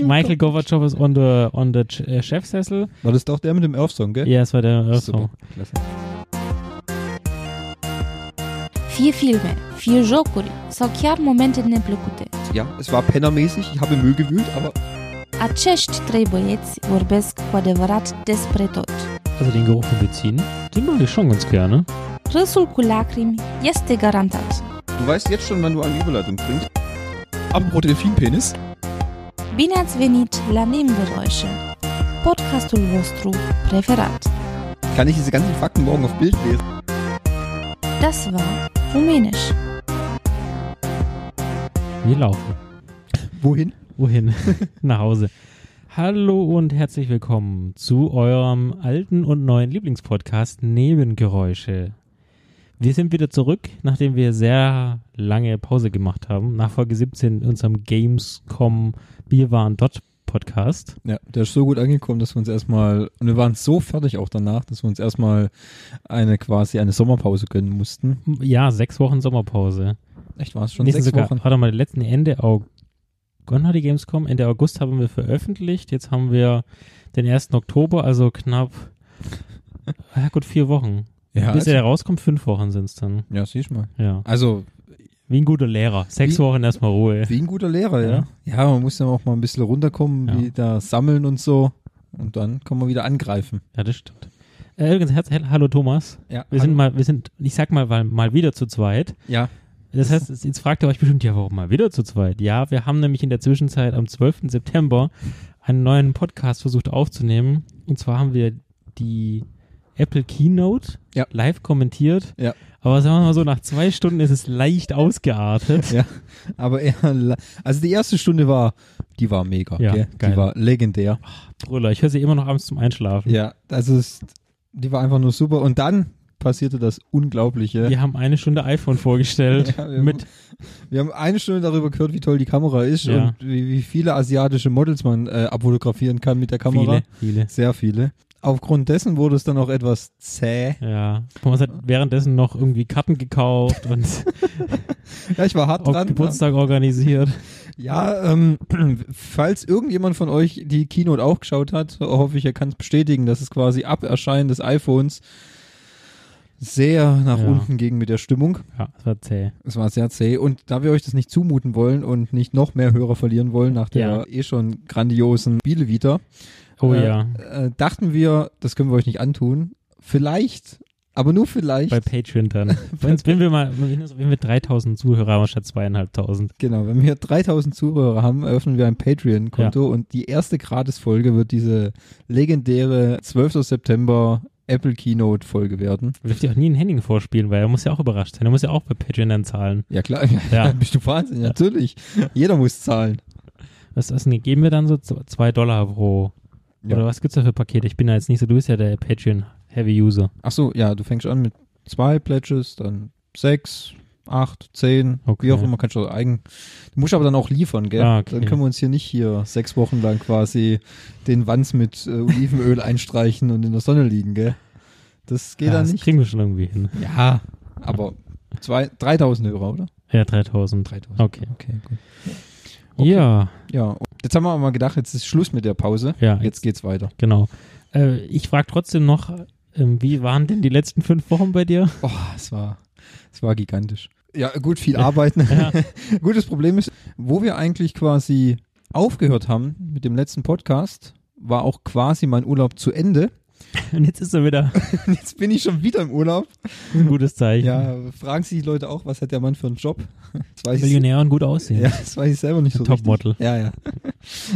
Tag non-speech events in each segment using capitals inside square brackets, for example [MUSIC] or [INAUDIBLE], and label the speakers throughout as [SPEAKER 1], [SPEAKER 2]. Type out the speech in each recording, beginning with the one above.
[SPEAKER 1] Michael Gorbatschow ist on the, on the Ch- äh, Chefsessel.
[SPEAKER 2] War das doch der mit dem Earth-Song, gell?
[SPEAKER 1] Ja, es war der äh, Song.
[SPEAKER 2] Super, klasse.
[SPEAKER 3] Fie filme, fie jocuri sau chiar momente neplăcute.
[SPEAKER 2] Ja, es war pennermäßig, ich habe Müll gewühlt, aber
[SPEAKER 3] Acești trei băieți vorbesc cu adevărat despre tot.
[SPEAKER 1] Also den Geruch von Benzin, den mag ich schon ganz gerne.
[SPEAKER 3] Râsul cu lacrimi este garantat.
[SPEAKER 2] du weißt jetzt schon, wann du eine Überleitung bringst.
[SPEAKER 4] Apropos Delfinpenis.
[SPEAKER 3] Bine ați venit la Nebengeräusche, podcastul vostru preferat.
[SPEAKER 2] Kann ich diese ganzen Fakten morgen auf Bild lesen?
[SPEAKER 3] Das war Rumänisch.
[SPEAKER 1] Wir laufen.
[SPEAKER 2] Wohin?
[SPEAKER 1] Wohin? Nach Hause. Hallo und herzlich willkommen zu eurem alten und neuen Lieblingspodcast Nebengeräusche. Wir sind wieder zurück, nachdem wir sehr lange Pause gemacht haben. Nach Folge 17 in unserem Gamescom Wir waren dort Podcast.
[SPEAKER 4] Ja, der ist so gut angekommen, dass wir uns erstmal, und wir waren so fertig auch danach, dass wir uns erstmal eine quasi eine Sommerpause gönnen mussten.
[SPEAKER 1] Ja, sechs Wochen Sommerpause.
[SPEAKER 4] Echt, war es schon
[SPEAKER 1] Nee,
[SPEAKER 4] sechs
[SPEAKER 1] sind sogar,
[SPEAKER 4] Wochen?
[SPEAKER 1] Warte mal, letzten Ende August. Wann hat die Gamescom? Ende August haben wir veröffentlicht. Jetzt haben wir den 1. Oktober, also knapp, ja gut, vier Wochen.
[SPEAKER 4] Ja,
[SPEAKER 1] Bis
[SPEAKER 4] also,
[SPEAKER 1] er rauskommt, fünf Wochen sind es dann.
[SPEAKER 4] ja, siehst du mal.
[SPEAKER 1] Ja.
[SPEAKER 4] Also,
[SPEAKER 1] Wie ein guter Lehrer. Sechs
[SPEAKER 4] Wie-
[SPEAKER 1] Wochen erstmal Ruhe.
[SPEAKER 4] wie ein guter Lehrer, ja. Ja, man muss dann auch mal ein bisschen runterkommen,
[SPEAKER 1] Ja.
[SPEAKER 4] wieder sammeln und so. Und dann kann man wieder angreifen.
[SPEAKER 1] Ja, das stimmt. Äh, übrigens, herz, hallo Thomas.
[SPEAKER 4] Ja,
[SPEAKER 1] Wir sind mal, wir sind, ich sag mal, weil, mal wieder zu zweit.
[SPEAKER 4] ja,
[SPEAKER 1] Das heißt, es- jetzt fragt ihr euch bestimmt, ja, warum mal wieder zu zweit? Ja, wir haben nämlich in der Zwischenzeit am 12. September einen neuen Podcast versucht aufzunehmen. Und zwar haben wir die Apple Keynote
[SPEAKER 4] Ja.
[SPEAKER 1] live kommentiert.
[SPEAKER 4] Ja.
[SPEAKER 1] Aber sagen wir mal so, nach zwei Stunden ist es leicht ausgeartet.
[SPEAKER 4] ja. Aber [LAUGHS] eher, la- also die erste Stunde war, die war mega.
[SPEAKER 1] Ja,
[SPEAKER 4] gell?
[SPEAKER 1] geil.
[SPEAKER 4] Die war legendär.
[SPEAKER 1] Brüller, ich höre sie immer noch abends zum Einschlafen.
[SPEAKER 4] Ja, also es, die war einfach nur super. Und dann passierte das Unglaubliche.
[SPEAKER 1] Wir haben eine Stunde iPhone vorgestellt
[SPEAKER 4] [LAUGHS] Ja, wir-
[SPEAKER 1] mit
[SPEAKER 4] Wir haben eine Stunde darüber gehört, wie toll die Kamera ist
[SPEAKER 1] Ja.
[SPEAKER 4] und wie, wie viele asiatische Models man äh, abfotografieren kann mit der Kamera.
[SPEAKER 1] viele, viele.
[SPEAKER 4] Sehr viele. Aufgrund dessen wurde es dann auch etwas zäh.
[SPEAKER 1] Ja, Thomas hat währenddessen noch irgendwie Karten gekauft und
[SPEAKER 4] [LAUGHS] Ja, ich war hart
[SPEAKER 1] auch
[SPEAKER 4] dran.
[SPEAKER 1] Geburtstag organisiert.
[SPEAKER 4] Ja, ähm, [CLEARS THROAT] falls irgendjemand von euch die Keynote auch geschaut hat, hoffe ich, er kann es bestätigen, dass es quasi ab Erscheinen des iPhones sehr nach
[SPEAKER 1] Ja.
[SPEAKER 4] unten ging mit der Stimmung.
[SPEAKER 1] Ja, es war zäh.
[SPEAKER 4] Es war sehr zäh. Und da wir euch das nicht zumuten wollen und nicht noch mehr Hörer verlieren wollen nach der
[SPEAKER 1] Ja.
[SPEAKER 4] eh schon grandiosen Bielevita,
[SPEAKER 1] Oh
[SPEAKER 4] Äh,
[SPEAKER 1] ja,
[SPEAKER 4] äh, dachten wir, das können wir euch nicht antun. Vielleicht, aber nur vielleicht.
[SPEAKER 1] bei Patreon
[SPEAKER 4] [LAUGHS]
[SPEAKER 1] dann. wenn, wenn wir mal, wenn wir 3000 Zuhörer haben statt zweieinhalbtausend.
[SPEAKER 4] genau, wenn wir 3000 Zuhörer haben, eröffnen wir ein Patreon-Konto und die erste Gratis-Folge wird diese legendäre 12. September Apple Keynote-Folge werden.
[SPEAKER 1] Wir dürfen ja auch nie einen Henning vorspielen, weil er muss ja auch überrascht sein. Er muss ja auch bei Patreon dann zahlen.
[SPEAKER 4] Ja, klar. [LAUGHS]
[SPEAKER 1] Ja.
[SPEAKER 4] Bist du Wahnsinn? Natürlich. Jeder muss zahlen.
[SPEAKER 1] Was, was denn, geben wir dann so z- zwei Dollar pro?
[SPEAKER 4] Ja.
[SPEAKER 1] Oder was gibt's da für Pakete? Ich bin da jetzt nicht so, du bist ja der Patreon-Heavy-User.
[SPEAKER 4] Ach so, ja, du fängst an mit zwei Pledges, dann sechs, acht, zehn,
[SPEAKER 1] Okay.
[SPEAKER 4] wie auch immer, kannst du eigen. Du musst aber dann auch liefern, gell?
[SPEAKER 1] Ah, okay.
[SPEAKER 4] Dann können wir uns hier nicht hier sechs Wochen lang quasi den Wanz mit äh, Olivenöl [LAUGHS] einstreichen und in der Sonne liegen, gell? Das geht
[SPEAKER 1] ja,
[SPEAKER 4] dann
[SPEAKER 1] das
[SPEAKER 4] nicht.
[SPEAKER 1] kriegen wir schon irgendwie hin.
[SPEAKER 4] Ja, aber zwei, 3000 Euro, oder?
[SPEAKER 1] Ja, 3000.
[SPEAKER 4] 3000.
[SPEAKER 1] Okay.
[SPEAKER 4] Okay, gut. Okay.
[SPEAKER 1] Ja,
[SPEAKER 4] Ja, und jetzt haben wir aber mal gedacht, jetzt ist Schluss mit der Pause.
[SPEAKER 1] ja,
[SPEAKER 4] Jetzt geht's weiter.
[SPEAKER 1] genau. Äh, ich frage trotzdem noch, ähm, wie waren denn die letzten fünf Wochen bei dir? [LAUGHS]
[SPEAKER 4] Oh, es war, es war gigantisch. Ja, gut, viel [LAUGHS] arbeiten.
[SPEAKER 1] Ja.
[SPEAKER 4] Gutes Problem ist, wo wir eigentlich quasi aufgehört haben mit dem letzten Podcast, war auch quasi mein Urlaub zu Ende.
[SPEAKER 1] Und jetzt ist er wieder
[SPEAKER 4] Und Jetzt bin ich schon wieder im Urlaub.
[SPEAKER 1] ein gutes Zeichen.
[SPEAKER 4] Ja, fragen sich die Leute auch, was hat der Mann für einen Job? Das weiß ich,
[SPEAKER 1] Millionär und gut aussehen.
[SPEAKER 4] ja, das weiß ich selber nicht so
[SPEAKER 1] Topmodel.
[SPEAKER 4] richtig. Ja, ja.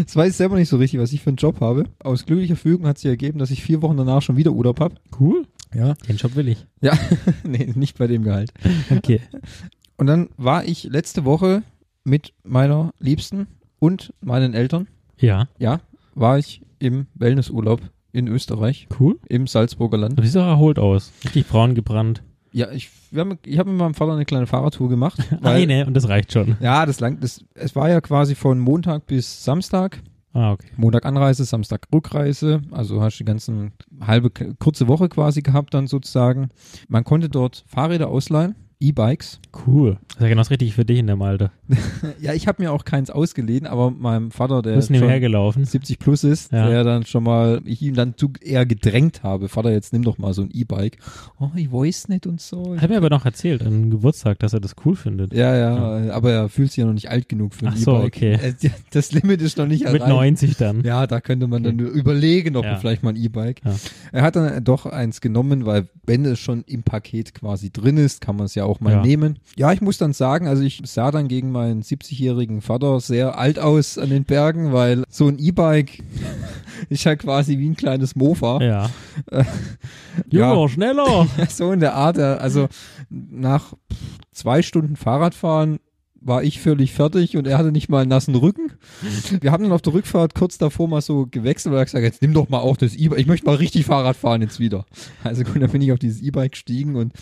[SPEAKER 4] Das weiß ich selber nicht so richtig, was ich für einen Job habe. Aus glücklicher Fügung hat sich ergeben, dass ich vier Wochen danach schon wieder Urlaub habe.
[SPEAKER 1] Cool.
[SPEAKER 4] Ja.
[SPEAKER 1] Den Job will ich.
[SPEAKER 4] Ja, [LAUGHS] nee, nicht bei dem Gehalt.
[SPEAKER 1] Okay.
[SPEAKER 4] Und dann war ich letzte Woche mit meiner Liebsten und meinen Eltern,
[SPEAKER 1] Ja,
[SPEAKER 4] ja, war ich im Wellnessurlaub in Österreich,
[SPEAKER 1] cool.
[SPEAKER 4] im Salzburger Land.
[SPEAKER 1] Du siehst auch erholt aus. Richtig braun gebrannt.
[SPEAKER 4] Ja, ich, wir haben, ich habe mit meinem Vater eine kleine Fahrradtour gemacht.
[SPEAKER 1] Ah,
[SPEAKER 4] weil-
[SPEAKER 1] Eine ne? und das reicht schon.
[SPEAKER 4] Ja, das lang, das, es war ja quasi von Montag bis Samstag.
[SPEAKER 1] Ah, okay.
[SPEAKER 4] Montag Anreise, Samstag Rückreise. Also hast du die ganzen halbe, kurze Woche quasi gehabt dann sozusagen. Man konnte dort Fahrräder ausleihen. E-Bikes.
[SPEAKER 1] Cool. Das ist ja genau das Richtige für dich in dem Alter.
[SPEAKER 4] Ja, ich habe mir auch keins ausgeliehen, aber meinem Vater,
[SPEAKER 1] Du
[SPEAKER 4] der
[SPEAKER 1] bist nebenher
[SPEAKER 4] schon
[SPEAKER 1] gelaufen.
[SPEAKER 4] 70 plus ist,
[SPEAKER 1] Ja.
[SPEAKER 4] der dann schon mal, ich ihm dann zu eher gedrängt habe, Vater, jetzt nimm doch mal so ein E-Bike. Oh, ich weiß nicht und so.
[SPEAKER 1] Hat mir aber noch erzählt an Geburtstag, dass er das cool findet.
[SPEAKER 4] Ja, ja, aber er fühlt sich ja noch nicht alt genug für ein
[SPEAKER 1] Ach
[SPEAKER 4] E-Bike.
[SPEAKER 1] so, okay.
[SPEAKER 4] Äh, [LAUGHS] ja, Das Limit ist noch nicht
[SPEAKER 1] Mit
[SPEAKER 4] erreicht.
[SPEAKER 1] 90 dann.
[SPEAKER 4] Ja, da könnte man dann überlegen, ob
[SPEAKER 1] Ja.
[SPEAKER 4] man vielleicht mal ein E-Bike.
[SPEAKER 1] Ja.
[SPEAKER 4] Er hat dann doch eins genommen, weil wenn es schon im Paket quasi drin ist, kann man es ja auch mal
[SPEAKER 1] Ja.
[SPEAKER 4] nehmen. Ja, ich muss dann sagen, also ich sah dann gegen meinen 70-jährigen Vater sehr alt aus an den Bergen, weil so ein E-Bike [LAUGHS] ist ja quasi wie ein kleines Mofa.
[SPEAKER 1] Ja.
[SPEAKER 4] Ja.
[SPEAKER 1] Junge, schneller!
[SPEAKER 4] Ja, [LAUGHS] so in der Art. ja. Also nach pff, zwei Stunden Fahrradfahren war ich völlig fertig und er hatte nicht mal einen nassen Rücken. Wir haben dann auf der Rückfahrt kurz davor mal so gewechselt, weil er gesagt hat, jetzt nimm doch mal auch das E-Bike. Ich möchte mal richtig Fahrrad fahren jetzt wieder. Also gut, dann bin ich auf dieses E-Bike gestiegen und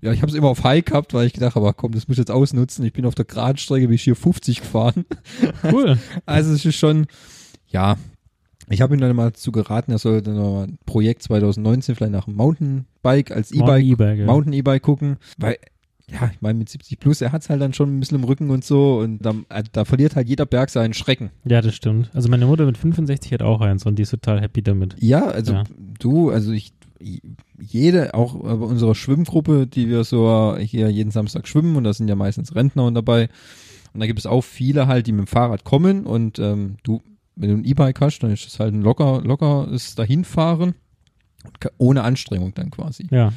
[SPEAKER 4] ja, ich habe es immer auf High gehabt, weil ich gedacht habe, komm, das muss ich jetzt ausnutzen. Ich bin auf der geraden Strecke, bin ich hier 50 gefahren. [LAUGHS]
[SPEAKER 1] Cool.
[SPEAKER 4] Also es ist schon, ja, ich habe ihm dann mal zu geraten, er sollte noch mal ein Projekt 2019 vielleicht nach dem Mountainbike als E-Bike
[SPEAKER 1] E-Bike. ja.
[SPEAKER 4] Mountain E-Bike gucken, weil ja, ich meine mit 70 plus, er hat's halt dann schon ein bisschen im Rücken und so und dann, äh, da verliert halt jeder Berg seinen Schrecken.
[SPEAKER 1] Ja, das stimmt. Also meine Mutter mit 65 hat auch eins und die ist total happy damit.
[SPEAKER 4] Ja, also
[SPEAKER 1] Ja.
[SPEAKER 4] du, also ich, jede, auch bei unserer Schwimmgruppe, die wir so äh, hier jeden Samstag schwimmen und da sind ja meistens Rentner und dabei und da gibt es auch viele halt, die mit dem Fahrrad kommen und ähm, du, wenn du ein E-Bike hast, dann ist das halt ein locker, lockeres Dahinfahren und ke- ohne Anstrengung dann quasi.
[SPEAKER 1] Ja.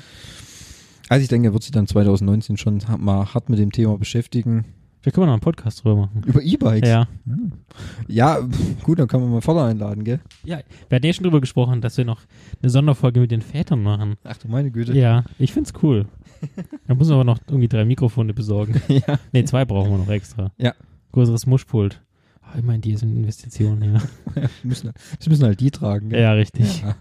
[SPEAKER 4] Also ich denke, er wird sich dann 2019 schon ha- mal hart mit dem Thema beschäftigen.
[SPEAKER 1] Wir können noch einen Podcast drüber machen.
[SPEAKER 4] Über E-Bikes?
[SPEAKER 1] Ja.
[SPEAKER 4] Ja, pf, gut, dann kann man mal Vater einladen, gell?
[SPEAKER 1] ja. Wir hatten ja schon drüber gesprochen, dass wir noch eine Sonderfolge mit den Vätern machen.
[SPEAKER 4] Ach du meine Güte.
[SPEAKER 1] Ja, ich find's
[SPEAKER 4] [LAUGHS]
[SPEAKER 1] cool. Da müssen wir aber noch irgendwie drei Mikrofone besorgen.
[SPEAKER 4] Ja.
[SPEAKER 1] Nee, zwei brauchen wir noch extra.
[SPEAKER 4] Ja.
[SPEAKER 1] Größeres Muschpult. Ah, ich meine, die sind Investitionen, ja.
[SPEAKER 4] Müssen, das müssen halt die tragen,
[SPEAKER 1] Ja,
[SPEAKER 4] gell?
[SPEAKER 1] richtig.
[SPEAKER 4] [LAUGHS] Ja.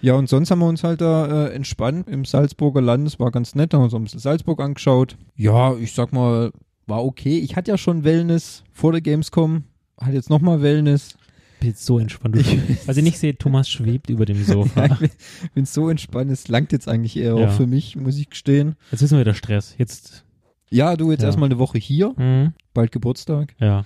[SPEAKER 4] Ja, und sonst haben wir uns halt da äh, entspannt im Salzburger Land. Es war ganz nett, haben uns auch ein bisschen Salzburg angeschaut. Ja, ich sag mal, war okay. Ich hatte ja schon Wellness vor der Gamescom. Hat jetzt nochmal Wellness.
[SPEAKER 1] Bin jetzt so entspannt. Was
[SPEAKER 4] [LAUGHS]
[SPEAKER 1] ihr Also nicht seht, Thomas schwebt über dem Sofa.
[SPEAKER 4] Ich bin so entspannt, es langt jetzt eigentlich eher
[SPEAKER 1] Ja.
[SPEAKER 4] auch für mich, muss ich gestehen.
[SPEAKER 1] Jetzt wissen wir der Stress. Jetzt.
[SPEAKER 4] Ja, du jetzt
[SPEAKER 1] Ja.
[SPEAKER 4] erstmal eine Woche hier,
[SPEAKER 1] Hm,
[SPEAKER 4] bald Geburtstag,
[SPEAKER 1] ja,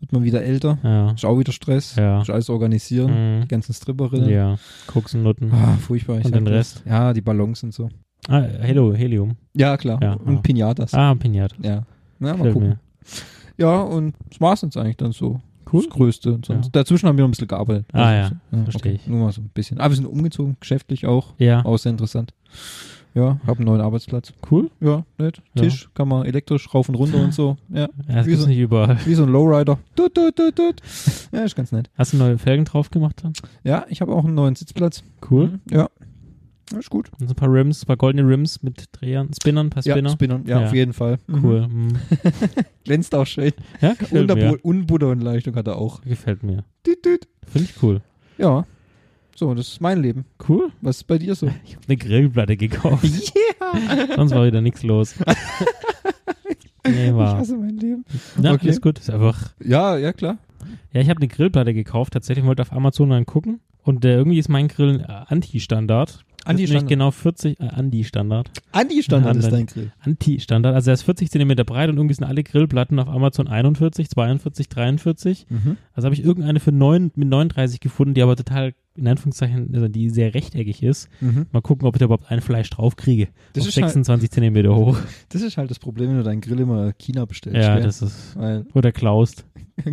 [SPEAKER 4] wird man wieder älter.
[SPEAKER 1] ja.
[SPEAKER 4] Ist auch wieder Stress.
[SPEAKER 1] Ja.
[SPEAKER 4] Ist alles organisieren.
[SPEAKER 1] Hm,
[SPEAKER 4] Die ganzen Stripperinnen.
[SPEAKER 1] ja. Koks und Nutten.
[SPEAKER 4] Ah, furchtbar. ich
[SPEAKER 1] Und
[SPEAKER 4] sag
[SPEAKER 1] den
[SPEAKER 4] dir.
[SPEAKER 1] Rest?
[SPEAKER 4] Ja, die Ballons und so.
[SPEAKER 1] Ah, Hello, Helium.
[SPEAKER 4] Ja, klar.
[SPEAKER 1] Ja,
[SPEAKER 4] und
[SPEAKER 1] ja.
[SPEAKER 4] Pinatas.
[SPEAKER 1] Ah, Pinat.
[SPEAKER 4] Ja. Na, mal
[SPEAKER 1] Gefällt
[SPEAKER 4] gucken.
[SPEAKER 1] mir.
[SPEAKER 4] Ja, und das war es uns eigentlich dann so.
[SPEAKER 1] Cool.
[SPEAKER 4] Das Größte. Und sonst.
[SPEAKER 1] Ja.
[SPEAKER 4] Dazwischen haben wir noch ein bisschen gearbeitet.
[SPEAKER 1] Ah,
[SPEAKER 4] Also, ja
[SPEAKER 1] verstehe
[SPEAKER 4] okay.
[SPEAKER 1] ich.
[SPEAKER 4] Nur mal so ein bisschen. Aber wir sind umgezogen, geschäftlich auch.
[SPEAKER 1] Ja,
[SPEAKER 4] Auch sehr interessant. Ja, hab einen neuen Arbeitsplatz.
[SPEAKER 1] cool.
[SPEAKER 4] Ja, nett.
[SPEAKER 1] Ja.
[SPEAKER 4] Tisch kann man elektrisch rauf und runter und so. Ja,
[SPEAKER 1] Ja, das
[SPEAKER 4] Wie
[SPEAKER 1] gibt's
[SPEAKER 4] so-
[SPEAKER 1] nicht überall.
[SPEAKER 4] wie so ein Lowrider. Tut, tut, tut, tut. Ja, ist ganz nett.
[SPEAKER 1] Hast du neue Felgen drauf gemacht dann?
[SPEAKER 4] Ja, ich habe auch einen neuen Sitzplatz.
[SPEAKER 1] Cool.
[SPEAKER 4] Ja. Mhm. Ja, Ist gut.
[SPEAKER 1] Und so ein paar Rims, ein paar goldene Rims mit Drehern, Spinnern, ein paar
[SPEAKER 4] Ja,
[SPEAKER 1] Spinner.
[SPEAKER 4] Spinner. Ja,
[SPEAKER 1] Ja.
[SPEAKER 4] auf jeden Fall. Mhm.
[SPEAKER 1] cool. Mhm.
[SPEAKER 4] Glänzt auch schön. [LAUGHS]
[SPEAKER 1] Ja, gefällt mir.
[SPEAKER 4] Unterbo- Und Buddha und Leichtung hat er auch.
[SPEAKER 1] Gefällt mir.
[SPEAKER 4] Düt, düt.
[SPEAKER 1] Finde ich cool.
[SPEAKER 4] Ja. So, das ist mein Leben.
[SPEAKER 1] Cool.
[SPEAKER 4] Was ist bei dir so?
[SPEAKER 1] Ich habe eine Grillplatte [LAUGHS] gekauft. Sonst war wieder nichts
[SPEAKER 4] [LAUGHS]
[SPEAKER 1] los. nee, [LAUGHS]
[SPEAKER 4] Ich
[SPEAKER 1] war.
[SPEAKER 4] hasse mein Leben.
[SPEAKER 1] Na,
[SPEAKER 4] okay.
[SPEAKER 1] ist gut. Ist einfach.
[SPEAKER 4] Ja, ja, klar.
[SPEAKER 1] Ja, ich habe eine Grillplatte gekauft. Tatsächlich wollte auf Amazon dann gucken. Und äh, irgendwie ist mein Grill äh, Anti-Standard. Das ist nämlich
[SPEAKER 4] Anti-Standard.
[SPEAKER 1] genau 40. Äh, Anti-Standard.
[SPEAKER 4] Anti-Standard ist
[SPEAKER 1] Andi.
[SPEAKER 4] dein Grill.
[SPEAKER 1] Anti-Standard. Also er ist 40 cm breit und irgendwie sind alle Grillplatten auf Amazon 41, 42, 43. Also habe ich irgendeine für 9, mit 39 gefunden, die aber total, in Anführungszeichen, also die sehr rechteckig ist. Mal gucken, ob ich da überhaupt ein Fleisch drauf kriege.
[SPEAKER 4] Mhm. Das
[SPEAKER 1] auf
[SPEAKER 4] ist halt-
[SPEAKER 1] 26 cm
[SPEAKER 4] [LAUGHS]
[SPEAKER 1] hoch.
[SPEAKER 4] Das ist halt das Problem, wenn du deinen Grill immer China bestellst.
[SPEAKER 1] Ja,
[SPEAKER 4] gell?
[SPEAKER 1] das ist.
[SPEAKER 4] Weil, [LAUGHS]
[SPEAKER 1] Oder Klaust.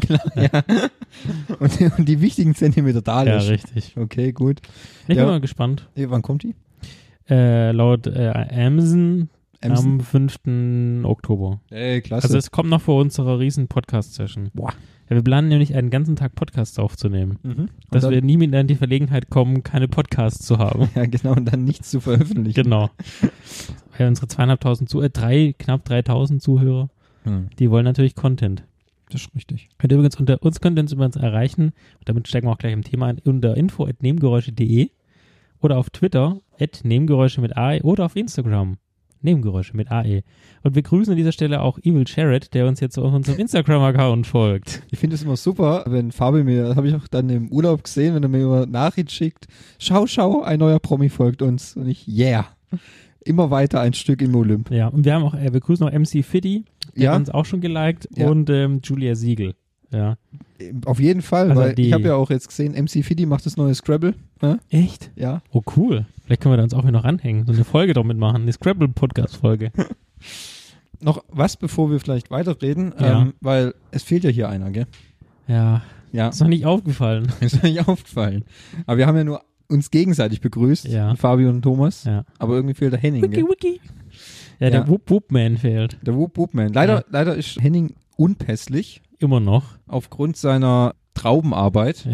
[SPEAKER 4] klar, ja. Und, und die wichtigen Zentimeter da
[SPEAKER 1] Ja,
[SPEAKER 4] lässt.
[SPEAKER 1] richtig.
[SPEAKER 4] Okay, gut.
[SPEAKER 1] Ich bin
[SPEAKER 4] Ja.
[SPEAKER 1] mal gespannt.
[SPEAKER 4] Hey, wann kommt die?
[SPEAKER 1] Äh, laut äh, Amazon,
[SPEAKER 4] Amazon?
[SPEAKER 1] am 5. Oktober.
[SPEAKER 4] Ey, klasse.
[SPEAKER 1] Also es kommt noch vor unserer riesen Podcast-Session.
[SPEAKER 4] Boah.
[SPEAKER 1] Ja, wir planen nämlich einen ganzen Tag Podcasts aufzunehmen.
[SPEAKER 4] mhm. Und
[SPEAKER 1] dass
[SPEAKER 4] dann,
[SPEAKER 1] wir nie mehr in die Verlegenheit kommen, keine Podcasts zu haben.
[SPEAKER 4] [LAUGHS] ja, genau, und dann nichts zu veröffentlichen.
[SPEAKER 1] genau. [LAUGHS] Weil unsere zweieinhalbtausend, Zuh- äh, drei, knapp 3000 Zuhörer,
[SPEAKER 4] Hm,
[SPEAKER 1] die wollen natürlich Content.
[SPEAKER 4] das ist richtig.
[SPEAKER 1] Könnt ihr übrigens unter uns könnt ihr uns übrigens erreichen, und damit steigen wir auch gleich im Thema ein, unter info.nebengeräusche.de oder auf Twitter at nebengeräusche mit AE oder auf Instagram. Nebengeräusche mit AE. Und wir grüßen an dieser Stelle auch Evil Sherrod, der uns jetzt auf unserem Instagram-Account folgt.
[SPEAKER 4] Ich finde es immer super, wenn Fabi mir, das habe ich auch dann im Urlaub gesehen, wenn er mir immer Nachricht schickt, schau, schau, ein neuer Promi folgt uns. Und ich, yeah. immer weiter ein Stück im Olymp.
[SPEAKER 1] Ja, und wir haben auch, äh, wir grüßen noch MC Fiddy, der
[SPEAKER 4] Ja.
[SPEAKER 1] hat uns auch schon geliked
[SPEAKER 4] Ja.
[SPEAKER 1] und ähm, Julia Siegel. Ja.
[SPEAKER 4] Auf jeden Fall,
[SPEAKER 1] Also
[SPEAKER 4] weil
[SPEAKER 1] die-
[SPEAKER 4] ich habe ja auch jetzt gesehen, MC Fiddy macht das neue Scrabble. Ja?
[SPEAKER 1] Echt?
[SPEAKER 4] ja.
[SPEAKER 1] Oh, cool. Vielleicht können wir da uns auch hier noch anhängen. So eine Folge doch mitmachen. Eine Scrabble-Podcast-Folge.
[SPEAKER 4] Noch was, bevor wir vielleicht weiterreden,
[SPEAKER 1] Ja.
[SPEAKER 4] ähm, weil es fehlt ja hier einer, gell?
[SPEAKER 1] Ja.
[SPEAKER 4] Ja,
[SPEAKER 1] Ist noch nicht aufgefallen.
[SPEAKER 4] [LAUGHS] ist mir nicht aufgefallen. Aber wir haben ja nur uns gegenseitig begrüßt,
[SPEAKER 1] Ja.
[SPEAKER 4] Fabio und Thomas.
[SPEAKER 1] Ja.
[SPEAKER 4] Aber irgendwie fehlt der Henning, gell?
[SPEAKER 1] wiki. Ja, der
[SPEAKER 4] Ja.
[SPEAKER 1] Whoop-Whoop-Man fehlt.
[SPEAKER 4] Der Whoop Whoop Man. Leider,
[SPEAKER 1] Ja.
[SPEAKER 4] leider ist Henning unpässlich
[SPEAKER 1] Immer noch.
[SPEAKER 4] aufgrund seiner Traubenarbeit.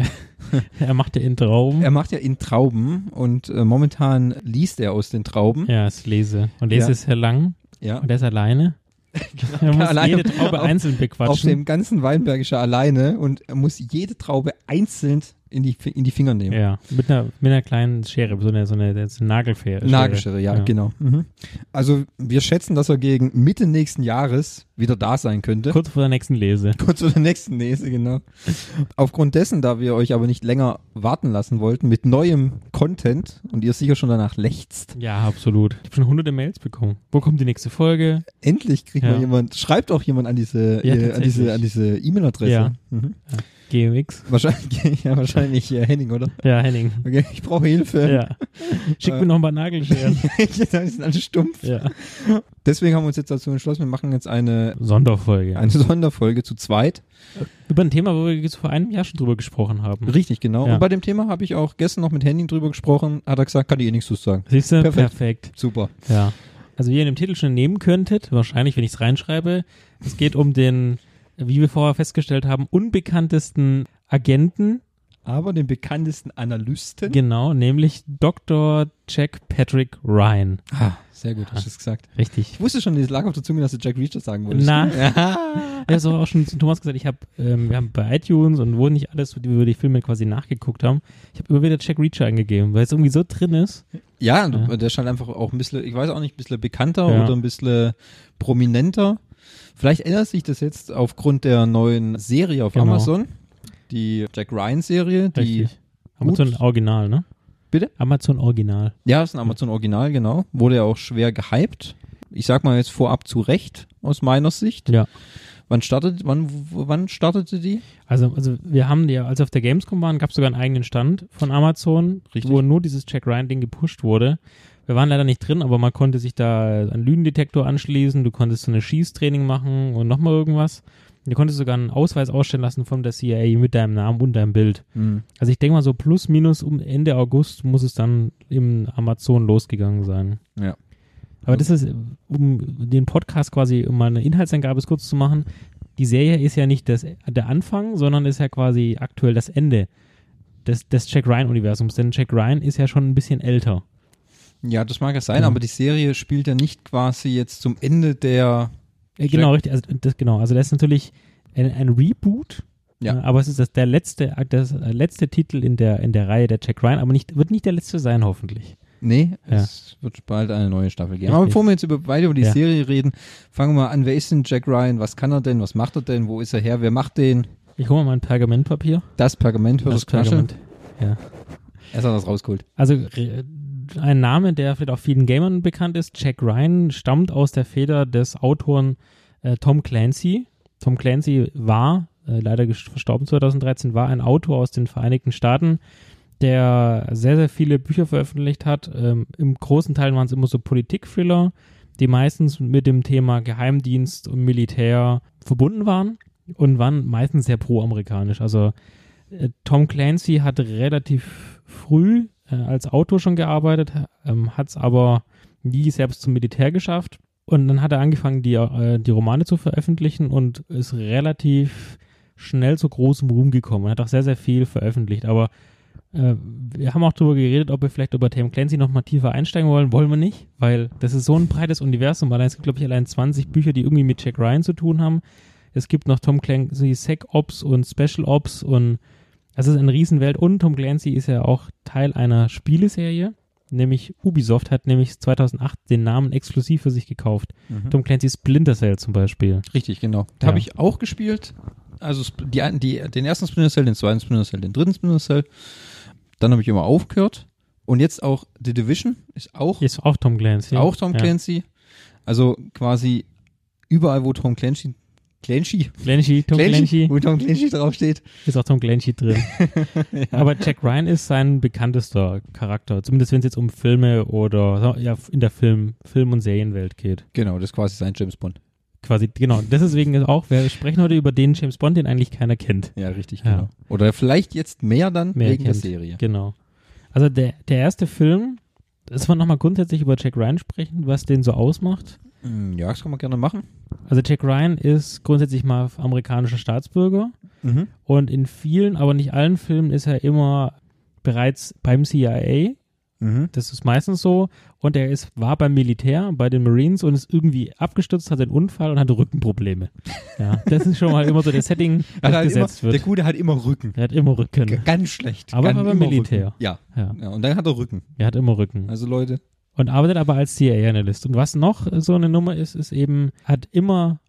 [SPEAKER 1] Er macht ja in Traum.
[SPEAKER 4] Er macht ja in Trauben und äh, momentan liest er aus den Trauben.
[SPEAKER 1] ja, ist Lese. Und Lese
[SPEAKER 4] Ja.
[SPEAKER 1] ist Herr Lang.
[SPEAKER 4] Ja.
[SPEAKER 1] Und er ist
[SPEAKER 4] [LAUGHS]
[SPEAKER 1] alleine. [LAUGHS] er muss
[SPEAKER 4] alleine
[SPEAKER 1] jede Traube
[SPEAKER 4] auf-
[SPEAKER 1] einzeln
[SPEAKER 4] Auf
[SPEAKER 1] bequatschen.
[SPEAKER 4] dem ganzen Weinbergischer alleine und er muss jede Traube einzeln in die, Fi- in die Finger nehmen.
[SPEAKER 1] ja, mit einer, mit einer kleinen Schere, so eine, so eine, das ist eine Nagelschere.
[SPEAKER 4] Nagelschere, ja, genau. Mhm. Also wir schätzen, dass er gegen Mitte nächsten Jahres wieder da sein könnte.
[SPEAKER 1] Kurz vor der nächsten Lese.
[SPEAKER 4] Kurz zu der nächsten Lese, genau. Aufgrund dessen, da wir euch aber nicht länger warten lassen wollten mit neuem Content und ihr sicher schon danach lechzt,
[SPEAKER 1] Ja, absolut. Ich habe schon hunderte Mails bekommen. Wo kommt die nächste Folge?
[SPEAKER 4] endlich kriegt
[SPEAKER 1] Ja.
[SPEAKER 4] mal jemand, schreibt auch jemand an diese
[SPEAKER 1] Ja,
[SPEAKER 4] äh, an diese
[SPEAKER 1] tatsächlich.
[SPEAKER 4] an diese E-Mail-Adresse.
[SPEAKER 1] Ja.
[SPEAKER 4] Mhm.
[SPEAKER 1] GMX.
[SPEAKER 4] Wahrscheinlich, [LAUGHS] ja, wahrscheinlich äh, Henning, oder?
[SPEAKER 1] Ja, Henning.
[SPEAKER 4] [LAUGHS] Okay, ich brauche Hilfe.
[SPEAKER 1] Ja. Schick mir noch ein paar Nagelscheren.
[SPEAKER 4] [LAUGHS] die sind alle stumpf.
[SPEAKER 1] ja.
[SPEAKER 4] Deswegen haben wir uns jetzt dazu entschlossen, wir machen jetzt eine,
[SPEAKER 1] [LAUGHS] Sonderfolge.
[SPEAKER 4] eine Sonderfolge zu zweit.
[SPEAKER 1] Über ein Thema, wo wir jetzt vor einem Jahr schon drüber gesprochen haben.
[SPEAKER 4] Richtig, genau.
[SPEAKER 1] Mhm. Ja.
[SPEAKER 4] Und bei dem Thema habe ich auch gestern noch mit Henning drüber gesprochen, hat er gesagt, kann ich eh nichts zu sagen.
[SPEAKER 1] Siehst du?
[SPEAKER 4] Perfekt.
[SPEAKER 1] Perfekt.
[SPEAKER 4] Super.
[SPEAKER 1] Ja. Also wie ihr in dem Titel schon nehmen könntet, wahrscheinlich, wenn ich es reinschreibe, es geht um den, wie wir vorher festgestellt haben, unbekanntesten Agenten,
[SPEAKER 4] Aber den bekanntesten Analysten.
[SPEAKER 1] genau, nämlich Dr. Jack Patrick Ryan.
[SPEAKER 4] Ah, sehr gut, hast du es gesagt.
[SPEAKER 1] Richtig.
[SPEAKER 4] Ich wusste schon, es lag auf der Zunge, dass du Jack Reacher sagen wolltest.
[SPEAKER 1] Na,
[SPEAKER 4] [LAUGHS] Ja.
[SPEAKER 1] ich habe auch schon zu Thomas gesagt, ich habe, ähm, wir haben bei iTunes und wo nicht alles, über die Filme quasi nachgeguckt haben, ich habe immer wieder Jack Reacher eingegeben, weil es irgendwie so drin ist.
[SPEAKER 4] Ja, du-
[SPEAKER 1] Ja.
[SPEAKER 4] der scheint einfach auch ein bisschen, ich weiß auch nicht, ein bisschen bekannter
[SPEAKER 1] Ja.
[SPEAKER 4] oder ein bisschen prominenter. Vielleicht ändert sich das jetzt aufgrund der neuen Serie auf
[SPEAKER 1] Genau.
[SPEAKER 4] Amazon. Die Jack Ryan-Serie, die.
[SPEAKER 1] Richtig. Amazon Original, ne?
[SPEAKER 4] Bitte?
[SPEAKER 1] Amazon Original.
[SPEAKER 4] Ja, ist ein Amazon-Original, genau. Wurde ja auch schwer gehypt. Ich sag mal jetzt vorab zu Recht, aus meiner Sicht.
[SPEAKER 1] Ja.
[SPEAKER 4] Wann startet, wann, w- wann startete die?
[SPEAKER 1] Also, also wir haben ja, als wir auf der Gamescom waren, gab es sogar einen eigenen Stand von Amazon,
[SPEAKER 4] Richtig.
[SPEAKER 1] wo nur dieses Jack Ryan-Ding gepusht wurde. Wir waren leider nicht drin, aber man konnte sich da einen Lügendetektor anschließen, du konntest so eine Schießtraining machen und nochmal irgendwas. Du konntest sogar einen Ausweis ausstellen lassen von der CIA mit deinem Namen und deinem Bild.
[SPEAKER 4] Hm.
[SPEAKER 1] Also ich denke mal so plus minus um Ende August muss es dann im Amazon losgegangen sein.
[SPEAKER 4] Ja.
[SPEAKER 1] Aber das ist, um den Podcast quasi, um mal eine Inhaltsangabe kurz zu machen, die Serie ist ja nicht das, der Anfang, sondern ist ja quasi aktuell das Ende des, des Jack Ryan-Universums. Denn Jack Ryan ist ja schon ein bisschen älter.
[SPEAKER 4] Ja, das mag ja sein,
[SPEAKER 1] Ja.
[SPEAKER 4] aber die Serie spielt ja nicht quasi jetzt zum Ende der.
[SPEAKER 1] Äh, genau, richtig. Also das, genau, also das ist natürlich ein, ein Reboot. äh,
[SPEAKER 4] Ja.
[SPEAKER 1] Aber es ist das, der letzte, das äh, letzte Titel in der, in der Reihe der Jack Ryan, aber nicht, wird nicht der letzte sein, hoffentlich.
[SPEAKER 4] Nee, es wird bald eine neue Staffel geben. Aber
[SPEAKER 1] Richtig.
[SPEAKER 4] bevor wir jetzt über, weiter über die
[SPEAKER 1] Ja.
[SPEAKER 4] Serie reden, fangen wir mal an. Wer ist denn Jack Ryan? Was kann er denn? Was macht er denn? Wo ist er her? Wer macht den?
[SPEAKER 1] Ich hole mal mein Pergamentpapier.
[SPEAKER 4] Das Pergament hört das Pergament.
[SPEAKER 1] Pergament.
[SPEAKER 4] Er hat das rausgeholt.
[SPEAKER 1] Also re- ein Name, der vielleicht auch vielen Gamern bekannt ist, Jack Ryan, stammt aus der Feder des Autoren äh, Tom Clancy. Tom Clancy war, äh, leider gest- verstorben 2013, war ein Autor aus den Vereinigten Staaten, der sehr, sehr viele Bücher veröffentlicht hat. Ähm, Im großen Teil waren es immer so Politik-Thriller, die meistens mit dem Thema Geheimdienst und Militär verbunden waren und waren meistens sehr pro-amerikanisch. Also äh, Tom Clancy hat relativ früh äh, als Autor schon gearbeitet, ähm, hat es aber nie selbst zum Militär geschafft. Und dann hat er angefangen, die, äh, die Romane zu veröffentlichen und ist relativ schnell zu großem Ruhm gekommen. Er hat auch sehr, sehr viel veröffentlicht. Aber äh, wir haben auch darüber geredet, ob wir vielleicht über Tom Clancy nochmal tiefer einsteigen wollen. Wollen wir nicht, weil das ist so ein breites Universum. Allein es gibt, glaube ich, allein 20 Bücher, die irgendwie mit Jack Ryan zu tun haben. Es gibt noch Tom Clancy Sec Ops und Special Ops und das ist eine Riesenwelt. Und Tom Clancy ist ja auch Teil einer Spieleserie, nämlich Ubisoft hat nämlich 2008 den Namen exklusiv für sich gekauft.
[SPEAKER 4] Mhm.
[SPEAKER 1] Tom Clancy Splinter Cell zum Beispiel.
[SPEAKER 4] Richtig, genau. Da
[SPEAKER 1] Ja.
[SPEAKER 4] habe ich auch gespielt. Also Sp- die, ein- die, den ersten Splinter Cell, den zweiten Splinter Cell, den dritten Splinter Cell. Dann habe ich immer aufgehört Und jetzt auch The Division ist auch,
[SPEAKER 1] Ist auch Tom Clancy.
[SPEAKER 4] auch Tom
[SPEAKER 1] ja.
[SPEAKER 4] Clancy. Also quasi überall, wo Tom Clancy, Clancy,
[SPEAKER 1] Clancy, Tom Clancy.
[SPEAKER 4] wo Tom Clancy draufsteht.
[SPEAKER 1] Ist auch Tom Clancy
[SPEAKER 4] [LAUGHS]
[SPEAKER 1] drin. Aber Jack Ryan ist sein bekanntester Charakter. Zumindest wenn es jetzt um Filme oder sagen wir, ja, in der Film, Film- und Serienwelt geht.
[SPEAKER 4] Genau, das ist quasi sein James Bond.
[SPEAKER 1] Quasi, genau. Deswegen ist auch, wir sprechen heute über den James Bond, den eigentlich keiner kennt.
[SPEAKER 4] Ja, richtig,
[SPEAKER 1] Ja.
[SPEAKER 4] genau. Oder vielleicht jetzt mehr dann
[SPEAKER 1] Mehr
[SPEAKER 4] wegen
[SPEAKER 1] kennt.
[SPEAKER 4] der Serie.
[SPEAKER 1] Genau. Also der, der erste Film, dass wir nochmal grundsätzlich über Jack Ryan sprechen, was den so ausmacht.
[SPEAKER 4] Hm, Ja, das kann man gerne machen.
[SPEAKER 1] Also Jack Ryan ist grundsätzlich mal amerikanischer Staatsbürger
[SPEAKER 4] Mhm.
[SPEAKER 1] und in vielen, aber nicht allen Filmen ist er immer bereits beim CIA
[SPEAKER 4] Mhm.
[SPEAKER 1] Das ist meistens so. Und er ist, war beim Militär, bei den Marines und ist irgendwie abgestürzt, hatte einen Unfall und hatte Rückenprobleme. Ja, das ist schon mal immer so das
[SPEAKER 4] [LAUGHS]
[SPEAKER 1] Setting, das
[SPEAKER 4] Hat halt immer,
[SPEAKER 1] gesetzt
[SPEAKER 4] der
[SPEAKER 1] wird.
[SPEAKER 4] Gute hat immer Rücken.
[SPEAKER 1] Er hat immer Rücken.
[SPEAKER 4] Ganz schlecht.
[SPEAKER 1] Aber
[SPEAKER 4] Ganz
[SPEAKER 1] beim
[SPEAKER 4] immer
[SPEAKER 1] Militär.
[SPEAKER 4] Rücken. Ja.
[SPEAKER 1] Ja,
[SPEAKER 4] ja. Und dann hat er Rücken.
[SPEAKER 1] er hat immer Rücken.
[SPEAKER 4] Also Leute.
[SPEAKER 1] Und arbeitet aber als CIA-Analyst. Und was noch so eine Nummer ist, ist eben, hat immer,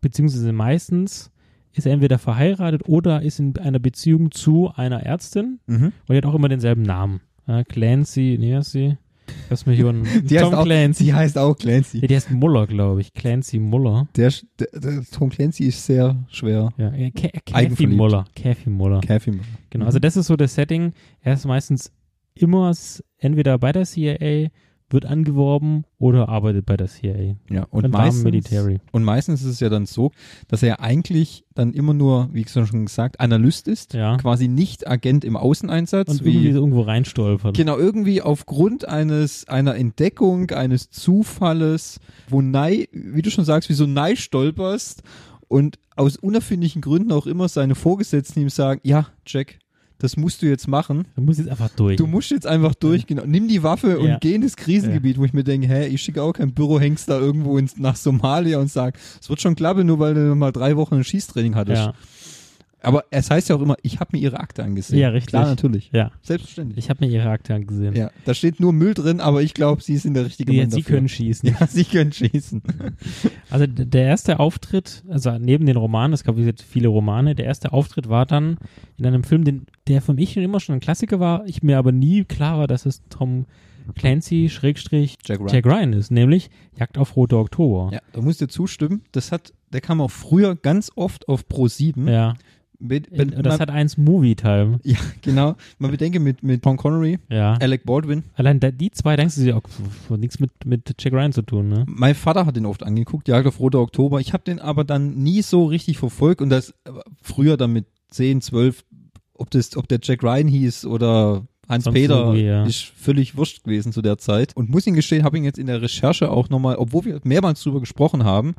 [SPEAKER 1] beziehungsweise meistens, ist er entweder verheiratet oder ist in einer Beziehung zu einer Ärztin
[SPEAKER 4] Mhm.
[SPEAKER 1] und die hat auch immer denselben Namen. Ja, Clancy, nee, was ist sie? Lass mich über einen
[SPEAKER 4] [LAUGHS] Die heißt
[SPEAKER 1] Tom
[SPEAKER 4] auch-
[SPEAKER 1] Clancy.
[SPEAKER 4] Sie heißt auch
[SPEAKER 1] Ja,
[SPEAKER 4] Clancy.
[SPEAKER 1] die heißt Muller, glaube ich. Clancy Muller.
[SPEAKER 4] Der, der, der Tom Clancy ist sehr schwer.
[SPEAKER 1] Ja, äh, Ca- äh, Kathy
[SPEAKER 4] Eigenverliebt.
[SPEAKER 1] Muller. Kathy Muller.
[SPEAKER 4] Caffeine.
[SPEAKER 1] Genau, also das ist so das Setting. Er ist meistens immer s- entweder bei der CIA, wird angeworben oder arbeitet bei der CIA.
[SPEAKER 4] Ja, und
[SPEAKER 1] Beim warmen
[SPEAKER 4] meistens,
[SPEAKER 1] Military.
[SPEAKER 4] und meistens ist es ja dann so, dass er eigentlich dann immer nur, wie schon gesagt, Analyst ist,
[SPEAKER 1] Ja.
[SPEAKER 4] quasi nicht Agent im Außeneinsatz,
[SPEAKER 1] Und irgendwie
[SPEAKER 4] wie
[SPEAKER 1] so irgendwo reinstolpert.
[SPEAKER 4] Genau, irgendwie aufgrund eines, einer Entdeckung, eines Zufalles, wo Nei, wie du schon sagst, wie so Nei stolperst und aus unerfindlichen Gründen auch immer seine Vorgesetzten ihm sagen, ja, Jack, das musst du jetzt machen.
[SPEAKER 1] Du musst jetzt einfach durch.
[SPEAKER 4] Du musst jetzt einfach durch, genau. Nimm die Waffe und
[SPEAKER 1] Ja.
[SPEAKER 4] geh in das Krisengebiet, wo ich mir denke, hä, ich schicke auch kein Bürohengst da irgendwo ins, nach Somalia und sag, es wird schon klappen, nur weil du mal drei Wochen ein Schießtraining hattest.
[SPEAKER 1] ja.
[SPEAKER 4] Aber es heißt ja auch immer, ich habe mir ihre Akte angesehen.
[SPEAKER 1] Ja, richtig.
[SPEAKER 4] Klar, natürlich.
[SPEAKER 1] ja,
[SPEAKER 4] Selbstverständlich.
[SPEAKER 1] ich habe mir ihre Akte angesehen.
[SPEAKER 4] Ja, da steht nur Müll drin, aber ich glaube, sie sind der richtige
[SPEAKER 1] Die,
[SPEAKER 4] Mann
[SPEAKER 1] sie
[SPEAKER 4] dafür. [LAUGHS]
[SPEAKER 1] können schießen.
[SPEAKER 4] Ja, sie können schießen.
[SPEAKER 1] Also d- der erste Auftritt, also neben den Romanen, es gab wie gesagt viele Romane, der erste Auftritt war dann in einem Film, den, der für mich schon immer schon ein Klassiker war, ich mir aber nie klar war, dass es Tom Clancy Schrägstrich
[SPEAKER 4] Jack Ryan.
[SPEAKER 1] Jack Ryan ist, nämlich Jagd auf Rote Oktober.
[SPEAKER 4] Ja, da musst du zustimmen. Das hat, der kam auch früher ganz oft auf Pro 7.
[SPEAKER 1] Ja.
[SPEAKER 4] Mit,
[SPEAKER 1] In-
[SPEAKER 4] mit-
[SPEAKER 1] das
[SPEAKER 4] man,
[SPEAKER 1] hat eins Movie-Time.
[SPEAKER 4] ja, [LAUGHS] genau. Man bedenke mit, mit Tom Connery,
[SPEAKER 1] Ja.
[SPEAKER 4] Alec Baldwin.
[SPEAKER 1] Allein da, die zwei denkst du dir, oh, auch, pff, hat nichts mit, mit Jack Ryan zu tun, ne?
[SPEAKER 4] Mein Vater hat den oft angeguckt, Jagd auf Roter Oktober. Ich habe den aber dann nie so richtig verfolgt und das äh, früher dann mit 10, 12, ob, das, ob der Jack Ryan hieß oder
[SPEAKER 1] Sonst
[SPEAKER 4] Hans-Peter,
[SPEAKER 1] irgendwie, ja.
[SPEAKER 4] ist völlig wurscht gewesen zu der Zeit. Und muss Ihnen gestehen, habe ihn jetzt in der Recherche auch nochmal, obwohl wir mehrmals drüber gesprochen haben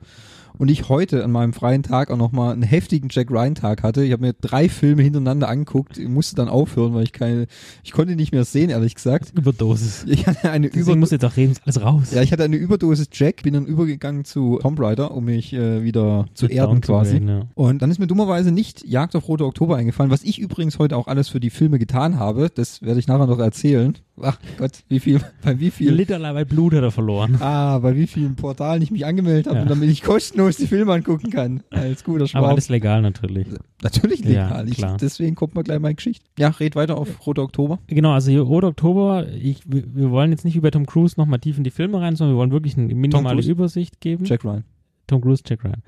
[SPEAKER 4] und ich heute an meinem freien Tag auch nochmal einen heftigen Jack Ryan-Tag hatte. Ich habe mir drei Filme hintereinander angeguckt, musste dann aufhören, weil ich keine, ich konnte nicht mehr sehen, ehrlich gesagt.
[SPEAKER 1] Überdosis.
[SPEAKER 4] Ich hatte eine Über
[SPEAKER 1] Deswegen muss jetzt auch reden, ist alles raus.
[SPEAKER 4] ja, ich hatte eine Überdosis Jack, bin dann übergegangen zu Tomb Raider, um mich äh, wieder zu
[SPEAKER 1] Mit
[SPEAKER 4] erden
[SPEAKER 1] Down
[SPEAKER 4] quasi.
[SPEAKER 1] Brain, ja.
[SPEAKER 4] Und dann ist mir dummerweise nicht Jagd auf Rote Oktober eingefallen, was ich übrigens heute auch alles für die Filme getan habe. Das werde ich nachher noch erzählen. Ach Gott, wie viel, [LAUGHS] bei wie viel,
[SPEAKER 1] Literweise Blut hat er verloren.
[SPEAKER 4] ah, bei wie vielen Portalen ich mich angemeldet habe,
[SPEAKER 1] Ja.
[SPEAKER 4] damit ich kostenlos die Filme angucken kann. Als guter
[SPEAKER 1] Aber
[SPEAKER 4] Schwab.
[SPEAKER 1] alles legal natürlich.
[SPEAKER 4] Natürlich
[SPEAKER 1] Ja,
[SPEAKER 4] legal.
[SPEAKER 1] klar.
[SPEAKER 4] ich, deswegen kommt mal gleich meine Geschichte. Ja, red weiter auf Rote Oktober.
[SPEAKER 1] Genau, also hier Rot Oktober, ich, wir wir wollen jetzt nicht über Tom Cruise nochmal tief in die Filme rein, sondern wir wollen wirklich eine minimale
[SPEAKER 4] Cruise?
[SPEAKER 1] Übersicht geben.
[SPEAKER 4] Jack Ryan.
[SPEAKER 1] Tom Cruise, Jack Ryan.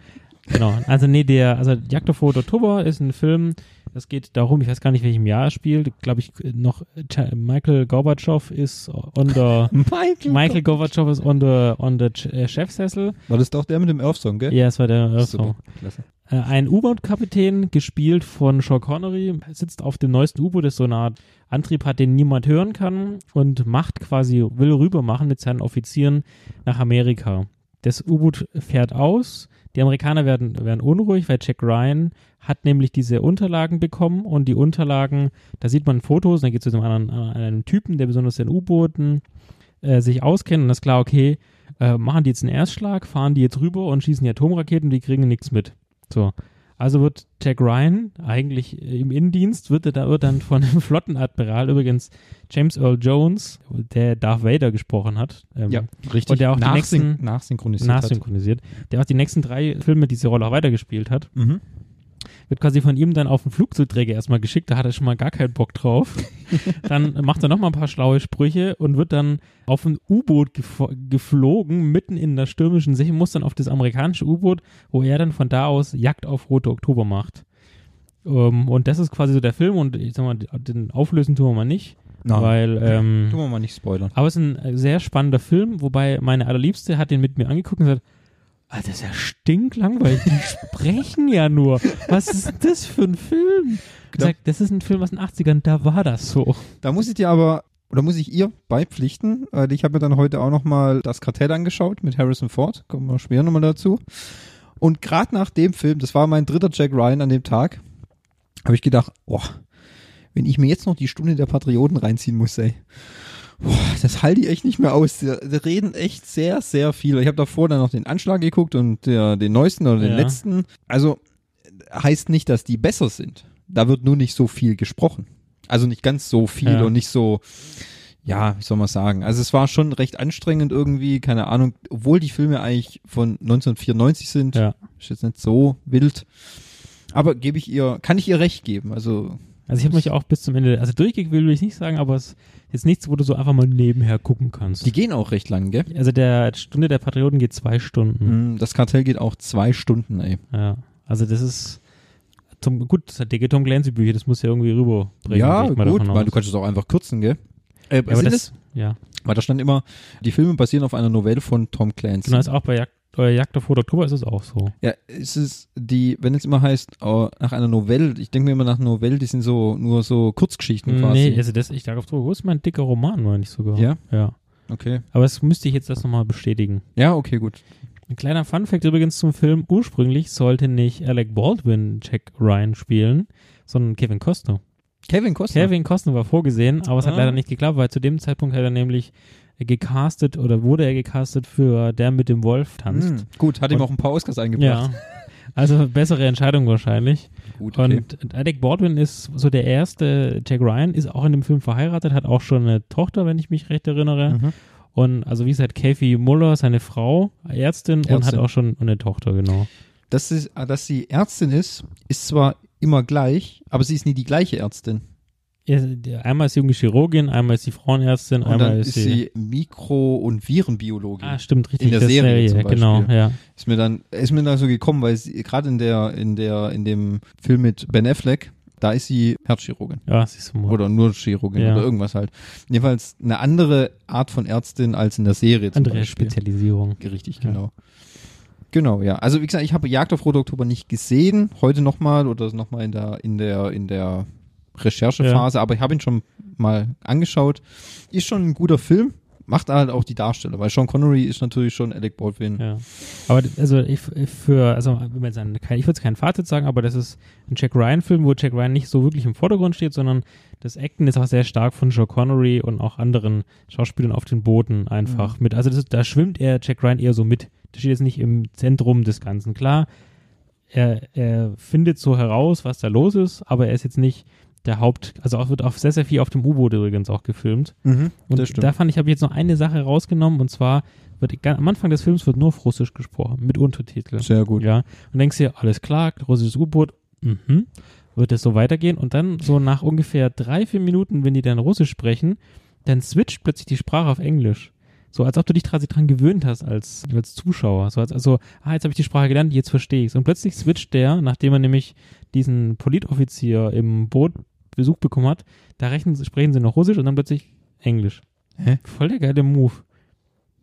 [SPEAKER 1] Genau, also nee, der, also Jagd auf Rot Oktober ist ein Film, das geht darum, ich weiß gar nicht, welchem Jahr er spielt, glaube ich noch, äh, Cha- Michael Gorbatschow ist on the,
[SPEAKER 4] [LAUGHS] Michael.
[SPEAKER 1] Michael Gorbatschow ist on the, on the Ch- äh, Chefsessel.
[SPEAKER 4] War das doch der mit dem Earth Song, gell?
[SPEAKER 1] Ja, es war der äh, so.
[SPEAKER 4] Super. Klasse.
[SPEAKER 1] Äh, Ein U-Boot-Kapitän, gespielt von Sean Connery, sitzt auf dem neuesten U-Boot, das so eine Art Antrieb hat, den niemand hören kann und macht quasi, will rüber machen mit seinen Offizieren nach Amerika. Das U-Boot fährt aus, die Amerikaner werden, werden unruhig, weil Jack Ryan hat nämlich diese Unterlagen bekommen und die Unterlagen, da sieht man Fotos, und dann geht es zu einem anderen an einem Typen, der besonders in U-Booten äh, sich auskennt und das ist klar, okay, äh, machen die jetzt einen Erstschlag, fahren die jetzt rüber und schießen die Atomraketen, die kriegen nichts mit. So. Also wird Jack Ryan eigentlich äh, im Innendienst, wird er da wird dann von einem [LAUGHS] Flottenadmiral, übrigens James Earl Jones, der Darth Vader gesprochen hat, ähm,
[SPEAKER 4] Ja, richtig.
[SPEAKER 1] Und der auch die
[SPEAKER 4] Nachsyn-
[SPEAKER 1] nächsten-
[SPEAKER 4] nachsynchronisiert hat.
[SPEAKER 1] nachsynchronisiert, der auch die nächsten drei Filme diese Rolle auch weitergespielt hat,
[SPEAKER 4] Mhm.
[SPEAKER 1] wird quasi von ihm dann auf den Flugzeugträger erstmal geschickt, da hat er schon mal gar keinen Bock drauf. Dann macht er nochmal ein paar schlaue Sprüche und wird dann auf ein U-Boot gefo- geflogen, mitten in der stürmischen See, muss dann auf das amerikanische U-Boot, wo er dann von da aus Jagd auf Rote Oktober macht. Ähm, und das ist quasi so der Film und ich sag mal, den Auflösen tun wir mal nicht, weil ähm,
[SPEAKER 4] Tun wir mal nicht spoilern.
[SPEAKER 1] aber es ist ein äh, sehr spannender Film, wobei meine allerliebste hat den mit mir angeguckt und gesagt, Alter, das ist ja stinklangweilig. Die [LAUGHS] sprechen ja nur. Was ist denn das für ein Film? Ich
[SPEAKER 4] Da-
[SPEAKER 1] Sag, das ist ein Film aus den 80ern, da war das so.
[SPEAKER 4] Da muss ich dir aber, oder muss ich ihr beipflichten, äh, ich habe mir dann heute auch nochmal das Kartell angeschaut mit Harrison Ford, kommen wir später nochmal dazu. Und gerade nach dem Film, das war mein dritter Jack Ryan an dem Tag, habe ich gedacht, boah, wenn ich mir jetzt noch die Stunde der Patrioten reinziehen muss, ey. Boah, das halte ich echt nicht mehr aus. Die, die reden echt sehr, sehr viel. Ich habe davor dann noch den Anschlag geguckt und der, den neuesten oder den
[SPEAKER 1] Ja.
[SPEAKER 4] letzten. Also heißt nicht, dass die besser sind. Da wird nur nicht so viel gesprochen. Also nicht ganz so viel
[SPEAKER 1] Ja.
[SPEAKER 4] und nicht so, ja, wie soll man sagen. Also es war schon recht anstrengend irgendwie, keine Ahnung, obwohl die Filme eigentlich von 1994 sind,
[SPEAKER 1] Ja.
[SPEAKER 4] ist jetzt nicht so wild. Aber gebe ich ihr, kann ich ihr recht geben. Also
[SPEAKER 1] Also ich habe mich auch bis zum Ende, also durchgequält will ich nicht sagen, aber es ist jetzt nichts, wo du so einfach mal nebenher gucken kannst.
[SPEAKER 4] die gehen auch recht lang, gell?
[SPEAKER 1] also der Stunde der Patrioten geht zwei Stunden.
[SPEAKER 4] Mm, Das Kartell geht auch zwei Stunden, ey.
[SPEAKER 1] Ja. Also das ist zum, gut, das hat dicke Tom Clancy Bücher, das muss ja irgendwie rüberbringen.
[SPEAKER 4] ja,
[SPEAKER 1] gehe ich mal
[SPEAKER 4] gut,
[SPEAKER 1] davon
[SPEAKER 4] weil
[SPEAKER 1] aus.
[SPEAKER 4] du kannst es auch einfach kürzen, gell? Äh,
[SPEAKER 1] ja, aber
[SPEAKER 4] sind
[SPEAKER 1] das,
[SPEAKER 4] es-
[SPEAKER 1] ja.
[SPEAKER 4] weil da stand immer, die Filme basieren auf einer Novelle von Tom Clancy.
[SPEAKER 1] Genau, ist auch bei Jagd, äh, Jagd auf Rot Oktober ist es auch so.
[SPEAKER 4] Ja, es ist die, wenn es immer heißt, äh, nach einer Novelle, ich denke mir immer nach Novelle, die sind so nur so Kurzgeschichten Hm, quasi.
[SPEAKER 1] Nee, also das, ich sage auf Druck, wo ist mein dicker Roman, meine ich sogar.
[SPEAKER 4] Ja?
[SPEAKER 1] Ja.
[SPEAKER 4] okay.
[SPEAKER 1] Aber das müsste ich jetzt das nochmal bestätigen.
[SPEAKER 4] Ja, okay, gut.
[SPEAKER 1] Ein kleiner Funfact übrigens zum Film. Ursprünglich sollte nicht Alec Baldwin Jack Ryan spielen, sondern Kevin Costner.
[SPEAKER 4] Kevin Costner.
[SPEAKER 1] Kevin Costner war vorgesehen, aber es hat
[SPEAKER 4] Ah.
[SPEAKER 1] leider nicht geklappt, weil zu dem Zeitpunkt hat er nämlich gecastet oder wurde er gecastet für Der mit dem Wolf tanzt.
[SPEAKER 4] Mm, gut, hat ihm
[SPEAKER 1] Und-
[SPEAKER 4] auch ein paar Oscars eingebracht.
[SPEAKER 1] Ja. Also bessere Entscheidung wahrscheinlich.
[SPEAKER 4] Gut,
[SPEAKER 1] Und Alec Baldwin ist so der erste, Jack Ryan ist auch in dem Film verheiratet, hat auch schon eine Tochter, wenn ich mich recht erinnere.
[SPEAKER 4] Mhm.
[SPEAKER 1] Und also wie gesagt, Kathy Muller, seine Frau, Ärztin, und hat
[SPEAKER 4] Ärztin.
[SPEAKER 1] auch schon eine Tochter, genau.
[SPEAKER 4] Dass, sie, ah, dass sie Ärztin ist, ist zwar immer gleich, aber sie ist nie die gleiche Ärztin.
[SPEAKER 1] Ihr- Einmal ist sie junge Chirurgin, einmal ist sie Frauenärztin,
[SPEAKER 4] Und
[SPEAKER 1] einmal
[SPEAKER 4] dann ist sie Mikro- und Virenbiologin.
[SPEAKER 1] Ah, stimmt, richtig.
[SPEAKER 4] In der
[SPEAKER 1] das
[SPEAKER 4] Serie zum Beispiel.
[SPEAKER 1] genau, ja.
[SPEAKER 4] Ist mir dann, ist mir dann so gekommen, weil sie gerade in der, in der, in dem Film mit Ben Affleck, da ist sie Herzchirurgin.
[SPEAKER 1] Ja, siehst du mal.
[SPEAKER 4] Oder nur Chirurgin
[SPEAKER 1] Ja.
[SPEAKER 4] oder irgendwas halt. Jedenfalls eine andere Art von Ärztin als in der Serie zum
[SPEAKER 1] Andere
[SPEAKER 4] Beispiel.
[SPEAKER 1] Spezialisierung.
[SPEAKER 4] Richtig,
[SPEAKER 1] Ja.
[SPEAKER 4] genau. Genau, ja. Also wie gesagt, ich habe Jagd auf Rot Oktober nicht gesehen, heute nochmal oder nochmal in der, in der, in der Recherchephase, aber ich habe ihn schon mal angeschaut. Ist schon ein guter Film, macht halt auch die Darsteller, weil Sean Connery ist natürlich schon Alec Baldwin.
[SPEAKER 1] Ja. Aber d- also ich, ich für, also wenn man jetzt ein, kein, ich würde es kein Fazit sagen, aber das ist ein Jack Ryan-Film, wo Jack Ryan nicht so wirklich im Vordergrund steht, sondern das Acten ist auch sehr stark von Joe Connery und auch anderen Schauspielern auf den Booten einfach mit. Also das ist, da schwimmt er Jack Ryan eher so mit. Der steht jetzt nicht im Zentrum des Ganzen. Klar, er, er findet so heraus, was da los ist, aber er ist jetzt nicht der Haupt, also auch wird auch sehr, sehr viel auf dem U-Boot übrigens auch gefilmt.
[SPEAKER 4] Mhm,
[SPEAKER 1] Und da fand ich, habe ich jetzt noch eine Sache rausgenommen und zwar wird ga- am Anfang des Films wird nur auf Russisch gesprochen, mit Untertiteln.
[SPEAKER 4] Sehr gut.
[SPEAKER 1] Ja. Und denkst dir, alles klar, russisches U-Boot, mhm. Wird das so weitergehen? Und dann so nach ungefähr drei, vier Minuten, wenn die dann Russisch sprechen, dann switcht plötzlich die Sprache auf Englisch. So, als ob du dich quasi dran gewöhnt hast als, als Zuschauer. So, als, also, ah, jetzt habe ich die Sprache gelernt, jetzt verstehe ich's. Und plötzlich switcht der, nachdem er nämlich diesen Politoffizier im Boot Besuch bekommen hat, da rechnen, sie- sprechen sie noch Russisch und dann plötzlich Englisch.
[SPEAKER 4] Hä?
[SPEAKER 1] Voll der geile Move.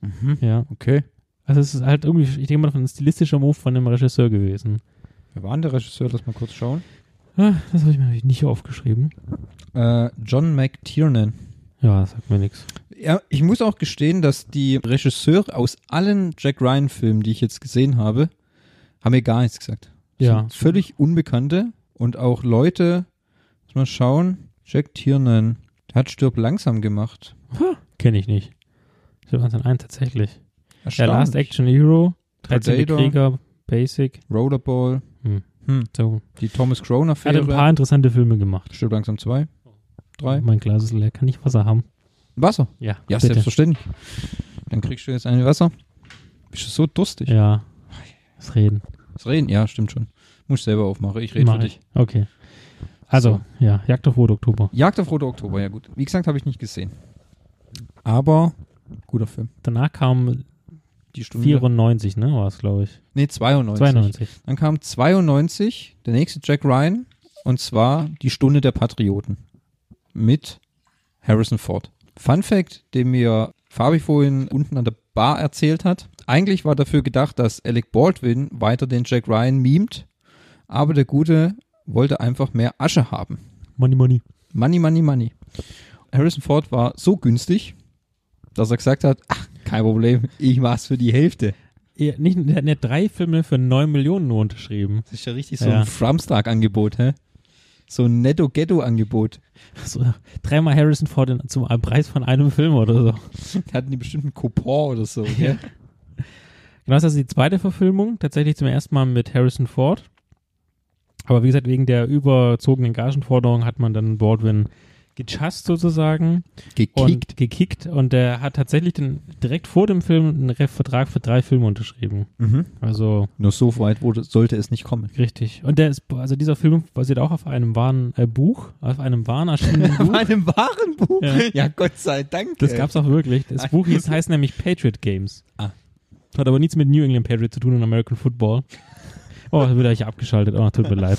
[SPEAKER 4] Mhm.
[SPEAKER 1] Ja.
[SPEAKER 4] Okay.
[SPEAKER 1] Also es ist halt irgendwie, ich denke mal, ein stilistischer Move von dem Regisseur gewesen.
[SPEAKER 4] Wer war denn der Regisseur? Lass mal kurz schauen.
[SPEAKER 1] Ah, Das habe ich mir natürlich nicht aufgeschrieben.
[SPEAKER 4] Äh, John McTiernan.
[SPEAKER 1] Ja, das sagt mir nichts.
[SPEAKER 4] Ja, ich muss auch gestehen, dass die Regisseure aus allen Jack Ryan-Filmen, die ich jetzt gesehen habe, haben mir gar nichts gesagt. Das
[SPEAKER 1] Ja.
[SPEAKER 4] Sind völlig Unbekannte und auch Leute, muss mal schauen, Jack Tiernan, der hat Stirb langsam gemacht.
[SPEAKER 1] Kenne ich nicht. Ich habe eins tatsächlich. Ja,
[SPEAKER 4] Erstaunlich.
[SPEAKER 1] Last Action Hero, 13.
[SPEAKER 4] Predator.
[SPEAKER 1] Krieger, Basic.
[SPEAKER 4] Rollerball,
[SPEAKER 1] Hm.
[SPEAKER 4] Hm.
[SPEAKER 1] So.
[SPEAKER 4] die Thomas Croner
[SPEAKER 1] Er hat ein
[SPEAKER 4] Fähre,
[SPEAKER 1] paar interessante Filme gemacht.
[SPEAKER 4] Stirb langsam 2, 3.
[SPEAKER 1] Mein Glas ist leer. Kann ich Wasser haben?
[SPEAKER 4] Wasser.
[SPEAKER 1] Ja,
[SPEAKER 4] Ja,
[SPEAKER 1] bitte.
[SPEAKER 4] selbstverständlich. Dann kriegst du jetzt ein Wasser. Bist du so durstig?
[SPEAKER 1] Ja. Das Reden.
[SPEAKER 4] Das Reden, ja, stimmt schon. Muss ich selber aufmachen, ich rede
[SPEAKER 1] Mach
[SPEAKER 4] für dich.
[SPEAKER 1] ich. Okay. Also, ja, Jagd auf Rot Oktober.
[SPEAKER 4] Jagd auf Rote Oktober, ja gut. Wie gesagt, habe ich nicht gesehen. Aber guter Film.
[SPEAKER 1] Danach kam
[SPEAKER 4] Die Stunde.
[SPEAKER 1] 94, ne, war es, glaube ich.
[SPEAKER 4] nee, 92.
[SPEAKER 1] 92.
[SPEAKER 4] Dann kam 92, der nächste Jack Ryan, und zwar Die Stunde der Patrioten mit Harrison Ford. Fun Fact, den mir Fabi vorhin unten an der Bar erzählt hat. Eigentlich war dafür gedacht, dass Alec Baldwin weiter den Jack Ryan mimt, aber der Gute wollte einfach mehr Asche haben.
[SPEAKER 1] Money, money.
[SPEAKER 4] Money, money, money. Harrison Ford war so günstig, dass er gesagt hat, ach, kein Problem, ich mach's für die Hälfte.
[SPEAKER 1] Ja, nicht, der hat ja drei Filme für 9 Millionen nur unterschrieben.
[SPEAKER 4] Das ist ja richtig so
[SPEAKER 1] Ja.
[SPEAKER 4] ein Framstag-Angebot, hä? So ein Netto-Ghetto-Angebot.
[SPEAKER 1] So, dreimal Harrison Ford in, zum Preis von einem Film oder so.
[SPEAKER 4] Da hatten die bestimmt einen Coupon oder so, gell?
[SPEAKER 1] Genau, das ist die zweite Verfilmung, tatsächlich zum ersten Mal mit Harrison Ford. Aber wie gesagt, wegen der überzogenen Gagenforderung hat man dann Baldwin gechast sozusagen
[SPEAKER 4] Gekickt.
[SPEAKER 1] und gekickt und der hat tatsächlich den, direkt vor dem Film einen Re- Vertrag für drei Filme unterschrieben.
[SPEAKER 4] Mhm.
[SPEAKER 1] Also
[SPEAKER 4] Nur so weit wurde, sollte es nicht [LAUGHS] kommen.
[SPEAKER 1] richtig. Und der ist, also dieser Film basiert auch auf einem wahren äh, Buch, auf einem wahren erschienenen Buch.
[SPEAKER 4] einem Warenbuch?
[SPEAKER 1] Ja.
[SPEAKER 4] Ja. Gott sei Dank.
[SPEAKER 1] Das
[SPEAKER 4] ey.
[SPEAKER 1] gab's auch wirklich. Das Buch hieß, heißt nämlich Patriot Games.
[SPEAKER 4] Ah.
[SPEAKER 1] Hat aber nichts mit New England Patriot zu tun und American Football. Oh, da wird euch abgeschaltet. Oh, tut mir leid.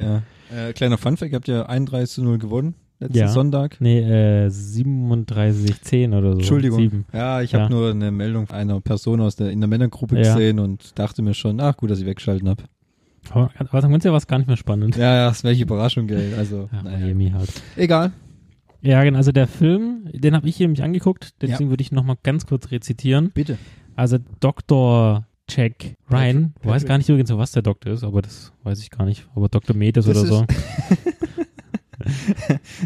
[SPEAKER 4] Ja. Äh, kleiner Funfact, ihr habt ja 31 zu 0 gewonnen, letzten
[SPEAKER 1] Ja.
[SPEAKER 4] Sonntag.
[SPEAKER 1] Nee, äh, 3710 oder so.
[SPEAKER 4] Entschuldigung.
[SPEAKER 1] Sieben.
[SPEAKER 4] Ja, ich habe
[SPEAKER 1] Ja.
[SPEAKER 4] nur eine Meldung einer Person aus der, in der Männergruppe
[SPEAKER 1] Ja.
[SPEAKER 4] gesehen und dachte mir schon, ach gut, dass ich weggeschalten habe.
[SPEAKER 1] Aber was ganz ja was gar nicht mehr spannend.
[SPEAKER 4] Ja, ja, das welche Überraschung, gell. Also,
[SPEAKER 1] Ja,
[SPEAKER 4] naja.
[SPEAKER 1] Miami halt.
[SPEAKER 4] Egal.
[SPEAKER 1] Ja, genau. Also der Film, den habe ich hier nämlich angeguckt. Deswegen würde ich nochmal ganz kurz rezitieren.
[SPEAKER 4] Bitte.
[SPEAKER 1] Also Dr. Jack Ryan,
[SPEAKER 4] Patrick-
[SPEAKER 1] weiß gar nicht übrigens, was der Doktor ist, aber das weiß ich gar nicht. Aber Dr. Medes
[SPEAKER 4] Das
[SPEAKER 1] oder so.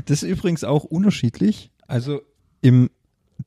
[SPEAKER 4] Das ist übrigens auch unterschiedlich. Also im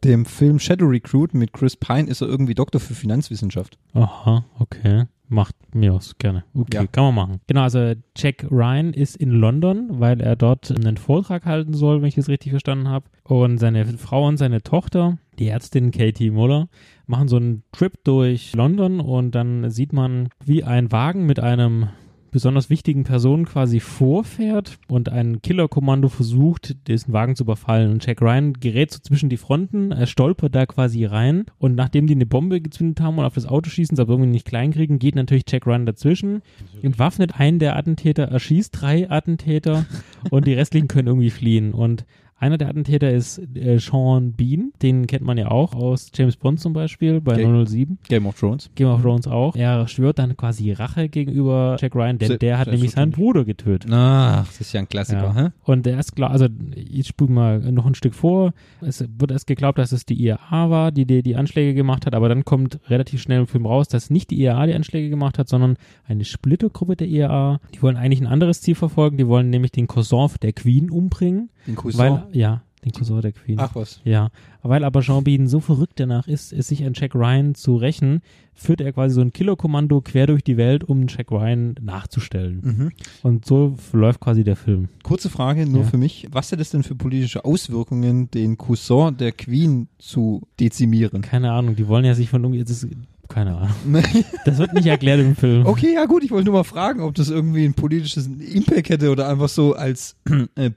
[SPEAKER 4] dem Film Shadow Recruit mit Chris Pine ist er irgendwie Doktor für Finanzwissenschaft.
[SPEAKER 1] Aha, okay. Macht mir aus, gerne. Okay,
[SPEAKER 4] Ja.
[SPEAKER 1] kann man machen. Genau, also Jack Ryan ist in London, weil er dort einen Vortrag halten soll, wenn ich das richtig verstanden habe. Und seine Frau und seine Tochter, die Ärztin Katie Muller, machen so einen Trip durch London und dann sieht man, wie ein Wagen mit einem besonders wichtigen Person quasi vorfährt und ein Killerkommando versucht, diesen Wagen zu überfallen. Und Jack Ryan gerät so zwischen die Fronten, er stolpert da quasi rein und nachdem die eine Bombe gezündet haben und auf das Auto schießen, es aber irgendwie nicht klein kriegen, geht natürlich Jack Ryan dazwischen, entwaffnet einen der Attentäter, erschießt drei Attentäter und die restlichen können irgendwie fliehen. Und einer der Attentäter ist äh, Sean Bean, den kennt man ja auch aus James Bond zum Beispiel bei
[SPEAKER 4] Okay.
[SPEAKER 1] 007.
[SPEAKER 4] Game of Thrones.
[SPEAKER 1] Game of Thrones auch. Er schwört dann quasi Rache gegenüber Jack Ryan, denn
[SPEAKER 4] Se-
[SPEAKER 1] der hat nämlich seinen
[SPEAKER 4] selbstverständlich.
[SPEAKER 1] Bruder getötet.
[SPEAKER 4] Ach, das ist ja ein Klassiker,
[SPEAKER 1] Ja.
[SPEAKER 4] hä?
[SPEAKER 1] Und er ist klar, also ich spule mal noch ein Stück vor. Es wird erst geglaubt, dass es die IAA war, die, die die Anschläge gemacht hat, aber dann kommt relativ schnell im Film raus, dass nicht die IAA die Anschläge gemacht hat, sondern eine Splittergruppe der IAA. Die wollen eigentlich ein anderes Ziel verfolgen, die wollen nämlich den Cousin der Queen umbringen.
[SPEAKER 4] Den Cousin.
[SPEAKER 1] Weil, ja, den Cousin der Queen.
[SPEAKER 4] Ach was.
[SPEAKER 1] Ja, weil aber Sean Bean so verrückt danach ist, es sich an Jack Ryan zu rächen, führt er quasi so ein Killerkommando quer durch die Welt, um Jack Ryan nachzustellen.
[SPEAKER 4] Mhm.
[SPEAKER 1] Und so läuft quasi der Film.
[SPEAKER 4] Kurze Frage nur
[SPEAKER 1] Ja.
[SPEAKER 4] für mich. Was hat es denn für politische Auswirkungen, den Cousin der Queen zu dezimieren?
[SPEAKER 1] Keine Ahnung, die wollen ja sich von irgendwie, das ist, keine Ahnung.
[SPEAKER 4] [LAUGHS]
[SPEAKER 1] Das wird nicht erklärt im Film.
[SPEAKER 4] Okay, ja gut, ich wollte nur mal fragen, ob das irgendwie einen politischen Impact hätte oder einfach so als äh,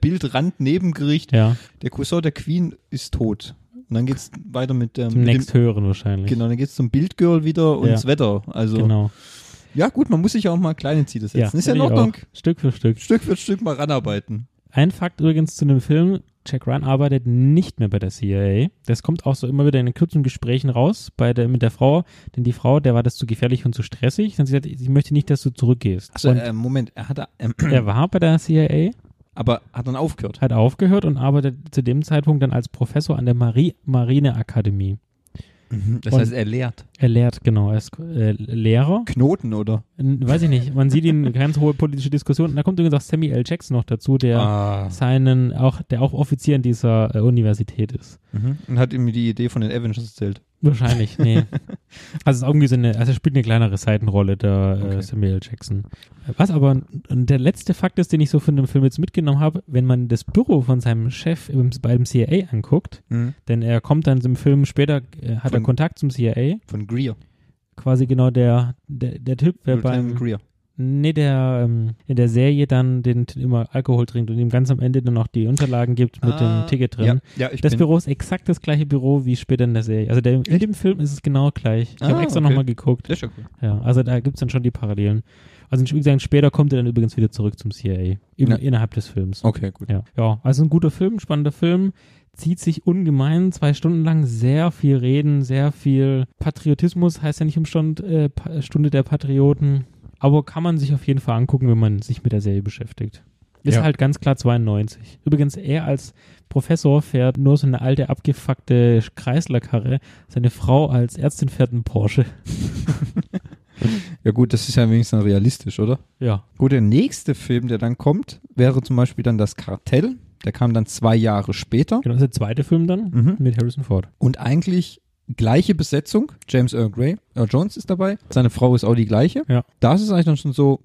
[SPEAKER 4] Bildrand-Nebengericht.
[SPEAKER 1] Ja,
[SPEAKER 4] Der Cousin der Queen ist tot. Und dann geht's weiter mit, ähm,
[SPEAKER 1] zum
[SPEAKER 4] mit dem,
[SPEAKER 1] nächsthöheren wahrscheinlich.
[SPEAKER 4] genau, dann geht's zum Bildgirl wieder und
[SPEAKER 1] Ja.
[SPEAKER 4] das Wetter. Also
[SPEAKER 1] Genau.
[SPEAKER 4] ja gut, man muss sich ja auch mal kleine Ziele setzen. ist ja in
[SPEAKER 1] finde ich
[SPEAKER 4] Ordnung.
[SPEAKER 1] auch. Stück für Stück.
[SPEAKER 4] Stück für Stück mal ranarbeiten.
[SPEAKER 1] Ein Fakt übrigens zu dem Film, Jack Ryan arbeitet nicht mehr bei der CIA. Das kommt auch so immer wieder in den kurzen Gesprächen raus bei der, mit der Frau, denn die Frau, der war das zu gefährlich und zu stressig. Dann hat sie gesagt, ich möchte nicht, dass du zurückgehst.
[SPEAKER 4] Also
[SPEAKER 1] und
[SPEAKER 4] äh, Moment, er hat er, ähm, [CLEARS THROAT]
[SPEAKER 1] er war bei der CIA,
[SPEAKER 4] aber hat dann aufgehört.
[SPEAKER 1] hat aufgehört und arbeitet zu dem Zeitpunkt dann als Professor an der Marie Marineakademie.
[SPEAKER 4] Das
[SPEAKER 1] Und-
[SPEAKER 4] heißt, er lehrt.
[SPEAKER 1] Er lehrt, genau, er ist äh, Lehrer.
[SPEAKER 4] Knoten, oder?
[SPEAKER 1] N- Weiß ich nicht, man sieht ihn, [LAUGHS] ganz hohe politische Diskussionen. Da kommt übrigens auch Samuel L. Jackson noch dazu, der
[SPEAKER 4] Ah.
[SPEAKER 1] seinen, auch, der auch Offizier in dieser äh, Universität ist.
[SPEAKER 4] Mhm. Und hat ihm die Idee von den Avengers erzählt.
[SPEAKER 1] Wahrscheinlich, nee. also es ist irgendwie so eine, also er spielt eine kleinere Seitenrolle, der äh,
[SPEAKER 4] Okay.
[SPEAKER 1] Samuel L. Jackson. Was aber n- der letzte Fakt ist, den ich so von dem Film jetzt mitgenommen habe, wenn man das Büro von seinem Chef im, beim CIA anguckt,
[SPEAKER 4] Mhm.
[SPEAKER 1] denn er kommt dann im Film später, äh, hat er
[SPEAKER 4] Von-
[SPEAKER 1] Kontakt zum CIA,
[SPEAKER 4] Von Greer.
[SPEAKER 1] quasi genau der, der, der Typ, der
[SPEAKER 4] Lieutenant
[SPEAKER 1] beim,
[SPEAKER 4] Greer.
[SPEAKER 1] nee, der ähm, in der Serie dann den t- immer Alkohol trinkt und ihm ganz am Ende dann noch die Unterlagen gibt mit
[SPEAKER 2] Ah,
[SPEAKER 1] dem Ticket drin.
[SPEAKER 2] Ja, ja ich
[SPEAKER 1] das
[SPEAKER 2] bin.
[SPEAKER 1] Büro ist exakt das gleiche Büro wie später in der Serie. Also der, in
[SPEAKER 2] Echt?
[SPEAKER 1] dem Film ist es genau gleich. Ich habe
[SPEAKER 2] Ah,
[SPEAKER 1] extra
[SPEAKER 2] okay.
[SPEAKER 1] nochmal geguckt.
[SPEAKER 2] Das ist ja cool.
[SPEAKER 1] Ja, also da gibt es dann schon die Parallelen. Also wie gesagt, später kommt er dann übrigens wieder zurück zum CIA. Im,
[SPEAKER 2] Ja.
[SPEAKER 1] Innerhalb des Films.
[SPEAKER 2] Okay, gut.
[SPEAKER 1] Ja. ja, also ein guter Film, spannender Film. Zieht sich ungemein zwei Stunden lang sehr viel Reden, sehr viel Patriotismus, heißt ja nicht im Stand, äh, Pa- Stunde der Patrioten. Aber kann man sich auf jeden Fall angucken, wenn man sich mit der Serie beschäftigt. Ist
[SPEAKER 4] Ja.
[SPEAKER 1] halt ganz klar 92. Übrigens, er als Professor fährt nur so eine alte, abgefuckte Kreislerkarre. Seine Frau als Ärztin fährt einen Porsche.
[SPEAKER 4] Ja gut, das ist ja wenigstens realistisch, oder?
[SPEAKER 1] Ja.
[SPEAKER 4] Gut, der nächste Film, der dann kommt, wäre zum Beispiel dann Das Kartell. Der kam dann zwei Jahre später.
[SPEAKER 1] Genau, das ist der zweite Film dann
[SPEAKER 4] Mhm.
[SPEAKER 1] mit Harrison Ford.
[SPEAKER 4] Und eigentlich gleiche Besetzung. James Earl Grey, Earl Jones ist dabei. Seine Frau ist auch die gleiche.
[SPEAKER 1] Ja.
[SPEAKER 4] Da ist es eigentlich dann schon so,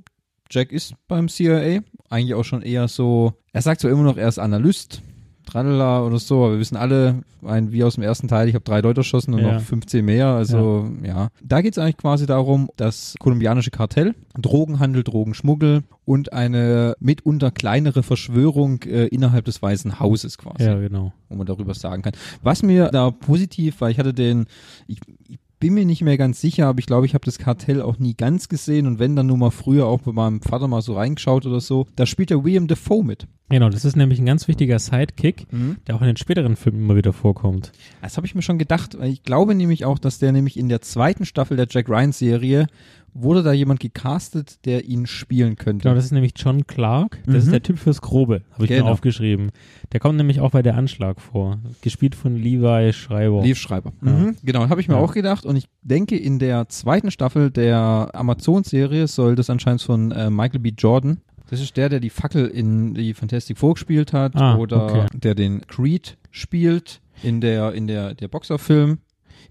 [SPEAKER 4] Jack ist beim CIA. Eigentlich auch schon eher so, er sagt zwar immer noch, er ist Analyst. Tralala oder so, aber wir wissen alle, ein, wie aus dem ersten Teil, ich habe drei Leute erschossen und
[SPEAKER 1] Ja.
[SPEAKER 4] noch 15 mehr, also ja. Da geht es eigentlich quasi darum, das kolumbianische Kartell, Drogenhandel, Drogenschmuggel und eine mitunter kleinere Verschwörung äh, innerhalb des Weißen Hauses quasi
[SPEAKER 1] Ja, genau.
[SPEAKER 4] wo man darüber sagen kann. Was mir da positiv, weil ich hatte den, ich, ich bin mir nicht mehr ganz sicher, aber ich glaube, ich habe das Kartell auch nie ganz gesehen und wenn dann nur mal früher auch bei meinem Vater mal so reingeschaut oder so, da spielt der William Defoe mit.
[SPEAKER 1] Genau, das ist nämlich ein ganz wichtiger Sidekick, der auch in den späteren Filmen immer wieder vorkommt.
[SPEAKER 4] Das habe ich mir schon gedacht, weil ich glaube nämlich auch, dass der nämlich in der zweiten Staffel der Jack Ryan Serie wurde da jemand gecastet, der ihn spielen könnte.
[SPEAKER 1] Genau, das ist nämlich John Clark. Das
[SPEAKER 4] Mhm.
[SPEAKER 1] ist der Typ fürs Grobe, habe ich mir
[SPEAKER 4] Genau.
[SPEAKER 1] aufgeschrieben. Der kommt nämlich auch bei der Anschlag vor. Gespielt von Levi Schreiber.
[SPEAKER 4] Liefschreiber.
[SPEAKER 1] Ja.
[SPEAKER 4] Mhm. Genau, habe ich mir
[SPEAKER 1] Ja.
[SPEAKER 4] auch gedacht. Und ich denke, in der zweiten Staffel der Amazon-Serie soll das anscheinend von äh, Michael B. Jordan. Das ist der, der die Fackel in die Fantastic Four gespielt hat
[SPEAKER 1] Ah,
[SPEAKER 4] oder
[SPEAKER 1] okay.
[SPEAKER 4] der den Creed spielt in der in der der Boxerfilm.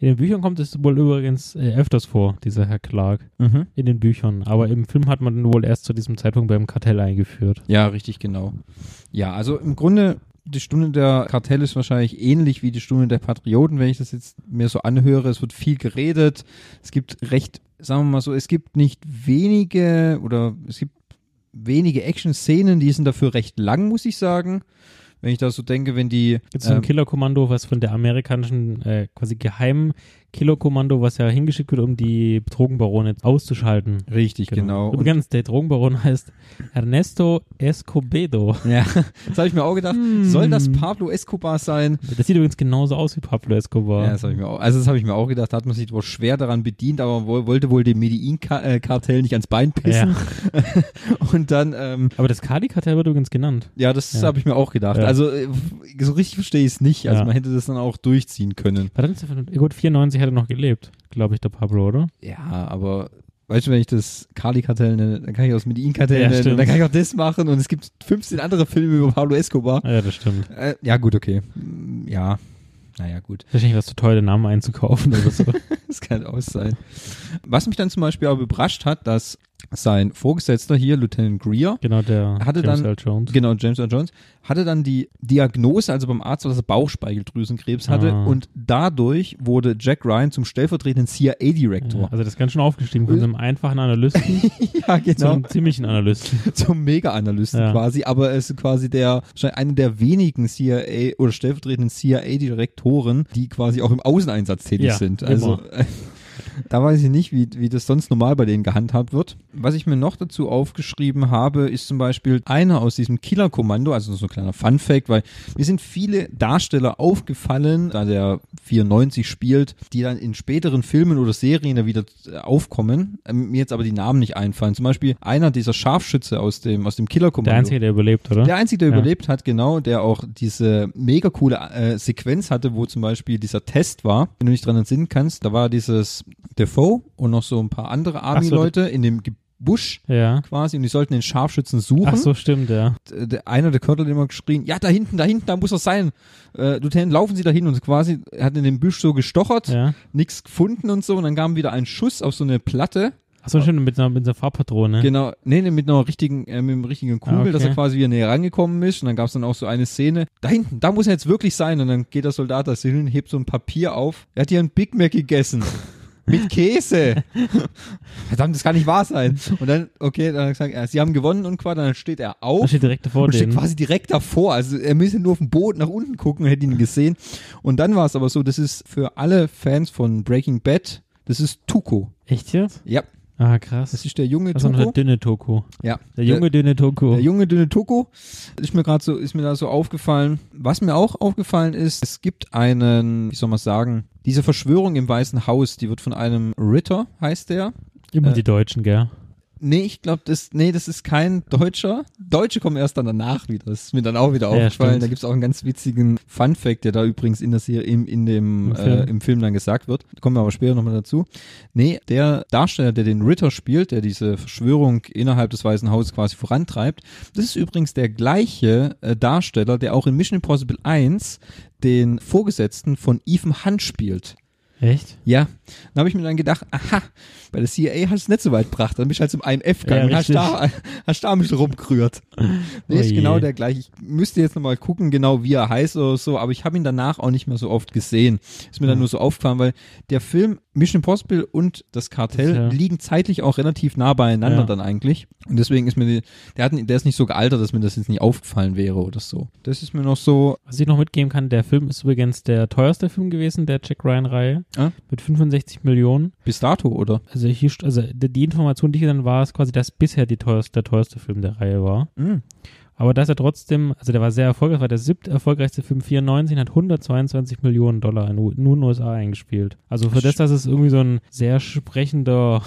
[SPEAKER 1] in den Büchern kommt es wohl übrigens äh, öfters vor, dieser Herr Clark.
[SPEAKER 4] Mhm.
[SPEAKER 1] In den Büchern. Aber im Film hat man ihn wohl erst zu diesem Zeitpunkt beim Kartell eingeführt.
[SPEAKER 4] Ja, richtig genau. Ja, also im Grunde die Stunde der Kartelle ist wahrscheinlich ähnlich wie die Stunde der Patrioten, wenn ich das jetzt mir so anhöre. Es wird viel geredet. Es gibt recht, sagen wir mal so, es gibt nicht wenige oder es gibt wenige Action-Szenen, die sind dafür recht lang, muss ich sagen. Wenn ich da so denke, wenn die
[SPEAKER 1] Jetzt so ein
[SPEAKER 4] ähm,
[SPEAKER 1] Killerkommando, was von der amerikanischen, äh, quasi geheimen Killerkommando, was ja hingeschickt wird, um die Drogenbarone auszuschalten.
[SPEAKER 4] Richtig, genau. Und-
[SPEAKER 1] Übrigens, der Drogenbaron [LAUGHS] heißt Ernesto Escobedo.
[SPEAKER 4] Ja, das habe ich mir auch gedacht.
[SPEAKER 1] Hm.
[SPEAKER 4] Soll das Pablo Escobar sein?
[SPEAKER 1] Das sieht übrigens genauso aus wie Pablo Escobar.
[SPEAKER 4] Ja, das habe ich mir auch. Also das habe ich mir auch gedacht. Da hat man sich wohl schwer daran bedient, aber wohl, wollte wohl dem Medellin-Kartell nicht ans Bein pissen. Und dann, ähm,
[SPEAKER 1] Aber das Kali-Kartell wird übrigens genannt.
[SPEAKER 4] ja, das
[SPEAKER 1] Ja.
[SPEAKER 4] habe ich mir auch gedacht.
[SPEAKER 1] Ja.
[SPEAKER 4] Also äh, so richtig verstehe ich es nicht. Also
[SPEAKER 1] Ja.
[SPEAKER 4] man hätte das dann auch durchziehen können.
[SPEAKER 1] War das nicht- gut, 94 hat er noch gelebt, glaube ich, der Pablo, oder?
[SPEAKER 4] Ja, aber weißt du, wenn ich das Kali-Kartell nenne, dann kann ich auch das Medellin-Kartell
[SPEAKER 1] Ja,
[SPEAKER 4] nennen
[SPEAKER 1] stimmt.
[SPEAKER 4] und dann kann ich auch das machen. Und es gibt 15 andere Filme über Pablo Escobar.
[SPEAKER 1] Ja, das stimmt.
[SPEAKER 4] Äh, ja, gut, okay. Mm, Ja, naja, gut. [LAUGHS]
[SPEAKER 1] Wahrscheinlich war es zu teuer, den Namen einzukaufen oder so.
[SPEAKER 4] Das kann auch sein. Was mich dann zum Beispiel auch überrascht hat, dass sein Vorgesetzter hier, Lieutenant Greer,
[SPEAKER 1] genau, der
[SPEAKER 4] Hatte
[SPEAKER 1] James
[SPEAKER 4] dann-
[SPEAKER 1] Earl Jones.
[SPEAKER 4] genau, James Earl Jones, hatte dann die Diagnose, also beim Arzt, dass er Bauchspeicheldrüsenkrebs hatte
[SPEAKER 1] Ah.
[SPEAKER 4] und dadurch wurde Jack Ryan zum stellvertretenden
[SPEAKER 1] Ja,
[SPEAKER 4] CIA-Direktor.
[SPEAKER 1] also das ist ganz schön aufgestiegen von so einem einfachen
[SPEAKER 4] [LAUGHS]
[SPEAKER 1] Analysten
[SPEAKER 4] Ja,
[SPEAKER 1] zu einem ziemlichen Analysten.
[SPEAKER 4] [LAUGHS] Zum Mega-Analysten
[SPEAKER 1] genau. Ja.
[SPEAKER 4] quasi, aber er ist quasi der, wahrscheinlich einer der wenigen CIA oder stellvertretenden CIA-Direktoren, die quasi auch im Außeneinsatz tätig
[SPEAKER 1] Ja, genau.
[SPEAKER 4] sind.
[SPEAKER 1] immer.
[SPEAKER 4] Also da weiß ich nicht, wie, wie das sonst normal bei denen gehandhabt wird. Was ich mir noch dazu aufgeschrieben habe, ist zum Beispiel einer aus diesem Killer-Kommando, also so ein kleiner Fun-Fact, weil mir sind viele Darsteller aufgefallen, da der 94 spielt, die dann in späteren Filmen oder Serien da wieder äh, aufkommen, ähm, mir jetzt aber die Namen nicht einfallen. Zum Beispiel einer dieser Scharfschütze aus dem, aus dem Killer-Kommando.
[SPEAKER 1] Der Einzige, der überlebt, oder?
[SPEAKER 4] Der Einzige, der
[SPEAKER 1] Hm? Ja.
[SPEAKER 4] überlebt hat, genau, der auch diese mega coole äh, Sequenz hatte, wo zum Beispiel dieser Test war, wenn du dich dran entsinnen kannst, da war dieses Defoe und noch so ein paar andere Army-Leute in dem Ge- Busch
[SPEAKER 1] Ja.
[SPEAKER 4] quasi und die sollten den Scharfschützen suchen.
[SPEAKER 1] Ach so, stimmt, ja.
[SPEAKER 4] D- Der, einer der Körtel hat immer geschrien, ja, da hinten, da hinten, da muss er sein. Äh, Lieutenant, laufen Sie da hin und quasi hat in dem Busch so gestochert,
[SPEAKER 1] ja.
[SPEAKER 4] nichts gefunden und so und dann kam wieder ein Schuss auf so eine Platte
[SPEAKER 1] Ach so, stimmt, mit einer, mit einer Farbpatrone.
[SPEAKER 4] Genau, nee, nee, mit einer richtigen, äh, mit einem richtigen Kugel,
[SPEAKER 1] Ah, okay.
[SPEAKER 4] dass er quasi wieder näher rangekommen ist. Und dann gab es dann auch so eine Szene. Da hinten, da muss er
[SPEAKER 1] [LAUGHS]
[SPEAKER 4] jetzt wirklich sein. Und dann geht der Soldat da hin und hebt so ein Papier auf. Er hat hier ein Big Mac gegessen. mit Käse. Verdammt, das kann nicht wahr sein. Und dann, okay, dann hat er gesagt, ja, sie haben gewonnen und quasi, dann steht er
[SPEAKER 1] Das
[SPEAKER 4] auf
[SPEAKER 1] steht direkt vor
[SPEAKER 4] und steht
[SPEAKER 1] denen.
[SPEAKER 4] quasi direkt davor. Also er müsste nur auf dem Boot nach unten gucken, hätte ihn gesehen. Und dann war es aber so, das ist für alle Fans von Breaking Bad, das ist Tuco.
[SPEAKER 1] Echt jetzt?
[SPEAKER 4] Ja,
[SPEAKER 1] Ah, krass.
[SPEAKER 4] das ist der junge
[SPEAKER 1] Das ist noch der
[SPEAKER 4] Tuco.
[SPEAKER 1] dünne Toko.
[SPEAKER 4] Ja,
[SPEAKER 1] Der junge, dünne Toko.
[SPEAKER 4] Der junge dünne Toko ist mir gerade so ist mir da so aufgefallen. Was mir auch aufgefallen ist, es gibt einen, wie soll man sagen, diese Verschwörung im Weißen Haus, die wird von einem Ritter, heißt der.
[SPEAKER 1] Immer
[SPEAKER 4] äh,
[SPEAKER 1] die Deutschen, gell?
[SPEAKER 4] Nee, ich glaube, das nee, das ist kein Deutscher. Deutsche kommen erst dann danach wieder. Das ist mir dann auch wieder
[SPEAKER 1] Ja,
[SPEAKER 4] aufgefallen.
[SPEAKER 1] stimmt.
[SPEAKER 4] Da gibt's auch einen ganz witzigen Fun Fact, der da übrigens in der Serie im in
[SPEAKER 1] Im
[SPEAKER 4] dem im
[SPEAKER 1] Film.
[SPEAKER 4] Film, äh, im Film dann gesagt wird. Da kommen wir aber später nochmal dazu. Nee, der Darsteller, der den Ritter spielt, der diese Verschwörung innerhalb des Weißen Hauses quasi vorantreibt, das ist übrigens der gleiche äh, Darsteller, der auch in Mission Impossible 1 den Vorgesetzten von Ethan Hunt spielt.
[SPEAKER 1] Echt?
[SPEAKER 4] Ja, dann habe ich mir dann gedacht, aha, bei der CIA hast du es nicht so weit gebracht, dann bist du halt zum IMF
[SPEAKER 1] Ja,
[SPEAKER 4] gegangen und hast da, hast da mich rumgerührt. Nee, ist
[SPEAKER 1] Oje.
[SPEAKER 4] genau der gleiche. Ich müsste jetzt nochmal gucken, genau wie er heißt oder so, aber ich habe ihn danach auch nicht mehr so oft gesehen. Ist mir dann nur so aufgefallen, weil der Film Mission Impossible und das Kartell
[SPEAKER 1] Das, ja.
[SPEAKER 4] liegen zeitlich auch relativ nah beieinander
[SPEAKER 1] Ja.
[SPEAKER 4] dann eigentlich. Und deswegen ist mir, die, der, hat, der ist nicht so gealtert, dass mir das jetzt nicht aufgefallen wäre oder so. Das ist mir noch so,
[SPEAKER 1] Was ich noch mitgeben kann, der Film ist übrigens der teuerste Film gewesen, der Jack Ryan-Reihe.
[SPEAKER 4] Ah.
[SPEAKER 1] Mit 65 Millionen.
[SPEAKER 4] bis dato, oder?
[SPEAKER 1] Also, hier, st- also die die Information, die hier dann war, ist quasi, dass bisher die teuerste, der teuerste Film der Reihe war.
[SPEAKER 4] Mhm.
[SPEAKER 1] Aber dass er trotzdem, also der war sehr erfolgreich, war der siebte erfolgreichste Film 94 und hat 122 Millionen Dollar in U- nur in den USA eingespielt. Also für das, dass es irgendwie so ein sehr sprechender,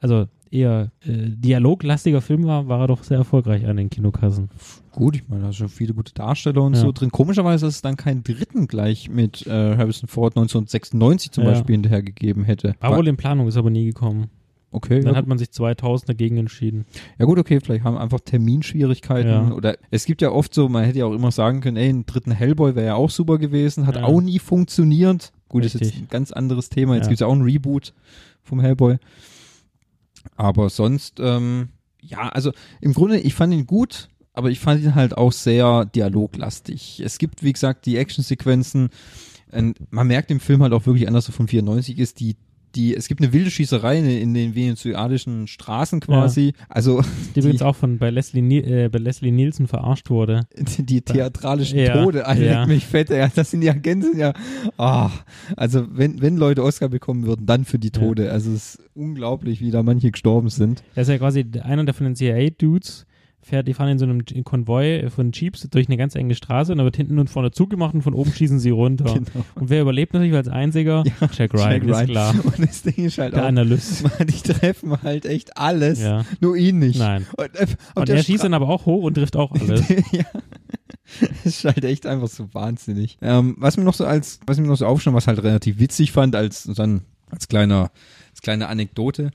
[SPEAKER 1] also eher äh, dialoglastiger Film war, war er doch sehr erfolgreich an den Kinokassen.
[SPEAKER 4] Gut, ich meine, da sind schon viele gute Darsteller und
[SPEAKER 1] Ja.
[SPEAKER 4] so drin. Komischerweise, dass es dann keinen dritten gleich mit äh, Harrison Ford 1996 zum
[SPEAKER 1] Ja.
[SPEAKER 4] Beispiel hinterher gegeben hätte.
[SPEAKER 1] War wohl in Planung, ist aber nie gekommen.
[SPEAKER 4] okay,
[SPEAKER 1] Dann
[SPEAKER 4] ja,
[SPEAKER 1] hat man sich 2000 dagegen entschieden.
[SPEAKER 4] ja gut, okay, vielleicht haben einfach Terminschwierigkeiten
[SPEAKER 1] Ja.
[SPEAKER 4] oder es gibt ja oft so, man hätte ja auch immer sagen können, ey, einen dritten Hellboy wäre ja auch super gewesen, hat
[SPEAKER 1] Ja.
[SPEAKER 4] auch nie funktioniert. Gut, ist jetzt
[SPEAKER 1] Richtig.
[SPEAKER 4] ein ganz anderes Thema. Jetzt
[SPEAKER 1] Ja.
[SPEAKER 4] gibt's ja auch ein Reboot vom Hellboy. Aber sonst, ähm, ja, also im Grunde, ich fand ihn gut, aber ich fand ihn halt auch sehr dialoglastig. Es gibt, wie gesagt, die Actionsequenzen. Und man merkt im Film halt auch wirklich an, dass er von 94 ist, die die, es gibt eine wilde Schießerei in, in den venezuelischen Straßen quasi. Also
[SPEAKER 1] Die, übrigens auch von bei Leslie, Ni- äh, bei Leslie Nielsen verarscht wurde.
[SPEAKER 4] die, die theatralischen
[SPEAKER 1] Ja,
[SPEAKER 4] Tode, Alter,
[SPEAKER 1] ja.
[SPEAKER 4] leck mich fett, ey. das sind ja Gänse, ja. Ah, also wenn, wenn Leute Oscar bekommen würden, dann für die
[SPEAKER 1] Ja.
[SPEAKER 4] Tode. Also es ist unglaublich, wie da manche gestorben sind.
[SPEAKER 1] Er ist ja quasi einer der von den CIA-Dudes. Fährt, die fahren in so einem Konvoi von Jeeps durch eine ganz enge Straße und da wird hinten und vorne zugemacht und von oben schießen sie runter.
[SPEAKER 4] Genau.
[SPEAKER 1] Und wer überlebt natürlich als einziger? Jack Ryan,
[SPEAKER 4] Jack
[SPEAKER 1] ist klar.
[SPEAKER 4] [LAUGHS] Und das Ding ist halt
[SPEAKER 1] Der
[SPEAKER 4] auch,
[SPEAKER 1] Analyst.
[SPEAKER 4] man, [LAUGHS] die treffen halt echt alles,
[SPEAKER 1] Ja.
[SPEAKER 4] nur ihn nicht.
[SPEAKER 1] Nein.
[SPEAKER 4] Und, äh,
[SPEAKER 1] Und
[SPEAKER 4] der
[SPEAKER 1] er schießt
[SPEAKER 4] Stra-
[SPEAKER 1] dann aber auch hoch und trifft auch
[SPEAKER 4] [LAUGHS]
[SPEAKER 1] alles.
[SPEAKER 4] ja. Das ist halt echt einfach so wahnsinnig. Ähm, was mir noch so als, was mir noch so aufschneidet, was halt relativ witzig fand, als dann als kleiner, als kleine Anekdote.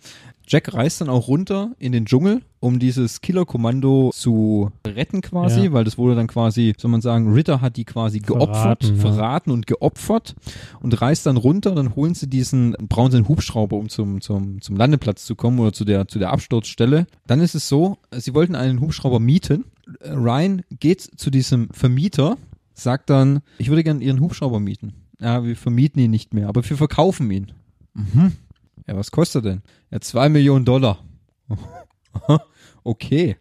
[SPEAKER 4] Jack reist dann auch runter in den Dschungel, um dieses Killerkommando zu retten quasi,
[SPEAKER 1] Ja.
[SPEAKER 4] weil das wurde dann quasi, soll man sagen, Ritter hat die quasi geopfert,
[SPEAKER 1] Verraten,
[SPEAKER 4] verraten,
[SPEAKER 1] ja.
[SPEAKER 4] und geopfert und reist dann runter, dann holen sie diesen, brauchen sie einen Hubschrauber, um zum, zum, zum Landeplatz zu kommen oder zu der, zu der Absturzstelle. Dann ist es so, sie wollten einen Hubschrauber mieten. Ryan geht zu diesem Vermieter, sagt dann, ich würde gerne Ihren Hubschrauber mieten. Ja, wir vermieten ihn nicht mehr, aber wir verkaufen ihn. Mhm. Ja, was kostet er denn? Ja, zwei Millionen Dollar. [LAUGHS] okay.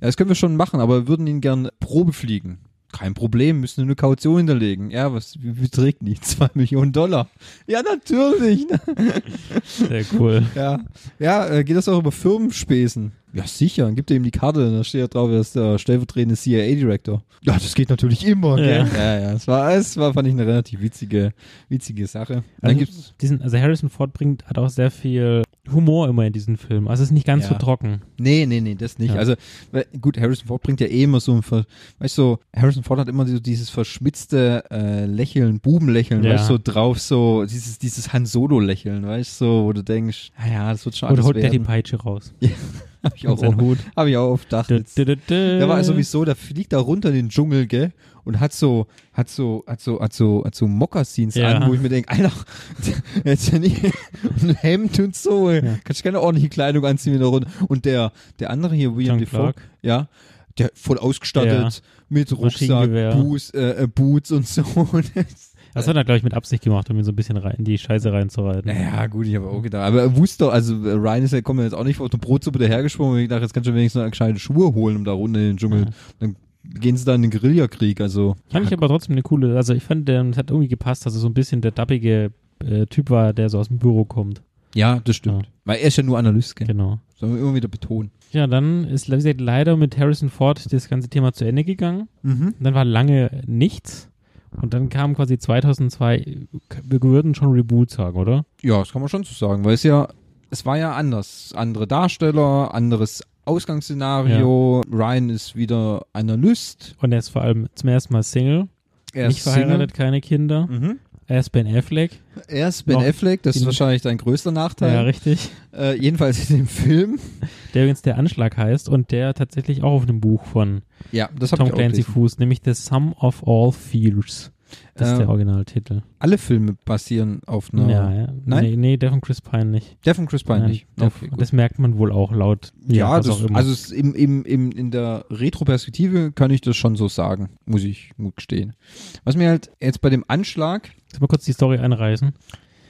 [SPEAKER 4] Ja, das können wir schon machen, aber wir würden ihn gern Probe fliegen. Kein Problem, müssen nur eine Kaution hinterlegen. Ja, was wie beträgt die? [LAUGHS] Zwei Millionen Dollar. Ja, natürlich. ne?
[SPEAKER 1] Sehr cool.
[SPEAKER 4] Ja, ja äh, geht das auch über Firmenspesen? Ja, sicher. Dann gibt er ihm die Karte, dann steht da drauf, er ist der stellvertretende CIA-Director. Ja, das geht natürlich immer,
[SPEAKER 1] Ja.
[SPEAKER 4] gell? Ja, ja. Das war, das war, fand ich, eine relativ witzige, witzige Sache.
[SPEAKER 1] Also,
[SPEAKER 4] dann gibt's,
[SPEAKER 1] diesen, also Harrison Ford bringt, hat auch sehr viel Humor immer in diesen Film. Also es ist nicht ganz
[SPEAKER 4] Ja.
[SPEAKER 1] so trocken.
[SPEAKER 4] nee, nee, nee, das nicht.
[SPEAKER 1] Ja.
[SPEAKER 4] Also, weil- gut, Harrison Ford bringt ja eh immer so ein, Ver, weißt du, so, Harrison Ford hat immer so dieses verschmitzte äh, Lächeln, Bubenlächeln,
[SPEAKER 1] Ja.
[SPEAKER 4] weißt du, so drauf, so, dieses, dieses Han Solo-Lächeln, weißt du, so, wo du denkst, ja, ja, das wird schon
[SPEAKER 1] Oder
[SPEAKER 4] alles
[SPEAKER 1] holt der Oh. die
[SPEAKER 4] werden.
[SPEAKER 1] Peitsche raus.
[SPEAKER 4] Hab
[SPEAKER 1] [LAUGHS]
[SPEAKER 4] ich
[SPEAKER 1] Und
[SPEAKER 4] auch,
[SPEAKER 1] seinen Hut.
[SPEAKER 4] hab ich auch oft gedacht.
[SPEAKER 1] Du,
[SPEAKER 4] jetzt-
[SPEAKER 1] du, du, du.
[SPEAKER 4] Der war also sowieso, der fliegt da runter in den Dschungel, gell? Und hat so, hat so, hat so, hat so, hat so Mokassins
[SPEAKER 1] Ja.
[SPEAKER 4] an, wo ich mir denke, Alter, [LAUGHS] jetzt ja nicht, und ein Hemd und so, ey. kannst du keine ordentliche Kleidung anziehen in der Runde. Und der, der andere hier, William
[SPEAKER 1] John
[SPEAKER 4] Defoe,
[SPEAKER 1] Clark.
[SPEAKER 4] ja, der voll ausgestattet
[SPEAKER 1] Ja.
[SPEAKER 4] mit Rucksack,
[SPEAKER 1] Maschinengewehr.
[SPEAKER 4] Boots, äh, äh, Boots [LAUGHS] und so. Und
[SPEAKER 1] Das hat er, glaube ich, mit Absicht gemacht, um ihn so ein bisschen rein, in die Scheiße reinzureiten.
[SPEAKER 4] Naja, gut, ich habe auch gedacht. Aber er wusste, doch, also äh, Ryan ist ja, kommt mir jetzt auch nicht auf der Brotsuppe dahergesprungen und ich dachte, jetzt kannst du wenigstens noch gescheite Schuhe holen, um da runter in den Dschungel. Dann gehen sie da in den Guerillakrieg, also.
[SPEAKER 1] Fand ich aber trotzdem eine coole, also ich fand, ähm, es hat irgendwie gepasst, dass er so ein bisschen der dappige äh, Typ war, der so aus dem Büro kommt.
[SPEAKER 4] Ja, das stimmt.
[SPEAKER 1] Ja.
[SPEAKER 4] Weil er ist ja nur Analyst, gell?
[SPEAKER 1] Genau.
[SPEAKER 4] Sollen wir immer wieder betonen.
[SPEAKER 1] Ja, dann ist wie gesagt, leider mit Harrison Ford das ganze Thema zu Ende gegangen.
[SPEAKER 4] Mhm.
[SPEAKER 1] Und dann war lange nichts. Und dann kam quasi 2002, wir würden schon Reboot sagen, oder?
[SPEAKER 4] Ja, das kann man schon so sagen, weil es ja, es war ja anders. Andere Darsteller, anderes Ausgangsszenario. Ryan ist wieder Analyst.
[SPEAKER 1] Und er ist vor allem zum ersten Mal Single,
[SPEAKER 4] Er
[SPEAKER 1] nicht
[SPEAKER 4] ist
[SPEAKER 1] verheiratet, keine Kinder.
[SPEAKER 4] Single. Mhm.
[SPEAKER 1] Er ist Ben Affleck.
[SPEAKER 4] Er ist Ben
[SPEAKER 1] Noch
[SPEAKER 4] Affleck, das ist
[SPEAKER 1] in-
[SPEAKER 4] wahrscheinlich dein größter
[SPEAKER 1] Ja,
[SPEAKER 4] Nachteil.
[SPEAKER 1] richtig.
[SPEAKER 4] äh, jedenfalls in dem Film.
[SPEAKER 1] Der übrigens der Anschlag heißt und der tatsächlich auch auf dem Buch von
[SPEAKER 4] Ja, das habe ich
[SPEAKER 1] Tom
[SPEAKER 4] auch
[SPEAKER 1] Clancy
[SPEAKER 4] gelesen.
[SPEAKER 1] Fuß, nämlich The Sum of All Fears. Das ist
[SPEAKER 4] Ähm,
[SPEAKER 1] der Originaltitel.
[SPEAKER 4] Alle Filme basieren auf einer.
[SPEAKER 1] Ja, ja.
[SPEAKER 4] Nein?
[SPEAKER 1] Nee, nee, der von Chris Pine nicht.
[SPEAKER 4] Der von Chris Pine
[SPEAKER 1] Nein,
[SPEAKER 4] nicht.
[SPEAKER 1] der,
[SPEAKER 4] Okay, gut.
[SPEAKER 1] das merkt man wohl auch laut.
[SPEAKER 4] ja,
[SPEAKER 1] was
[SPEAKER 4] das,
[SPEAKER 1] auch immer.
[SPEAKER 4] also es, im, im, im, in der Retroperspektive kann ich das schon so sagen, muss ich gut gestehen. Was mir halt jetzt bei dem Anschlag,
[SPEAKER 1] Soll ich mal kurz die Story einreißen?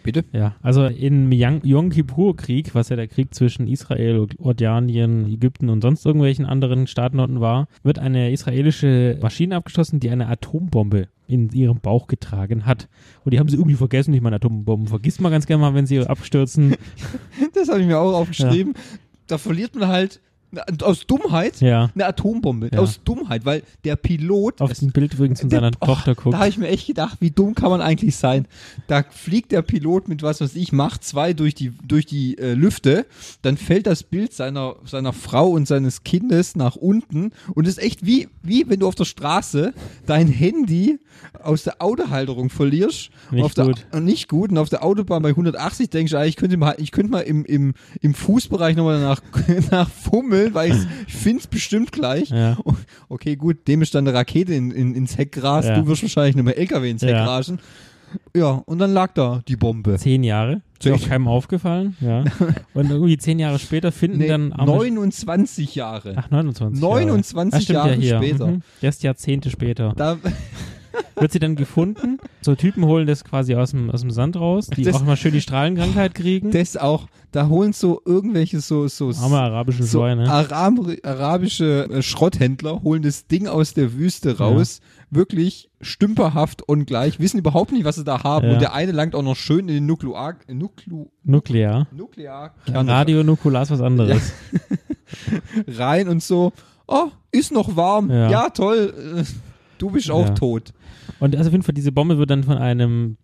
[SPEAKER 4] bitte, [LAUGHS]
[SPEAKER 1] Ja, also im Yang- Yom Kippur-Krieg, was ja der Krieg zwischen Israel, Jordanien, Ägypten und sonst irgendwelchen anderen Staaten war, wird eine israelische Maschine abgeschossen, die eine Atombombe in ihrem Bauch getragen hat. Und die haben sie irgendwie vergessen. Ich meine, Atombomben vergisst man ganz gerne mal, wenn sie abstürzen.
[SPEAKER 4] [LAUGHS] das habe ich mir auch aufgeschrieben, da verliert man halt na- aus Dummheit
[SPEAKER 1] ja.
[SPEAKER 4] eine Atombombe,
[SPEAKER 1] Ja.
[SPEAKER 4] aus Dummheit, weil der Pilot,
[SPEAKER 1] Auf
[SPEAKER 4] es-
[SPEAKER 1] dem Bild übrigens von
[SPEAKER 4] [LAUGHS]
[SPEAKER 1] seiner
[SPEAKER 4] Oh,
[SPEAKER 1] Tochter guckt.
[SPEAKER 4] da habe ich mir echt gedacht, wie dumm kann man eigentlich sein? Da fliegt der Pilot mit was weiß ich, Mach 2 durch die, durch die äh, Lüfte, dann fällt das Bild seiner, seiner Frau und seines Kindes nach unten und ist echt wie, wie wenn du auf der Straße dein Handy aus der Autohalterung verlierst.
[SPEAKER 1] Nicht
[SPEAKER 4] auf der,
[SPEAKER 1] gut.
[SPEAKER 4] äh, Nicht gut. Und auf der Autobahn bei 180 denkst du, ah, ich könnte mal, ich könnte mal im, im, im Fußbereich nochmal [LAUGHS] danach, danach fummeln, weil ich's-
[SPEAKER 1] [LAUGHS]
[SPEAKER 4] ich finde es bestimmt gleich.
[SPEAKER 1] Ja.
[SPEAKER 4] Oh, Okay, gut, dem ist dann eine Rakete in, in, ins Heckgras,
[SPEAKER 1] Ja.
[SPEAKER 4] du wirst wahrscheinlich nochmal LKW ins Heck
[SPEAKER 1] Ja.
[SPEAKER 4] rasen. Ja, und dann lag da die Bombe.
[SPEAKER 1] Zehn Jahre. Ist
[SPEAKER 4] Zehn.
[SPEAKER 1] auch keinem aufgefallen.
[SPEAKER 4] [LAUGHS]
[SPEAKER 1] Ja. Und irgendwie zehn Jahre später finden
[SPEAKER 4] Nee,
[SPEAKER 1] dann arme
[SPEAKER 4] 29 Jahre.
[SPEAKER 1] Ach, 29.
[SPEAKER 4] 29
[SPEAKER 1] Jahre, Ah, stimmt ja
[SPEAKER 4] Jahre
[SPEAKER 1] hier.
[SPEAKER 4] später.
[SPEAKER 1] Mhm. Erst Jahrzehnte später.
[SPEAKER 4] Da, [LAUGHS]
[SPEAKER 1] Wird sie dann gefunden. So Typen holen das quasi aus dem, aus dem Sand raus, die
[SPEAKER 4] Das-
[SPEAKER 1] auch mal schön die Strahlenkrankheit kriegen.
[SPEAKER 4] das auch, da holen so irgendwelche so, so,
[SPEAKER 1] Arme arabische
[SPEAKER 4] so
[SPEAKER 1] Schweine.
[SPEAKER 4] Arab, arabische äh, Schrotthändler holen das Ding aus der Wüste raus. Wirklich stümperhaft und gleich, wissen überhaupt nicht, was sie da haben.
[SPEAKER 1] Ja.
[SPEAKER 4] Und der eine langt auch noch schön in den Nuklear, äh, Nuklu,
[SPEAKER 1] Nuklear.
[SPEAKER 4] Nuklearkern
[SPEAKER 1] Radio Nukular ist was anderes.
[SPEAKER 4] rein und so, oh, ist noch warm.
[SPEAKER 1] Ja.
[SPEAKER 4] Ja, toll. äh, Du bist auch
[SPEAKER 1] Ja.
[SPEAKER 4] tot.
[SPEAKER 1] Und also auf jeden Fall, diese Bombe wird dann von einem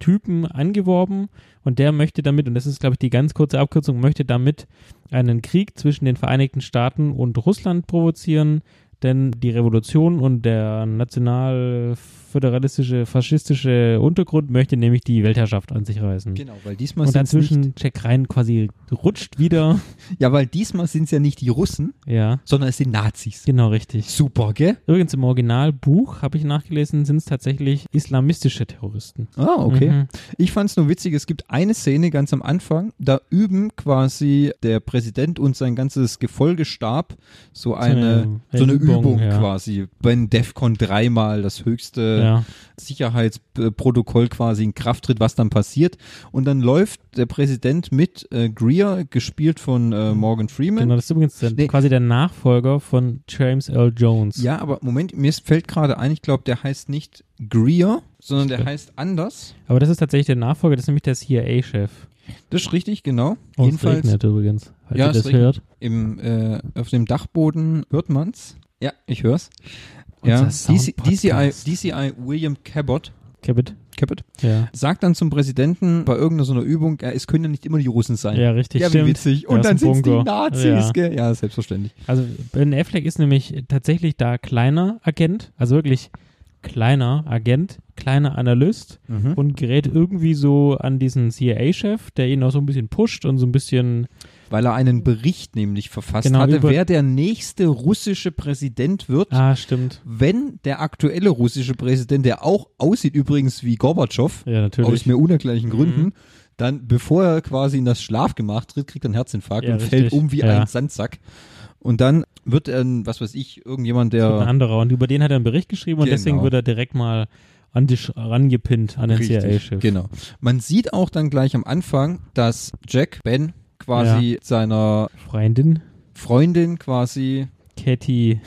[SPEAKER 1] Typen angeworben und der möchte damit, und das ist, glaube ich, die ganz kurze Abkürzung, möchte damit einen Krieg zwischen den Vereinigten Staaten und Russland provozieren, denn die Revolution und der national-föderalistische, faschistische Untergrund möchte nämlich die Weltherrschaft an sich reißen.
[SPEAKER 4] Genau, weil diesmal
[SPEAKER 1] Und
[SPEAKER 4] sind nicht,
[SPEAKER 1] dazwischen Jack Ryan quasi rutscht
[SPEAKER 4] [LAUGHS]
[SPEAKER 1] wieder.
[SPEAKER 4] ja, weil diesmal sind es ja nicht die Russen,
[SPEAKER 1] Ja,
[SPEAKER 4] sondern es sind Nazis.
[SPEAKER 1] genau richtig.
[SPEAKER 4] Super, gell?
[SPEAKER 1] Übrigens im Originalbuch, habe ich nachgelesen, sind es tatsächlich islamistische Terroristen.
[SPEAKER 4] Ah, okay.
[SPEAKER 1] Mhm.
[SPEAKER 4] Ich fand es nur witzig, es gibt eine Szene ganz am Anfang, da üben quasi der Präsident und sein ganzes Gefolgestab so eine,
[SPEAKER 1] eine-
[SPEAKER 4] so eine
[SPEAKER 1] Übung,
[SPEAKER 4] Übung,
[SPEAKER 1] ja.
[SPEAKER 4] quasi. Wenn DEFCON dreimal das höchste
[SPEAKER 1] Ja.
[SPEAKER 4] Sicherheitsprotokoll quasi in Kraft tritt, was dann passiert. Und dann läuft der Präsident mit äh, Greer, gespielt von äh, Morgan Freeman.
[SPEAKER 1] Genau, das ist übrigens der,
[SPEAKER 4] Nee.
[SPEAKER 1] quasi der Nachfolger von James Earl Jones.
[SPEAKER 4] Ja, aber Moment, mir fällt gerade ein, ich glaube, der heißt nicht Greer, sondern der
[SPEAKER 1] Stimmt.
[SPEAKER 4] heißt anders.
[SPEAKER 1] Aber das ist tatsächlich der Nachfolger, das ist nämlich der CIA-Chef.
[SPEAKER 4] Das ist richtig, genau.
[SPEAKER 1] Und
[SPEAKER 4] Jedenfalls
[SPEAKER 1] Oh, es regnet übrigens, falls
[SPEAKER 4] Ja,
[SPEAKER 1] ihr
[SPEAKER 4] es
[SPEAKER 1] das
[SPEAKER 4] regnet.
[SPEAKER 1] hört.
[SPEAKER 4] im, äh, auf dem Dachboden hört man's. Ja, ich hör's.
[SPEAKER 1] Unser
[SPEAKER 4] Ja, DC, DCI,
[SPEAKER 1] Soundpodcast.
[SPEAKER 4] DCI William Cabot,
[SPEAKER 1] Cabot.
[SPEAKER 4] Cabot
[SPEAKER 1] Ja.
[SPEAKER 4] sagt dann zum Präsidenten bei irgendeiner so einer Übung, äh, es können ja nicht immer die Russen sein.
[SPEAKER 1] ja, richtig,
[SPEAKER 4] ja, wie
[SPEAKER 1] stimmt.
[SPEAKER 4] witzig.
[SPEAKER 1] Ja,
[SPEAKER 4] Und
[SPEAKER 1] ist
[SPEAKER 4] dann
[SPEAKER 1] ein
[SPEAKER 4] sind die
[SPEAKER 1] Bunker.
[SPEAKER 4] Nazis,
[SPEAKER 1] Ja.
[SPEAKER 4] gell? Ja, selbstverständlich.
[SPEAKER 1] Also Ben Affleck ist nämlich tatsächlich da kleiner Agent, also wirklich kleiner Agent, kleiner Analyst
[SPEAKER 4] Hm?
[SPEAKER 1] und gerät irgendwie so an diesen CIA-Chef, der ihn auch so ein bisschen pusht und so ein bisschen
[SPEAKER 4] Weil er einen Bericht nämlich verfasst
[SPEAKER 1] Genau,
[SPEAKER 4] hatte,
[SPEAKER 1] über-
[SPEAKER 4] wer der nächste russische Präsident wird.
[SPEAKER 1] Ah, stimmt.
[SPEAKER 4] Wenn der aktuelle russische Präsident, der auch aussieht übrigens wie Gorbatschow,
[SPEAKER 1] Ja,
[SPEAKER 4] aus
[SPEAKER 1] natürlich. Mhm.
[SPEAKER 4] mir unerklärlichen Gründen, dann, bevor er quasi in das Schlafgemach tritt, kriegt er einen Herzinfarkt
[SPEAKER 1] Ja,
[SPEAKER 4] und
[SPEAKER 1] richtig.
[SPEAKER 4] fällt um wie
[SPEAKER 1] Ja.
[SPEAKER 4] ein Sandsack. Und dann wird er, ein, was weiß ich, irgendjemand,
[SPEAKER 1] Ein
[SPEAKER 4] der.
[SPEAKER 1] anderer. Und über den hat er einen Bericht geschrieben und deswegen
[SPEAKER 4] Genau.
[SPEAKER 1] wird er direkt mal an dich rangepinnt, an den
[SPEAKER 4] Richtig,
[SPEAKER 1] CIA-Chef.
[SPEAKER 4] Genau. Man sieht auch dann gleich am Anfang, dass Jack Ben quasi seiner
[SPEAKER 1] Freundin,
[SPEAKER 4] Freundin quasi [LAUGHS]
[SPEAKER 1] Katie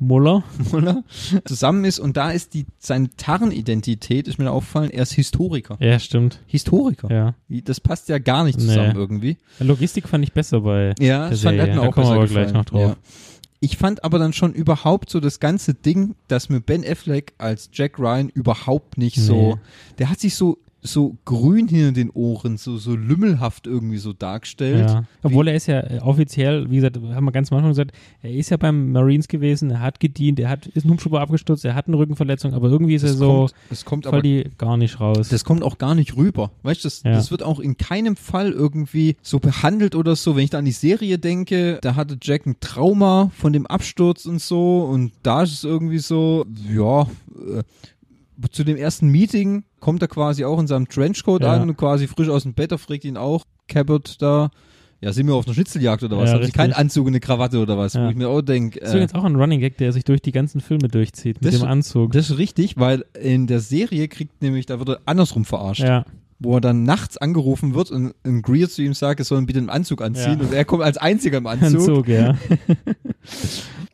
[SPEAKER 1] Muller.
[SPEAKER 4] Muller zusammen ist und da ist die seine Tarnidentität ist mir aufgefallen, er ist Historiker.
[SPEAKER 1] Ja, stimmt.
[SPEAKER 4] Historiker.
[SPEAKER 1] Ja.
[SPEAKER 4] Wie- Das passt ja gar nicht zusammen
[SPEAKER 1] Nee.
[SPEAKER 4] irgendwie.
[SPEAKER 1] Logistik fand ich besser bei der
[SPEAKER 4] Ja, das fand
[SPEAKER 1] Serie.
[SPEAKER 4] hat mir
[SPEAKER 1] da
[SPEAKER 4] auch
[SPEAKER 1] kommen wir
[SPEAKER 4] besser
[SPEAKER 1] aber gleich
[SPEAKER 4] gefallen.
[SPEAKER 1] noch drauf.
[SPEAKER 4] Ja. Ich fand aber dann schon überhaupt so das ganze Ding, dass mir Ben Affleck als Jack Ryan überhaupt nicht so,
[SPEAKER 1] Nee.
[SPEAKER 4] der hat sich so so grün hinter den Ohren, so so lümmelhaft irgendwie so dargestellt.
[SPEAKER 1] Ja. Obwohl er ist ja äh, offiziell, wie gesagt, haben wir ganz am Anfang gesagt, er ist ja beim Marines gewesen, er hat gedient, er hat, ist ein Hubschrauber abgestürzt, er hat eine Rückenverletzung, aber irgendwie ist er
[SPEAKER 4] das
[SPEAKER 1] so
[SPEAKER 4] kommt, das kommt
[SPEAKER 1] voll
[SPEAKER 4] aber
[SPEAKER 1] die gar nicht raus.
[SPEAKER 4] das kommt auch gar nicht rüber. Weißt du, das,
[SPEAKER 1] Ja.
[SPEAKER 4] das wird auch in keinem Fall irgendwie so behandelt oder so. Wenn ich da an die Serie denke, da hatte Jack ein Trauma von dem Absturz und so und da ist es irgendwie so, ja, äh, zu dem ersten Meeting kommt er quasi auch in seinem Trenchcoat
[SPEAKER 1] Ja.
[SPEAKER 4] an und quasi frisch aus dem Bett, da fragt ihn auch Cabot da. Ja, sind wir auf einer Schnitzeljagd oder was?
[SPEAKER 1] Ja,
[SPEAKER 4] Haben Sie
[SPEAKER 1] richtig.
[SPEAKER 4] keinen Anzug und eine Krawatte oder was?
[SPEAKER 1] Ja.
[SPEAKER 4] Wo ich mir auch äh, denke.
[SPEAKER 1] Das ist übrigens auch ein Running Gag, der sich durch die ganzen Filme durchzieht mit
[SPEAKER 4] Das-
[SPEAKER 1] dem Anzug.
[SPEAKER 4] das ist richtig, weil in der Serie kriegt nämlich, da wird er andersrum verarscht
[SPEAKER 1] Ja,
[SPEAKER 4] wo er dann nachts angerufen wird und, und Greer zu ihm sagt, er soll ihn bitte einen Anzug anziehen
[SPEAKER 1] Ja.
[SPEAKER 4] und er kommt als
[SPEAKER 1] [LAUGHS]
[SPEAKER 4] einziger im Anzug.
[SPEAKER 1] Anzug,
[SPEAKER 4] [LAUGHS]
[SPEAKER 1] ja.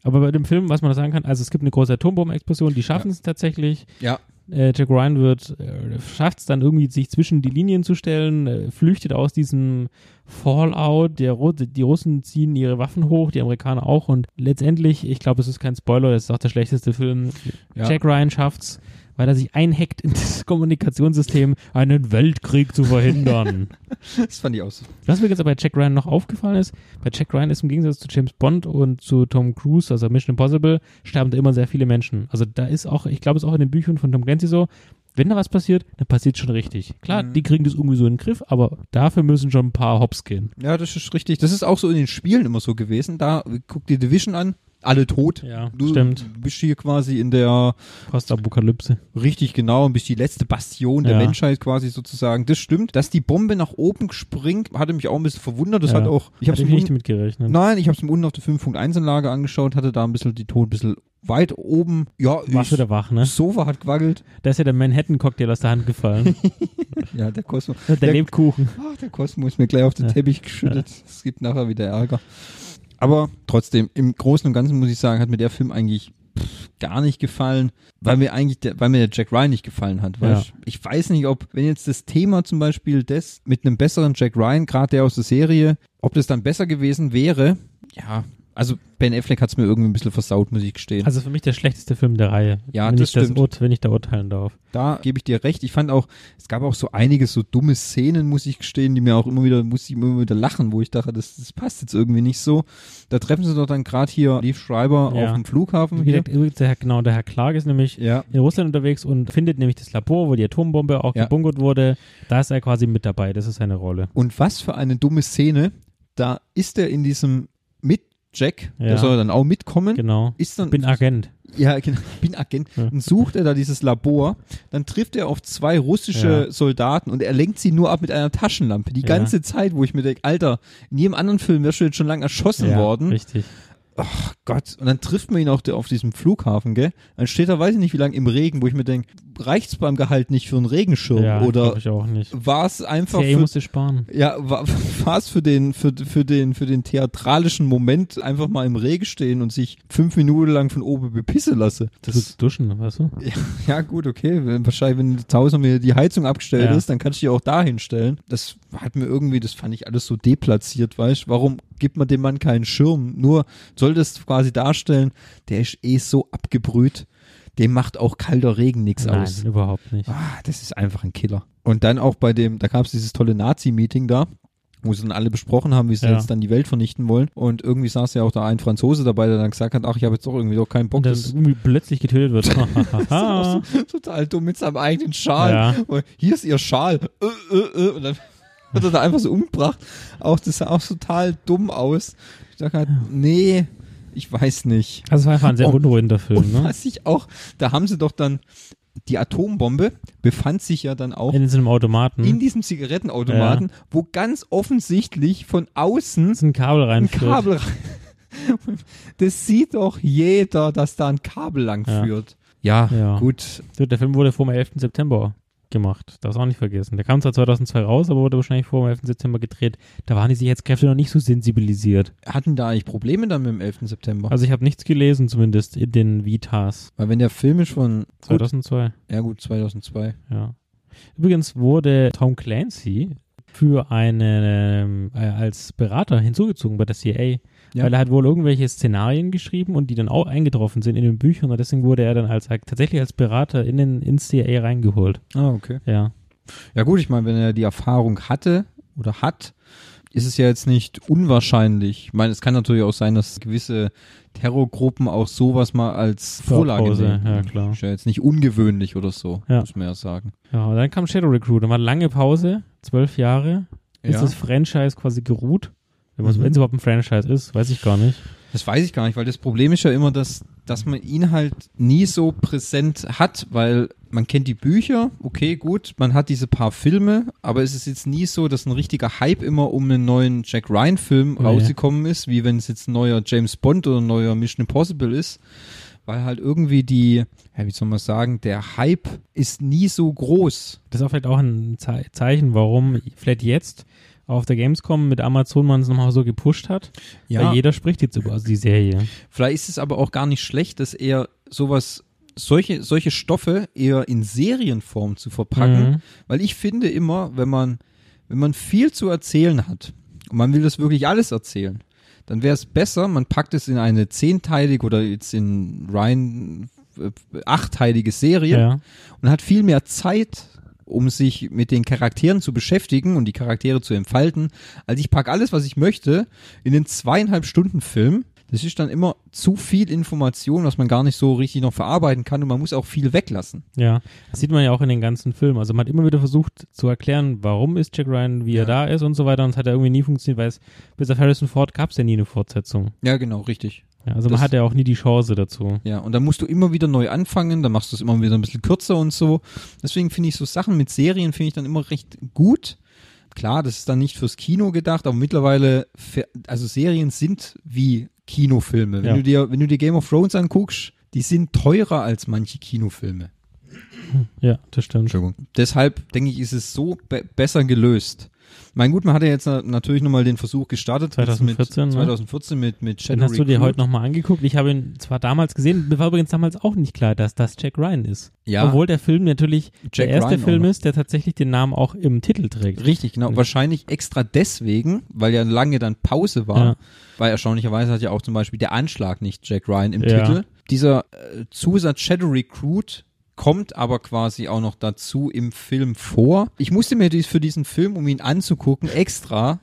[SPEAKER 1] aber bei dem Film, was man da sagen kann, also es gibt eine große Atombombenexplosion, die schaffen es tatsächlich.
[SPEAKER 4] Ja,
[SPEAKER 1] Äh, Jack Ryan wird, äh, schafft es dann irgendwie, sich zwischen die Linien zu stellen, äh, flüchtet aus diesem Fallout. Der Ru die Russen ziehen ihre Waffen hoch, die Amerikaner auch. Und letztendlich, ich glaube, es ist kein Spoiler, das ist auch der schlechteste Film.
[SPEAKER 4] Ja.
[SPEAKER 1] Jack Ryan schafft's, weil er sich einhackt in das Kommunikationssystem, einen Weltkrieg zu
[SPEAKER 4] [LAUGHS]
[SPEAKER 1] verhindern.
[SPEAKER 4] das fand ich auch so.
[SPEAKER 1] Was mir jetzt aber bei Jack Ryan noch aufgefallen ist, bei Jack Ryan ist im Gegensatz zu James Bond und zu Tom Cruise, also Mission Impossible, sterben da immer sehr viele Menschen. Also da ist auch, ich glaube, es ist auch in den Büchern von Tom Clancy so, wenn da was passiert, dann passiert schon richtig. Klar, die kriegen das irgendwie so in den Griff, aber dafür müssen schon ein paar Hops gehen.
[SPEAKER 4] Ja, das ist richtig. Das ist auch so in den Spielen immer so gewesen. Da guck dir Division an, alle tot.
[SPEAKER 1] Ja,
[SPEAKER 4] Du
[SPEAKER 1] stimmt.
[SPEAKER 4] bist hier quasi in der
[SPEAKER 1] Postapokalypse.
[SPEAKER 4] richtig genau und bist die letzte Bastion der
[SPEAKER 1] Ja.
[SPEAKER 4] Menschheit quasi sozusagen. Das stimmt. Dass die Bombe nach oben springt, hatte mich auch ein bisschen verwundert. Das
[SPEAKER 1] Ja.
[SPEAKER 4] hat auch. Ich hab's
[SPEAKER 1] Hätte
[SPEAKER 4] im
[SPEAKER 1] ich nicht
[SPEAKER 4] Un-
[SPEAKER 1] damit gerechnet.
[SPEAKER 4] Nein, ich habe es mir unten auf der 5.1-Anlage angeschaut, hatte da ein bisschen die Ton ein bisschen weit oben. Ja,
[SPEAKER 1] Warst du
[SPEAKER 4] ich,
[SPEAKER 1] da wach, ne?
[SPEAKER 4] Sofa hat gewackelt.
[SPEAKER 1] Da ist ja der Manhattan-Cocktail aus der Hand gefallen.
[SPEAKER 4] [LAUGHS] Ja, der Cosmo.
[SPEAKER 1] der, Lebkuchen.
[SPEAKER 4] Ach, der Cosmo ist mir gleich auf den
[SPEAKER 1] Ja.
[SPEAKER 4] Teppich geschüttet. Es gibt nachher wieder Ärger. Aber trotzdem, im Großen und Ganzen muss ich sagen, hat mir der Film eigentlich pff, gar nicht gefallen, weil mir eigentlich der, weil mir der Jack Ryan nicht gefallen hat. Weil
[SPEAKER 1] Ja.
[SPEAKER 4] ich, ich weiß nicht, ob, wenn jetzt das Thema zum Beispiel das mit einem besseren Jack Ryan, gerade der aus der Serie, ob das dann besser gewesen wäre. Ja, also Ben Affleck hat es mir irgendwie ein bisschen versaut, muss ich gestehen.
[SPEAKER 1] Also für mich der schlechteste Film der Reihe.
[SPEAKER 4] Ja,
[SPEAKER 1] wenn
[SPEAKER 4] das
[SPEAKER 1] ich das
[SPEAKER 4] stimmt.
[SPEAKER 1] ur- Wenn ich da urteilen darf.
[SPEAKER 4] Da gebe ich dir recht. Ich fand auch, es gab auch so einige so dumme Szenen, muss ich gestehen, die mir auch immer wieder, muss ich immer wieder lachen, wo ich dachte, das, das passt jetzt irgendwie nicht so. Da treffen sie doch dann gerade hier Leaf Schreiber
[SPEAKER 1] Ja.
[SPEAKER 4] auf dem Flughafen.
[SPEAKER 1] Wie
[SPEAKER 4] Hier.
[SPEAKER 1] gesagt, übrigens, der Herr, genau, der Herr Clark ist nämlich
[SPEAKER 4] Ja.
[SPEAKER 1] in Russland unterwegs und findet nämlich das Labor, wo die Atombombe auch
[SPEAKER 4] Ja.
[SPEAKER 1] gebunkert wurde. Da ist er quasi mit dabei. Das ist seine Rolle.
[SPEAKER 4] Und was für eine dumme Szene. Da ist er in diesem mit Jack,
[SPEAKER 1] Ja.
[SPEAKER 4] der soll dann auch mitkommen.
[SPEAKER 1] Genau.
[SPEAKER 4] Ist dann,
[SPEAKER 1] Bin Agent.
[SPEAKER 4] ja, genau, bin Agent.
[SPEAKER 1] Ja.
[SPEAKER 4] Dann sucht er da dieses Labor, dann trifft er auf zwei russische
[SPEAKER 1] Ja.
[SPEAKER 4] Soldaten und er lenkt sie nur ab mit einer Taschenlampe. Die
[SPEAKER 1] Ja.
[SPEAKER 4] ganze Zeit, wo ich mir denke, Alter, in jedem anderen Film wärst du jetzt schon lang erschossen
[SPEAKER 1] Ja,
[SPEAKER 4] worden.
[SPEAKER 1] Richtig.
[SPEAKER 4] Ach Gott. Und dann trifft man ihn auch auf diesem Flughafen, gell? Dann steht er, weiß ich nicht, wie lange im Regen, wo ich mir denke, reicht's beim Gehalt nicht für einen Regenschirm?
[SPEAKER 1] Ja,
[SPEAKER 4] Oder
[SPEAKER 1] glaub ich auch nicht.
[SPEAKER 4] war's einfach
[SPEAKER 1] CIA
[SPEAKER 4] für,
[SPEAKER 1] musste sparen.
[SPEAKER 4] ja, war [LAUGHS] war's für den, für, für den, für den theatralischen Moment einfach mal im Regen stehen und sich fünf Minuten lang von oben bepisse lasse?
[SPEAKER 1] Das ist duschen, weißt du?
[SPEAKER 4] [LAUGHS] Ja, gut, okay. Wenn- Wahrscheinlich, wenn zu Hause mir die Heizung abgestellt
[SPEAKER 1] Ja.
[SPEAKER 4] ist, dann kannst du die auch da hinstellen. Das hat mir irgendwie, das fand ich alles so deplatziert, weißt du? Warum gibt man dem Mann keinen Schirm? Nur soll das quasi darstellen, der ist eh so abgebrüht, dem macht auch kalter Regen nichts
[SPEAKER 1] Nein,
[SPEAKER 4] aus.
[SPEAKER 1] überhaupt nicht.
[SPEAKER 4] Ah, das ist einfach ein Killer. Und dann auch bei dem, da gab es dieses tolle Nazi-Meeting da, wo sie dann alle besprochen haben, wie sie
[SPEAKER 1] Ja.
[SPEAKER 4] jetzt dann die Welt vernichten wollen. Und irgendwie saß ja auch da ein Franzose dabei, der dann gesagt hat, ach, ich habe jetzt doch irgendwie doch keinen Bock,
[SPEAKER 1] Und dann
[SPEAKER 4] das
[SPEAKER 1] irgendwie plötzlich getötet
[SPEAKER 4] [LAUGHS]
[SPEAKER 1] wird. [LAUGHS]
[SPEAKER 4] auch [LAUGHS]
[SPEAKER 1] Hahaha.
[SPEAKER 4] total dumm mit seinem eigenen Schal.
[SPEAKER 1] Ah. Ja.
[SPEAKER 4] Und Hier ist ihr Schal. Äh, äh, äh. Und dann [LAUGHS] wird er da einfach so umgebracht. Auch das sah auch total dumm aus. Ich dachte halt, nee, ich weiß nicht.
[SPEAKER 1] also es war einfach ein sehr
[SPEAKER 4] Und-
[SPEAKER 1] unruhender Film,
[SPEAKER 4] Und [LAUGHS]
[SPEAKER 1] ne?
[SPEAKER 4] was ich auch, da haben sie doch dann, die Atombombe befand sich ja dann auch
[SPEAKER 1] In so einem Automaten.
[SPEAKER 4] in diesem Zigarettenautomaten, wo ganz offensichtlich von außen
[SPEAKER 1] ist ein Kabel
[SPEAKER 4] ein
[SPEAKER 1] reinführt.
[SPEAKER 4] [LAUGHS] Kabel rein. Das sieht doch jeder, dass da ein Kabel lang
[SPEAKER 1] Ja.
[SPEAKER 4] führt. Ja,
[SPEAKER 1] Ja.
[SPEAKER 4] gut.
[SPEAKER 1] Du, Der Film wurde vor dem 11. September gemacht. Darfst auch nicht vergessen. Der kam zwar 2002 raus, aber wurde wahrscheinlich vor dem 11. September gedreht. Da waren die Sicherheitskräfte noch nicht so sensibilisiert.
[SPEAKER 4] Hatten da eigentlich Probleme dann mit dem 11. September?
[SPEAKER 1] Also ich habe nichts gelesen, zumindest in den Vitas.
[SPEAKER 4] Weil wenn der Film ist von, gut,
[SPEAKER 1] 2002,
[SPEAKER 4] ja gut, 2002.
[SPEAKER 1] ja. Übrigens wurde Tom Clancy für einen, ähm, äh, als Berater hinzugezogen bei der CIA.
[SPEAKER 4] Ja.
[SPEAKER 1] Weil er hat wohl irgendwelche Szenarien geschrieben und die dann auch eingetroffen sind in den Büchern und deswegen wurde er dann als, tatsächlich als Berater in den, ins CIA reingeholt.
[SPEAKER 4] Ah, okay.
[SPEAKER 1] Ja.
[SPEAKER 4] Ja gut, ich meine, wenn er die Erfahrung hatte oder hat, ist es ja jetzt nicht unwahrscheinlich. Ich meine, es kann natürlich auch sein, dass gewisse Terrorgruppen auch sowas mal als Vorlage
[SPEAKER 1] Blaupause,
[SPEAKER 4] nehmen.
[SPEAKER 1] ja, klar.
[SPEAKER 4] Ist ja jetzt nicht ungewöhnlich oder so,
[SPEAKER 1] Ja.
[SPEAKER 4] muss man ja sagen.
[SPEAKER 1] Ja, und dann kam Shadow Recruiter, war lange Pause, zwölf Jahre, ist
[SPEAKER 4] Ja.
[SPEAKER 1] das Franchise quasi geruht. Wenn es
[SPEAKER 4] Mhm.
[SPEAKER 1] überhaupt ein Franchise ist, weiß ich gar nicht.
[SPEAKER 4] Das weiß ich gar nicht, weil das Problem ist ja immer, dass, dass man ihn halt nie so präsent hat, weil man kennt die Bücher, okay, gut, man hat diese paar Filme, aber es ist jetzt nie so, dass ein richtiger Hype immer um einen neuen Jack Ryan-Film
[SPEAKER 1] Nee.
[SPEAKER 4] rausgekommen ist, wie wenn es jetzt ein neuer James Bond oder ein neuer Mission Impossible ist, weil halt irgendwie die, ja, wie soll man sagen, der Hype ist nie so groß.
[SPEAKER 1] Das ist auch vielleicht auch ein Ze Zeichen, warum vielleicht jetzt auf der Gamescom mit Amazon man es nochmal so gepusht hat. Weil jeder spricht jetzt über also die Serie.
[SPEAKER 4] Vielleicht ist es aber auch gar nicht schlecht, dass eher sowas, solche, solche Stoffe eher in Serienform zu verpacken.
[SPEAKER 1] Mhm.
[SPEAKER 4] Weil ich finde immer, wenn man, wenn man viel zu erzählen hat und man will das wirklich alles erzählen, dann wäre es besser, man packt es in eine zehnteilige oder jetzt in Ryan äh, achtteilige Serie
[SPEAKER 1] Ja.
[SPEAKER 4] und hat viel mehr Zeit, um sich mit den Charakteren zu beschäftigen und die Charaktere zu entfalten. Also ich packe alles, was ich möchte, in den zweieinhalb Stunden Film. Das ist dann immer zu viel Information, was man gar nicht so richtig noch verarbeiten kann und man muss auch viel weglassen.
[SPEAKER 1] ja. Das sieht man ja auch in den ganzen Filmen. Also man hat immer wieder versucht zu erklären, warum ist Jack Ryan, wie er da ist und so weiter. Und es hat ja irgendwie nie funktioniert, weil es bis auf Harrison Ford gab es ja nie eine Fortsetzung.
[SPEAKER 4] Ja, genau, richtig.
[SPEAKER 1] Ja, also man
[SPEAKER 4] Das-
[SPEAKER 1] hat ja auch nie die Chance dazu.
[SPEAKER 4] Ja, und dann musst du immer wieder neu anfangen, dann machst du es immer wieder ein bisschen kürzer und so. Deswegen finde ich so Sachen mit Serien finde ich dann immer recht gut. Klar, das ist dann nicht fürs Kino gedacht, aber mittlerweile, fe- also Serien sind wie Kinofilme. Wenn,
[SPEAKER 1] Ja.
[SPEAKER 4] du dir, wenn du dir Game of Thrones anguckst, die sind teurer als manche Kinofilme.
[SPEAKER 1] Ja, das stimmt.
[SPEAKER 4] Deshalb denke ich, ist es so be besser gelöst. Mein gut, man hatte jetzt na- natürlich nochmal den Versuch gestartet. jetzt
[SPEAKER 1] 2014, ne?
[SPEAKER 4] mit, 2014 mit, mit Shadow
[SPEAKER 1] Den hast du dir
[SPEAKER 4] Recruit.
[SPEAKER 1] heute nochmal angeguckt. Ich habe ihn zwar damals gesehen, mir war übrigens damals auch nicht klar, dass das Jack Ryan ist.
[SPEAKER 4] Ja.
[SPEAKER 1] Obwohl der Film natürlich der
[SPEAKER 4] Jack
[SPEAKER 1] erste
[SPEAKER 4] Ryan auch
[SPEAKER 1] Film
[SPEAKER 4] noch.
[SPEAKER 1] ist, der tatsächlich den Namen auch im Titel trägt.
[SPEAKER 4] Richtig, genau. Wahrscheinlich extra deswegen, weil ja lange dann Pause war,
[SPEAKER 1] Ja.
[SPEAKER 4] weil erstaunlicherweise hat ja auch zum Beispiel der Anschlag nicht Jack Ryan im
[SPEAKER 1] Ja.
[SPEAKER 4] Titel. Dieser äh, Zusatz Shadow Recruit kommt aber quasi auch noch dazu im Film vor. Ich musste mir dies für diesen Film, um ihn anzugucken, extra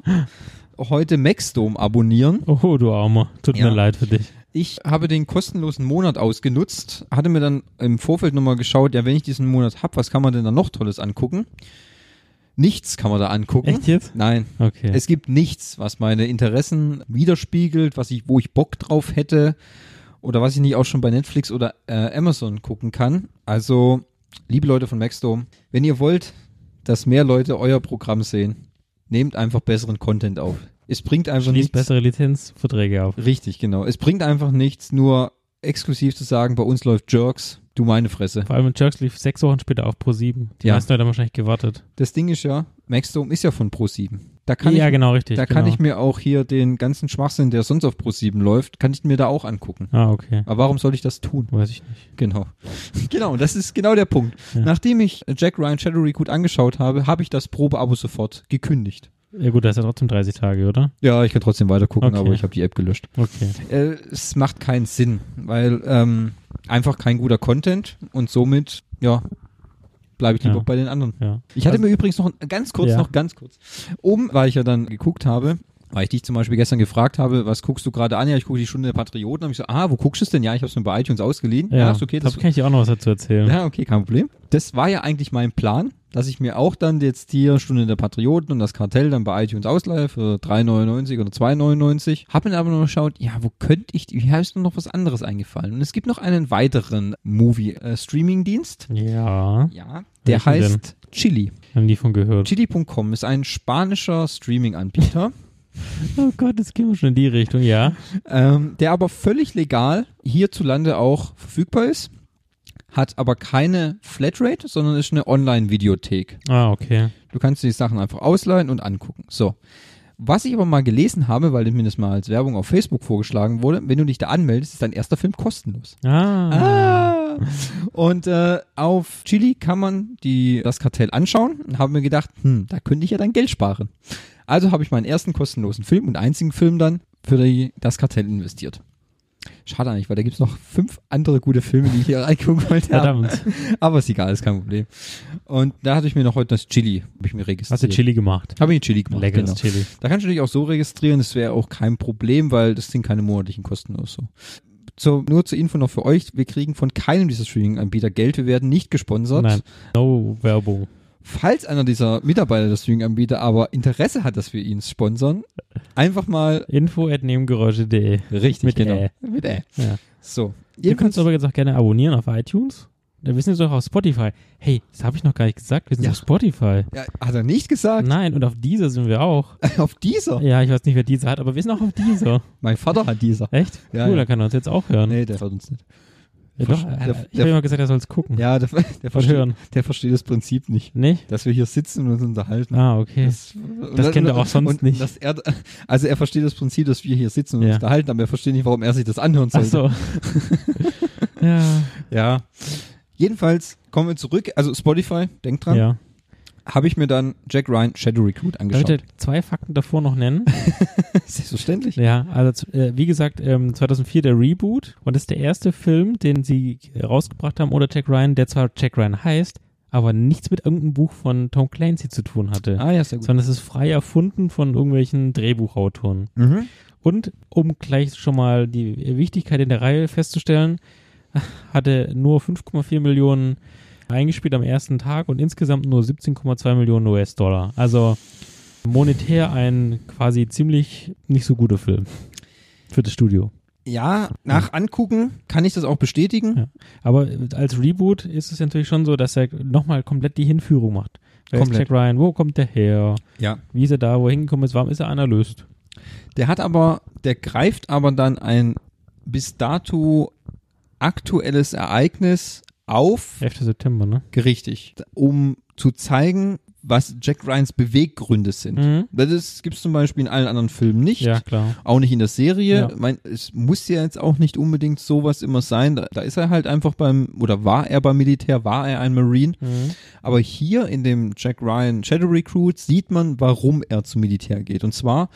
[SPEAKER 4] heute Maxdome abonnieren.
[SPEAKER 1] Oh, du Armer. Tut
[SPEAKER 4] Ja. Mhm.
[SPEAKER 1] mir leid für dich.
[SPEAKER 4] Ich habe den kostenlosen Monat ausgenutzt, hatte mir dann im Vorfeld nochmal geschaut, ja, wenn ich diesen Monat habe, was kann man denn da noch Tolles angucken? Nichts kann man da angucken.
[SPEAKER 1] Echt jetzt?
[SPEAKER 4] Nein.
[SPEAKER 1] Okay.
[SPEAKER 4] Es gibt nichts, was meine Interessen widerspiegelt, was ich, wo ich Bock drauf hätte oder was ich nicht auch schon bei Netflix oder äh, Amazon gucken kann. Also, liebe Leute von Maxdome, wenn ihr wollt, dass mehr Leute euer Programm sehen, nehmt einfach besseren Content auf. Es bringt einfach
[SPEAKER 1] Schließt
[SPEAKER 4] nichts.
[SPEAKER 1] bessere Lizenzverträge auf.
[SPEAKER 4] Richtig, genau. Es bringt einfach nichts, nur exklusiv zu sagen, bei uns läuft Jerks, du meine Fresse.
[SPEAKER 1] Vor allem in Jerks lief sechs Wochen später auf Pro 7. Die
[SPEAKER 4] Ja.
[SPEAKER 1] meisten Leute haben wahrscheinlich gewartet.
[SPEAKER 4] Das Ding ist ja, Maxdome ist ja von Pro7. Da kann
[SPEAKER 1] ja,
[SPEAKER 4] ich
[SPEAKER 1] genau, richtig.
[SPEAKER 4] Da
[SPEAKER 1] genau.
[SPEAKER 4] kann ich mir auch hier den ganzen Schwachsinn, der sonst auf Pro7 läuft, kann ich mir da auch angucken.
[SPEAKER 1] Ah, okay.
[SPEAKER 4] Aber warum soll ich das tun?
[SPEAKER 1] Weiß ich nicht.
[SPEAKER 4] Genau. [LAUGHS] genau, das ist genau der Punkt.
[SPEAKER 1] Ja.
[SPEAKER 4] Nachdem ich Jack Ryan Shadow Recruit angeschaut habe, habe ich das Probeabo sofort gekündigt.
[SPEAKER 1] Ja gut, das ist ja trotzdem 30 Tage, oder?
[SPEAKER 4] Ja, ich kann trotzdem weiter gucken,
[SPEAKER 1] Okay.
[SPEAKER 4] aber ich habe die App gelöscht.
[SPEAKER 1] Okay.
[SPEAKER 4] Äh, es macht keinen Sinn, weil ähm, einfach kein guter Content und somit, ja, bleibe ich lieber
[SPEAKER 1] Ja.
[SPEAKER 4] bei den anderen.
[SPEAKER 1] Ja.
[SPEAKER 4] Ich hatte mir übrigens noch ein- ganz kurz,
[SPEAKER 1] Also Ja.
[SPEAKER 4] noch ganz kurz, um, weil ich ja dann geguckt habe, weil ich dich zum Beispiel gestern gefragt habe, was guckst du gerade an? Ja, ich gucke die Stunde der Patrioten. Habe ich so, ah, wo guckst du es denn? Ja, ich habe es mir bei iTunes ausgeliehen.
[SPEAKER 1] Ja,
[SPEAKER 4] ist okay,
[SPEAKER 1] da
[SPEAKER 4] das,
[SPEAKER 1] kann ich dir auch noch was dazu erzählen.
[SPEAKER 4] ja, okay, kein Problem. Das war ja eigentlich mein Plan, dass ich mir auch dann jetzt hier Stunde der Patrioten und das Kartell dann bei iTunes ausleihe für 3,99 oder 2,99. Hab mir aber noch geschaut, ja, wo könnte ich, hier ist mir noch was anderes eingefallen. Und es gibt noch einen weiteren Movie-Streaming-Dienst.
[SPEAKER 1] Ja.
[SPEAKER 4] ja, der
[SPEAKER 1] Welchen denn?
[SPEAKER 4] heißt Chili.
[SPEAKER 1] Haben die von gehört.
[SPEAKER 4] Chili.com ist ein spanischer Streaming-Anbieter,
[SPEAKER 1] Oh Gott, jetzt gehen wir schon in die Richtung, ja.
[SPEAKER 4] ähm, der aber völlig legal hierzulande auch verfügbar ist. hat aber keine Flatrate, sondern ist eine Online-Videothek.
[SPEAKER 1] Ah, okay.
[SPEAKER 4] Du kannst die Sachen einfach ausleihen und angucken. So. Was ich aber mal gelesen habe, weil mir das mal als Werbung auf Facebook vorgeschlagen wurde, wenn du dich da anmeldest, ist dein erster Film kostenlos.
[SPEAKER 1] Ah.
[SPEAKER 4] Ah. Und äh, auf Chili kann man die, das Kartell anschauen und habe mir gedacht, hm, da könnte ich ja dann Geld sparen. Also habe ich meinen ersten kostenlosen Film und einzigen Film dann für die, das Kartell investiert. Schade eigentlich, weil da gibt es noch fünf andere gute Filme, die ich hier [LAUGHS] reingucken wollte.
[SPEAKER 1] Verdammt.
[SPEAKER 4] Aber ist egal, ist kein Problem. Und da hatte ich mir noch heute das Chili, habe ich mir registriert.
[SPEAKER 1] Hast du Chili gemacht?
[SPEAKER 4] Habe ich ein Chili gemacht,
[SPEAKER 1] Leckeres
[SPEAKER 4] genau.
[SPEAKER 1] Chili.
[SPEAKER 4] Da kannst du dich auch so registrieren, das wäre auch kein Problem, weil das sind keine monatlichen Kosten oder so. So, nur zur Info noch für euch, wir kriegen von keinem dieser Streaming-Anbieter Geld, wir werden nicht gesponsert.
[SPEAKER 1] Nein. No Werbung.
[SPEAKER 4] Falls einer dieser Mitarbeiter der Streaming-Anbieter aber Interesse hat, dass wir ihn sponsern, einfach mal
[SPEAKER 1] Info at nebengeräusche.de.
[SPEAKER 4] richtig
[SPEAKER 1] Mit
[SPEAKER 4] genau.
[SPEAKER 1] Ä.
[SPEAKER 4] Mit Ä.
[SPEAKER 1] Ja.
[SPEAKER 4] So.
[SPEAKER 1] Ihr könnt uns aber jetzt auch gerne abonnieren auf iTunes. Da wissen wir doch auf Spotify. Hey, das habe ich noch gar nicht gesagt. Wir sind
[SPEAKER 4] Ja.
[SPEAKER 1] auf Spotify.
[SPEAKER 4] ja, hat er nicht gesagt?
[SPEAKER 1] Nein, und auf dieser sind wir auch.
[SPEAKER 4] [LAUGHS] Auf dieser?
[SPEAKER 1] Hm. Ja, ich weiß nicht, wer diese hat, aber wir sind auch auf
[SPEAKER 4] [LAUGHS]
[SPEAKER 1] dieser.
[SPEAKER 4] Mein Vater hat dieser.
[SPEAKER 1] Echt?
[SPEAKER 4] Ja,
[SPEAKER 1] cool,
[SPEAKER 4] ja.
[SPEAKER 1] dann kann er uns jetzt auch hören.
[SPEAKER 4] Nee, der hört uns nicht.
[SPEAKER 1] ja, doch,
[SPEAKER 4] versch-
[SPEAKER 1] äh,
[SPEAKER 4] der-
[SPEAKER 1] ich habe
[SPEAKER 4] der-
[SPEAKER 1] immer gesagt, er soll es gucken.
[SPEAKER 4] Ja, der, [LAUGHS] der, versteht,
[SPEAKER 1] hören.
[SPEAKER 4] der versteht das Prinzip nicht,
[SPEAKER 1] Nicht?
[SPEAKER 4] dass wir hier sitzen und uns unterhalten.
[SPEAKER 1] Ah, okay.
[SPEAKER 4] Das,
[SPEAKER 1] Das kennt er auch sonst
[SPEAKER 4] Hm. und
[SPEAKER 1] nicht.
[SPEAKER 4] dass Er, also er versteht das Prinzip, dass wir hier sitzen und
[SPEAKER 1] Ja.
[SPEAKER 4] uns unterhalten, aber er versteht nicht, warum er sich das anhören
[SPEAKER 1] Ach
[SPEAKER 4] sollte.
[SPEAKER 1] so. [LAUGHS]
[SPEAKER 4] [LAUGHS]
[SPEAKER 1] ja.
[SPEAKER 4] Ja. Jedenfalls kommen wir zurück. Also Spotify, denk dran,
[SPEAKER 1] ja.
[SPEAKER 4] habe ich mir dann Jack Ryan Shadow Recruit
[SPEAKER 1] Darf ich
[SPEAKER 4] angeschaut.
[SPEAKER 1] dir zwei Fakten davor noch nennen?
[SPEAKER 4] [LAUGHS] Selbstverständlich.
[SPEAKER 1] Ja, also z- äh, wie gesagt, ähm, 2004 der Reboot und das ist der erste Film, den sie äh, rausgebracht haben oder Jack Ryan, der zwar Jack Ryan heißt, aber nichts mit irgendeinem Buch von Tom Clancy zu tun hatte,
[SPEAKER 4] Ah ja, sehr gut.
[SPEAKER 1] sondern es ist frei erfunden von irgendwelchen Drehbuchautoren.
[SPEAKER 4] Mhm.
[SPEAKER 1] Und um gleich schon mal die Wichtigkeit in der Reihe festzustellen, [LAUGHS] hatte nur 5,4 Millionen eingespielt am ersten Tag und insgesamt nur 17,2 Millionen US-Dollar. Also monetär ein quasi ziemlich nicht so guter Film für das Studio.
[SPEAKER 4] Ja, nach Angucken kann ich das auch bestätigen.
[SPEAKER 1] Ja. Aber als Reboot ist es natürlich schon so, dass er nochmal komplett die Hinführung macht. Wer ist
[SPEAKER 4] Komplett.
[SPEAKER 1] Jack Ryan? Wo kommt der her?
[SPEAKER 4] Ja.
[SPEAKER 1] Wie ist er da? Wohin gekommen ist? Warum ist er Analyst?
[SPEAKER 4] Der hat aber, der greift aber dann ein bis dato aktuelles Ereignis auf,
[SPEAKER 1] 11. September, ne?
[SPEAKER 4] Richtig. Um zu zeigen, was Jack Ryans Beweggründe sind.
[SPEAKER 1] Mhm.
[SPEAKER 4] Das gibt es zum Beispiel in allen anderen Filmen nicht.
[SPEAKER 1] Ja, klar.
[SPEAKER 4] Auch nicht in der Serie.
[SPEAKER 1] Ja.
[SPEAKER 4] Mein, es muss ja jetzt auch nicht unbedingt sowas immer sein. Da, da ist er halt einfach beim, oder war er beim Militär, war er ein Marine.
[SPEAKER 1] Mhm.
[SPEAKER 4] Aber hier in dem Jack Ryan Shadow Recruit sieht man, warum er zum Militär geht. Und zwar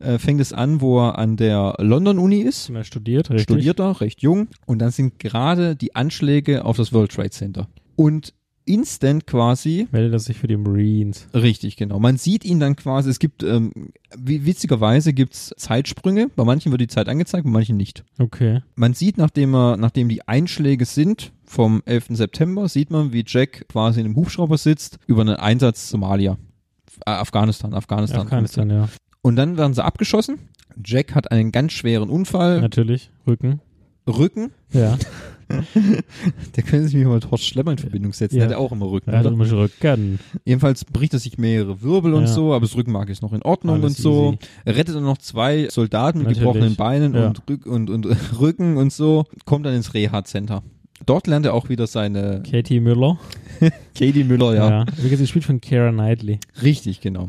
[SPEAKER 4] äh, fängt es an, wo er an der London-Uni ist.
[SPEAKER 1] Er studiert, richtig.
[SPEAKER 4] Studiert er, recht jung. Und dann sind gerade die Anschläge auf das World Trade Center. Und instant quasi.
[SPEAKER 1] Meldet er sich für die Marines.
[SPEAKER 4] Richtig, genau. Man sieht ihn dann quasi, es gibt, ähm, wi- witzigerweise gibt's Zeitsprünge. Bei manchen wird die Zeit angezeigt, bei manchen nicht.
[SPEAKER 1] Okay.
[SPEAKER 4] Man sieht, nachdem, er, nachdem die Einschläge sind vom 11. September, sieht man, wie Jack quasi in einem Hubschrauber sitzt über einen Einsatz Somalia. Äh, Afghanistan, Afghanistan.
[SPEAKER 1] Afghanistan, ja.
[SPEAKER 4] Und dann werden sie abgeschossen. Jack hat einen ganz schweren Unfall,
[SPEAKER 1] Natürlich. Rücken.
[SPEAKER 4] Rücken.
[SPEAKER 1] Ja.
[SPEAKER 4] Der können Sie mich mal mit Horst Schlemmer in Verbindung setzen.
[SPEAKER 1] Ja.
[SPEAKER 4] Der hat ja auch immer Rücken.
[SPEAKER 1] Er hat
[SPEAKER 4] oder?
[SPEAKER 1] immer schon Rücken.
[SPEAKER 4] Jedenfalls bricht er sich mehrere Wirbel und
[SPEAKER 1] Ja.
[SPEAKER 4] so, aber das Rückenmark ist noch in Ordnung
[SPEAKER 1] Alles
[SPEAKER 4] und so.
[SPEAKER 1] easy.
[SPEAKER 4] Er rettet dann noch zwei Soldaten mit
[SPEAKER 1] Natürlich.
[SPEAKER 4] gebrochenen Beinen
[SPEAKER 1] Ja.
[SPEAKER 4] und, Rück und, [LAUGHS] und Rücken und so. Kommt dann ins Reha-Center. Dort lernt er auch wieder seine
[SPEAKER 1] Katie Müller.
[SPEAKER 4] Katie Müller, ja.
[SPEAKER 1] Wie gesagt, sie spielt von Kara
[SPEAKER 4] [LAUGHS]
[SPEAKER 1] Knightley.
[SPEAKER 4] Richtig, genau.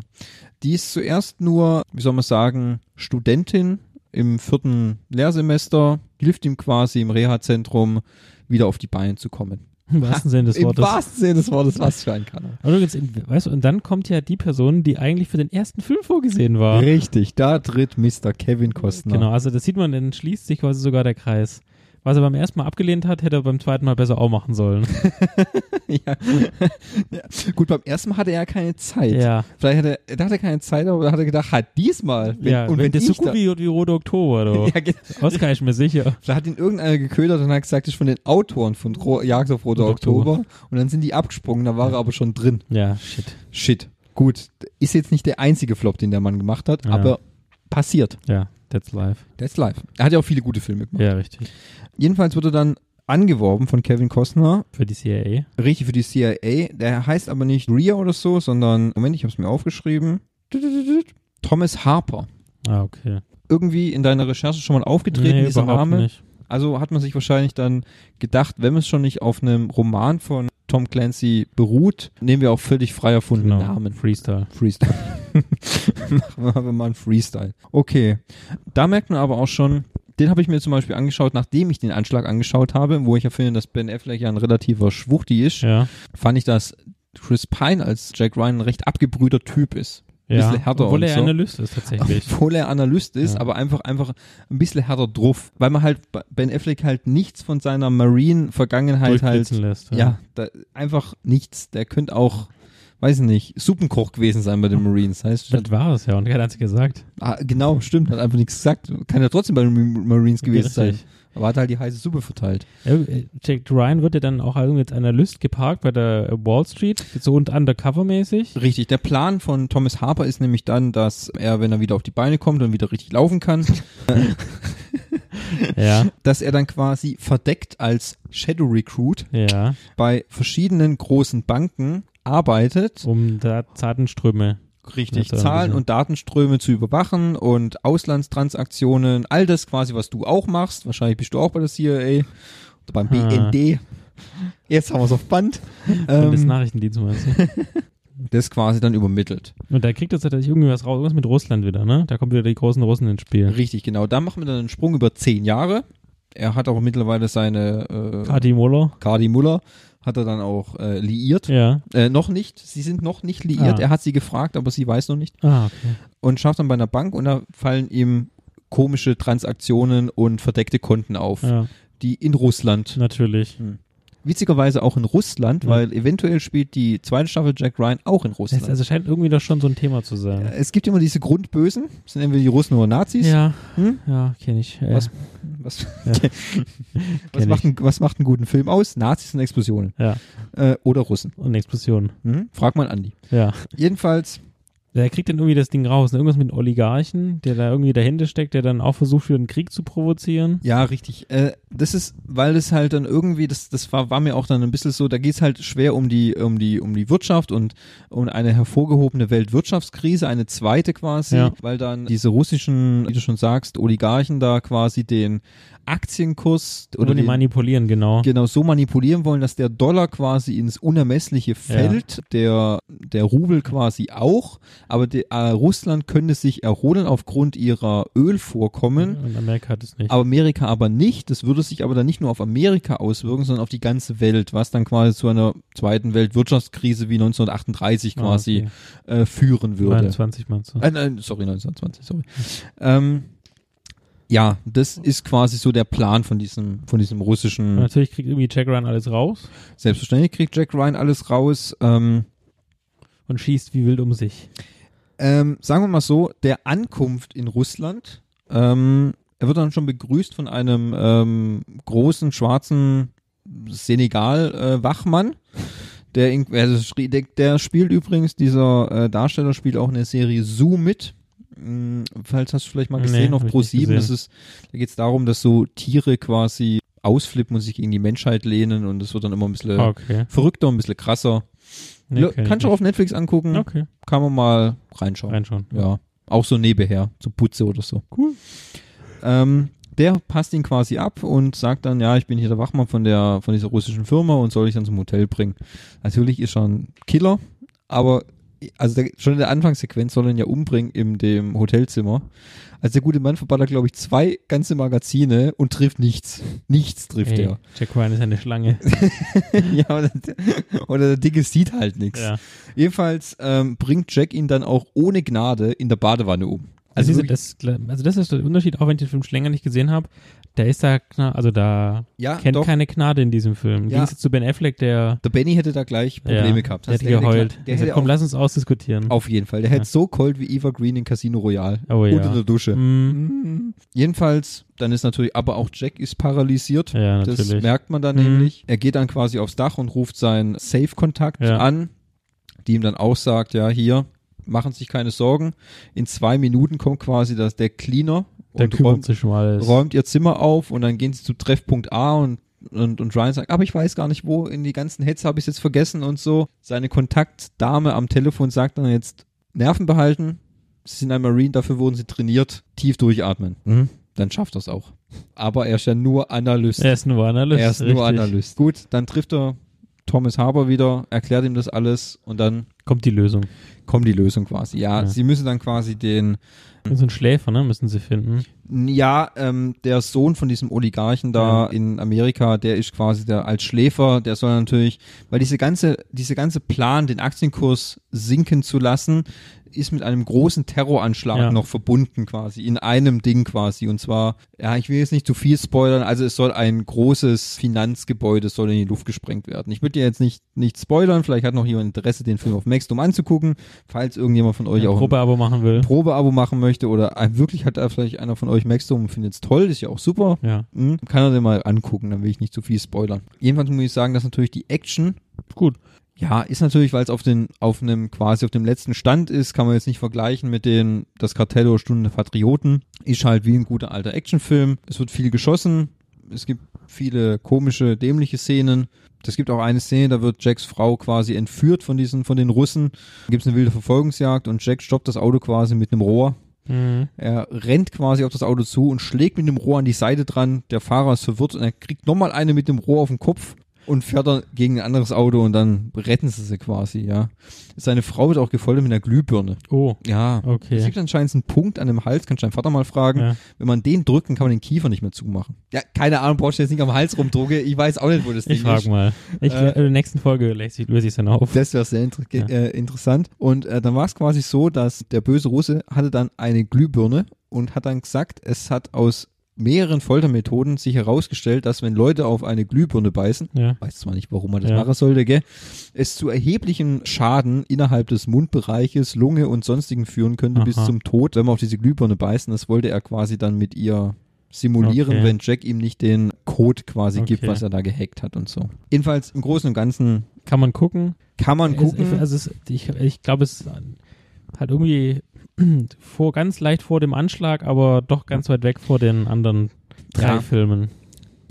[SPEAKER 4] Die ist zuerst nur, wie soll man sagen, Studentin im vierten Lehrsemester, hilft ihm quasi im Reha-Zentrum wieder auf die Beine zu kommen.
[SPEAKER 1] Im wahrsten Sinne des
[SPEAKER 4] Im
[SPEAKER 1] Wortes.
[SPEAKER 4] wahrsten Sinne des Wortes, was für ein Kanal.
[SPEAKER 1] Und, übrigens, im- weißt du, und dann kommt ja die Person, die eigentlich für den ersten Film vorgesehen war.
[SPEAKER 4] Richtig, da tritt Mr. Kevin Costner.
[SPEAKER 1] Genau, also das sieht man, dann schließt sich quasi sogar der Kreis. Was er beim ersten Mal abgelehnt hat, hätte er beim zweiten Mal besser auch machen sollen.
[SPEAKER 4] [LAUGHS] ja. ja. Gut, beim ersten Mal hatte er ja keine Zeit.
[SPEAKER 1] ja.
[SPEAKER 4] Vielleicht hatte er, da hatte er keine Zeit, aber da hat er gedacht, hat diesmal. Wenn,
[SPEAKER 1] ja.
[SPEAKER 4] und wenn,
[SPEAKER 1] das
[SPEAKER 4] ich
[SPEAKER 1] so gut
[SPEAKER 4] da, [LAUGHS]
[SPEAKER 1] wie, wie Rote Oktober, du.
[SPEAKER 4] ja, ge-
[SPEAKER 1] Oscar ist mir sicher.
[SPEAKER 4] da hat ihn irgendeiner geködert und hat gesagt, das ist von den Autoren von Ro Jagd auf Rote
[SPEAKER 1] Rote
[SPEAKER 4] Oktober. Und dann sind die abgesprungen, da war er aber schon drin.
[SPEAKER 1] Ja, shit.
[SPEAKER 4] Shit. Gut, ist jetzt nicht der einzige Flop, den der Mann gemacht hat,
[SPEAKER 1] Ja.
[SPEAKER 4] aber passiert.
[SPEAKER 1] Ja, that's life.
[SPEAKER 4] That's live. Er hat ja auch viele gute Filme gemacht.
[SPEAKER 1] Ja, richtig.
[SPEAKER 4] Jedenfalls wurde dann angeworben von Kevin Costner
[SPEAKER 1] Für die CIA.
[SPEAKER 4] Richtig für die CIA. Der heißt aber nicht Rhea oder so, sondern, Moment, ich habe es mir aufgeschrieben. Thomas Harper.
[SPEAKER 1] Ah, okay.
[SPEAKER 4] Ah, Irgendwie in deiner Recherche schon mal aufgetreten,
[SPEAKER 1] nee,
[SPEAKER 4] dieser
[SPEAKER 1] überhaupt
[SPEAKER 4] Name?
[SPEAKER 1] nicht.
[SPEAKER 4] Also hat man sich wahrscheinlich dann gedacht, wenn es schon nicht auf einem Roman von Tom Clancy beruht, nehmen wir auch völlig frei erfundene
[SPEAKER 1] Genau.
[SPEAKER 4] Namen.
[SPEAKER 1] Freestyle.
[SPEAKER 4] Freestyle. [LAUGHS] Machen wir mal einen Freestyle. Okay. Da merkt man aber auch schon, den habe ich mir zum Beispiel angeschaut, nachdem ich den Anschlag angeschaut habe, wo ich ja finde, dass Ben Affleck ja ein relativer Schwuchti ist,
[SPEAKER 1] Ja.
[SPEAKER 4] fand ich, dass Chris Pine als Jack Ryan ein recht abgebrühter Typ ist. Ein
[SPEAKER 1] ja.
[SPEAKER 4] bisschen härter
[SPEAKER 1] Obwohl
[SPEAKER 4] und
[SPEAKER 1] er
[SPEAKER 4] so.
[SPEAKER 1] Analyst ist tatsächlich.
[SPEAKER 4] Obwohl er Analyst ist,
[SPEAKER 1] Ja.
[SPEAKER 4] aber einfach, einfach ein bisschen härter drauf. Weil man halt bei Ben Affleck halt nichts von seiner Marine-Vergangenheit [LAUGHS] halt.
[SPEAKER 1] Durchblitzen lässt.
[SPEAKER 4] Ja, da, einfach nichts. Der könnte auch, weiß ich nicht, Suppenkoch gewesen sein bei den Marines. Heißt, statt
[SPEAKER 1] Das war es ja und keiner hat es gesagt.
[SPEAKER 4] Ah, genau, stimmt, hat einfach nichts gesagt. Kann ja trotzdem bei den Mar- Marines gewesen sein.
[SPEAKER 1] Richtig.
[SPEAKER 4] Aber hat halt die heiße Suppe verteilt.
[SPEAKER 1] Ja, äh, Jack Ryan wird ja dann auch irgendwie als Analyst geparkt bei der äh, Wall Street, so und
[SPEAKER 4] [LAUGHS]
[SPEAKER 1] undercover-mäßig.
[SPEAKER 4] Richtig, der Plan von Thomas Harper ist nämlich dann, dass er, wenn er wieder auf die Beine kommt und wieder richtig laufen kann,
[SPEAKER 1] Ja,
[SPEAKER 4] dass er dann quasi verdeckt als Shadow Recruit
[SPEAKER 1] ja,
[SPEAKER 4] bei verschiedenen großen Banken arbeitet,
[SPEAKER 1] um da Zahnströme.
[SPEAKER 4] richtig
[SPEAKER 1] Ja, so ein
[SPEAKER 4] Zahlen
[SPEAKER 1] bisschen.
[SPEAKER 4] und Datenströme zu überwachen und Auslandstransaktionen, all das quasi, was du auch machst. Wahrscheinlich bist du auch bei der CIA oder beim
[SPEAKER 1] Ah.
[SPEAKER 4] BND. Jetzt haben wir es auf [LAUGHS] Band.
[SPEAKER 1] Und das
[SPEAKER 4] Ähm,
[SPEAKER 1] Nachrichtendienst meinst du?
[SPEAKER 4] das quasi dann übermittelt.
[SPEAKER 1] Und da kriegt er tatsächlich irgendwie was raus, irgendwas mit Russland wieder, ne? Da kommen wieder die großen Russen ins Spiel.
[SPEAKER 4] Richtig, genau. Da machen wir dann einen Sprung über zehn Jahre. Er hat auch mittlerweile seine äh,
[SPEAKER 1] Kati Moller.
[SPEAKER 4] Kadi Muller, hat er dann auch äh, liiert.
[SPEAKER 1] Ja.
[SPEAKER 4] Äh, noch nicht, sie sind noch nicht
[SPEAKER 1] Ah.
[SPEAKER 4] liiert. Er hat sie gefragt, aber sie weiß noch nicht.
[SPEAKER 1] Ah, okay.
[SPEAKER 4] Und schafft dann bei einer Bank und da fallen ihm komische Transaktionen und verdeckte Konten auf,
[SPEAKER 1] Ja,
[SPEAKER 4] die in Russland.
[SPEAKER 1] natürlich.
[SPEAKER 4] Witzigerweise auch in Russland,
[SPEAKER 1] Ja.
[SPEAKER 4] weil eventuell spielt die zweite Staffel Jack Ryan auch in Russland.
[SPEAKER 1] Das also scheint irgendwie doch schon so ein Thema zu sein.
[SPEAKER 4] es gibt immer diese Grundbösen, das sind entweder die Russen oder Nazis.
[SPEAKER 1] Ja,
[SPEAKER 4] Hm?
[SPEAKER 1] ja, kenne ich. Äh,
[SPEAKER 4] Was- [LAUGHS] Was,
[SPEAKER 1] Ja.
[SPEAKER 4] was, macht einen, was macht einen guten Film aus? Nazis und Explosionen.
[SPEAKER 1] Ja.
[SPEAKER 4] Äh, oder Russen.
[SPEAKER 1] Und Explosionen.
[SPEAKER 4] Mhm. Frag mal Andi.
[SPEAKER 1] Ja.
[SPEAKER 4] Jedenfalls,
[SPEAKER 1] Der kriegt dann irgendwie das Ding raus. Ne? Irgendwas mit einem Oligarchen, der da irgendwie dahinter steckt, der dann auch versucht, für einen Krieg zu provozieren.
[SPEAKER 4] ja, richtig. Äh, das ist, weil das halt dann irgendwie, das, das war, war mir auch dann ein bisschen so, da geht es halt schwer um die, um die, um die Wirtschaft und um eine hervorgehobene Weltwirtschaftskrise, eine zweite quasi,
[SPEAKER 1] Ja.
[SPEAKER 4] weil dann diese russischen, wie du schon sagst, Oligarchen da quasi den Aktienkurs
[SPEAKER 1] Oder
[SPEAKER 4] oder
[SPEAKER 1] die
[SPEAKER 4] den,
[SPEAKER 1] manipulieren, genau.
[SPEAKER 4] genau so manipulieren wollen, dass der Dollar quasi ins Unermessliche fällt, der, der Rubel quasi auch, aber die, äh, Russland könnte sich erholen aufgrund ihrer Ölvorkommen.
[SPEAKER 1] Und Amerika hat es nicht.
[SPEAKER 4] Amerika aber nicht. Das würde sich aber dann nicht nur auf Amerika auswirken, sondern auf die ganze Welt, was dann quasi zu einer zweiten Weltwirtschaftskrise wie 1938
[SPEAKER 1] Ah,
[SPEAKER 4] quasi
[SPEAKER 1] okay.
[SPEAKER 4] äh, führen würde.
[SPEAKER 1] 29 meinst du?
[SPEAKER 4] Äh, nein, sorry, 1920, sorry. Ähm, ja, das ist quasi so der Plan von diesem, von diesem russischen
[SPEAKER 1] Und Natürlich kriegt irgendwie Jack Ryan alles raus
[SPEAKER 4] Selbstverständlich kriegt Jack Ryan alles raus. Ähm,
[SPEAKER 1] und schießt wie wild um sich.
[SPEAKER 4] ähm, sagen wir mal so, der Ankunft in Russland, ähm, er wird dann schon begrüßt von einem ähm, großen schwarzen Senegal-Wachmann. der, in- also schrie- der, der spielt übrigens, dieser äh, Darsteller spielt auch in der Serie Zoo mit. Hm, falls hast du vielleicht mal
[SPEAKER 1] Nee,
[SPEAKER 4] gesehen auf
[SPEAKER 1] hab ich
[SPEAKER 4] Pro
[SPEAKER 1] nicht
[SPEAKER 4] 7, das
[SPEAKER 1] gesehen.
[SPEAKER 4] ist, da geht es darum, dass so Tiere quasi ausflippen und sich gegen die Menschheit lehnen und es wird dann immer ein bisschen
[SPEAKER 1] Okay.
[SPEAKER 4] verrückter, ein bisschen
[SPEAKER 1] Ah.
[SPEAKER 4] krasser.
[SPEAKER 1] Nee,
[SPEAKER 4] Ja,
[SPEAKER 1] kenn ich
[SPEAKER 4] kannst du auch auf Netflix angucken,
[SPEAKER 1] nicht. Okay,
[SPEAKER 4] kann man mal reinschauen.
[SPEAKER 1] reinschauen.
[SPEAKER 4] Ja, auch so nebenher, so Putze oder so.
[SPEAKER 1] Cool.
[SPEAKER 4] Ähm, der passt ihn quasi ab und sagt dann, ja, ich bin hier der Wachmann von der von dieser russischen Firma und soll ich dann zum Hotel bringen. Natürlich ist er ein Killer, aber also der, schon in der Anfangssequenz soll er ihn ja umbringen in dem Hotelzimmer. Also der gute Mann verballert, glaube ich, zwei ganze Magazine und trifft nichts. Nichts trifft
[SPEAKER 1] Hey,
[SPEAKER 4] er. [LAUGHS]
[SPEAKER 1] Jack Ryan ist eine Schlange.
[SPEAKER 4] ja, oder, oder der Dicke sieht halt nichts.
[SPEAKER 1] ja.
[SPEAKER 4] Jedenfalls ähm, bringt Jack ihn dann auch ohne Gnade in der Badewanne um.
[SPEAKER 1] Also,
[SPEAKER 4] Also
[SPEAKER 1] diese,
[SPEAKER 4] wirklich,
[SPEAKER 1] das, also das ist der Unterschied, auch wenn ich den Film schon länger nicht gesehen habe. Da ist da, Gna- also da
[SPEAKER 4] ja,
[SPEAKER 1] kennt
[SPEAKER 4] doch,
[SPEAKER 1] keine Gnade in diesem Film.
[SPEAKER 4] Ja.
[SPEAKER 1] Ging es zu Ben Affleck, der
[SPEAKER 4] der Benny hätte da gleich Probleme
[SPEAKER 1] ja,
[SPEAKER 4] gehabt.
[SPEAKER 1] Der
[SPEAKER 4] Also
[SPEAKER 1] hätte
[SPEAKER 4] der
[SPEAKER 1] geheult. Der
[SPEAKER 4] Hätte, der hätte
[SPEAKER 1] komm,
[SPEAKER 4] auf,
[SPEAKER 1] lass uns ausdiskutieren.
[SPEAKER 4] auf jeden Fall. Der hätte so cold wie Eva Green in Casino Royale.
[SPEAKER 1] Oh ja.
[SPEAKER 4] Unter der Dusche.
[SPEAKER 1] Mm.
[SPEAKER 4] Jedenfalls, dann ist natürlich, aber auch Jack ist paralysiert.
[SPEAKER 1] Ja,
[SPEAKER 4] das
[SPEAKER 1] natürlich.
[SPEAKER 4] merkt man dann
[SPEAKER 1] Mhm.
[SPEAKER 4] nämlich. Er geht dann quasi aufs Dach und ruft seinen Safe-Kontakt
[SPEAKER 1] Ja.
[SPEAKER 4] an, die ihm dann auch sagt, ja, hier, machen sich keine Sorgen. In zwei Minuten kommt quasi das, der Cleaner
[SPEAKER 1] der
[SPEAKER 4] und räumt
[SPEAKER 1] kümmert sich um alles.
[SPEAKER 4] räumt ihr Zimmer auf und dann gehen sie zu Treffpunkt A und, und, und Ryan sagt, aber ich weiß gar nicht wo, in die ganzen Hits habe ich es jetzt vergessen und so. Seine Kontaktdame am Telefon sagt dann
[SPEAKER 1] Mhm.
[SPEAKER 4] jetzt, Nerven behalten, sie sind ein Marine, dafür wurden sie trainiert, tief durchatmen. dann schafft er es auch. Aber er ist ja nur Analyst.
[SPEAKER 1] Er ist nur Analyst.
[SPEAKER 4] er ist
[SPEAKER 1] richtig.
[SPEAKER 4] nur Analyst. Gut, dann trifft er Thomas Harper wieder, erklärt ihm das alles und dann
[SPEAKER 1] Kommt die Lösung.
[SPEAKER 4] kommt die Lösung quasi. Ja,
[SPEAKER 1] Ja.
[SPEAKER 4] sie müssen dann quasi den, Hm.
[SPEAKER 1] So ein Schläfer, ne? Müssen sie finden.
[SPEAKER 4] ja, ähm, der Sohn von diesem Oligarchen da in Amerika, der ist quasi der als Schläfer, der soll natürlich, weil diese ganze, diese ganze Plan, den Aktienkurs sinken zu lassen, ist mit einem großen Terroranschlag
[SPEAKER 1] Ja.
[SPEAKER 4] noch verbunden quasi, in einem Ding quasi. Und zwar, ja, ich will jetzt nicht zu viel spoilern, also es soll ein großes Finanzgebäude soll in die Luft gesprengt werden. Ich würde dir jetzt nicht, nicht spoilern, vielleicht hat noch jemand Interesse, den Film auf Maxdom anzugucken, falls irgendjemand von euch
[SPEAKER 1] Wenn
[SPEAKER 4] auch im-
[SPEAKER 1] Probeabo machen will.
[SPEAKER 4] ein Probeabo machen möchte oder ein- wirklich hat da vielleicht einer von euch Maxdome und findet es toll, ist ja auch super.
[SPEAKER 1] ja,
[SPEAKER 4] Hm, Kann er den mal angucken, dann will ich nicht zu viel spoilern. Jedenfalls muss ich sagen, dass natürlich die Action,
[SPEAKER 1] gut.
[SPEAKER 4] ja, ist natürlich, weil es auf den, auf einem, quasi auf dem letzten Stand ist, kann man jetzt nicht vergleichen mit den, das Kartell oder Stunde der Patrioten. Ist halt wie ein guter alter Actionfilm. Es wird viel geschossen. Es gibt viele komische, dämliche Szenen. Es gibt auch eine Szene, da wird Jacks Frau quasi entführt von diesen, von den Russen. Da gibt es eine wilde Verfolgungsjagd und Jack stoppt das Auto quasi mit einem Rohr.
[SPEAKER 1] Mhm.
[SPEAKER 4] Er rennt quasi auf das Auto zu und schlägt mit dem Rohr an die Seite dran. Der Fahrer ist verwirrt und er kriegt nochmal eine mit dem Rohr auf den Kopf und fährt dann gegen ein anderes Auto und dann retten sie sie quasi, ja. Seine Frau wird auch gefoltert mit einer Glühbirne.
[SPEAKER 1] Oh,
[SPEAKER 4] Ja. Es
[SPEAKER 1] okay.
[SPEAKER 4] gibt anscheinend einen Punkt an dem Hals, kannst du deinen Vater mal fragen.
[SPEAKER 1] Ja.
[SPEAKER 4] Wenn man den drückt, dann kann man den Kiefer nicht mehr zumachen. Ja, keine Ahnung, brauchst du jetzt nicht am Hals rumdrucke. Ich weiß auch nicht, wo das
[SPEAKER 1] Ich
[SPEAKER 4] Ding ist.
[SPEAKER 1] frage mal. Ich,
[SPEAKER 4] Äh,
[SPEAKER 1] in der nächsten Folge lässt sich, löse ich es dann auf.
[SPEAKER 4] Das wäre sehr inter
[SPEAKER 1] Ja.
[SPEAKER 4] äh, interessant. Und äh, dann war es quasi so, dass der böse Russe hatte dann eine Glühbirne und hat dann gesagt, es hat aus mehreren Foltermethoden sich herausgestellt, dass wenn Leute auf eine Glühbirne beißen,
[SPEAKER 1] Ja.
[SPEAKER 4] weiß zwar nicht, warum man das
[SPEAKER 1] Ja.
[SPEAKER 4] machen sollte, gell, es zu erheblichen Schaden innerhalb des Mundbereiches, Lunge und sonstigen führen könnte bis
[SPEAKER 1] Aha.
[SPEAKER 4] zum Tod, wenn man auf diese Glühbirne beißen. Das wollte er quasi dann mit ihr simulieren,
[SPEAKER 1] Okay.
[SPEAKER 4] wenn Jack ihm nicht den Code quasi gibt,
[SPEAKER 1] Okay.
[SPEAKER 4] was er da gehackt hat und so. Jedenfalls im Großen und Ganzen
[SPEAKER 1] Kann man gucken.
[SPEAKER 4] kann man gucken.
[SPEAKER 1] Es, also es, ich ich glaube, es ist halt irgendwie [CLEARS THROAT] vor, ganz leicht vor dem Anschlag, aber doch ganz weit weg vor den anderen drei
[SPEAKER 4] Ja.
[SPEAKER 1] Filmen.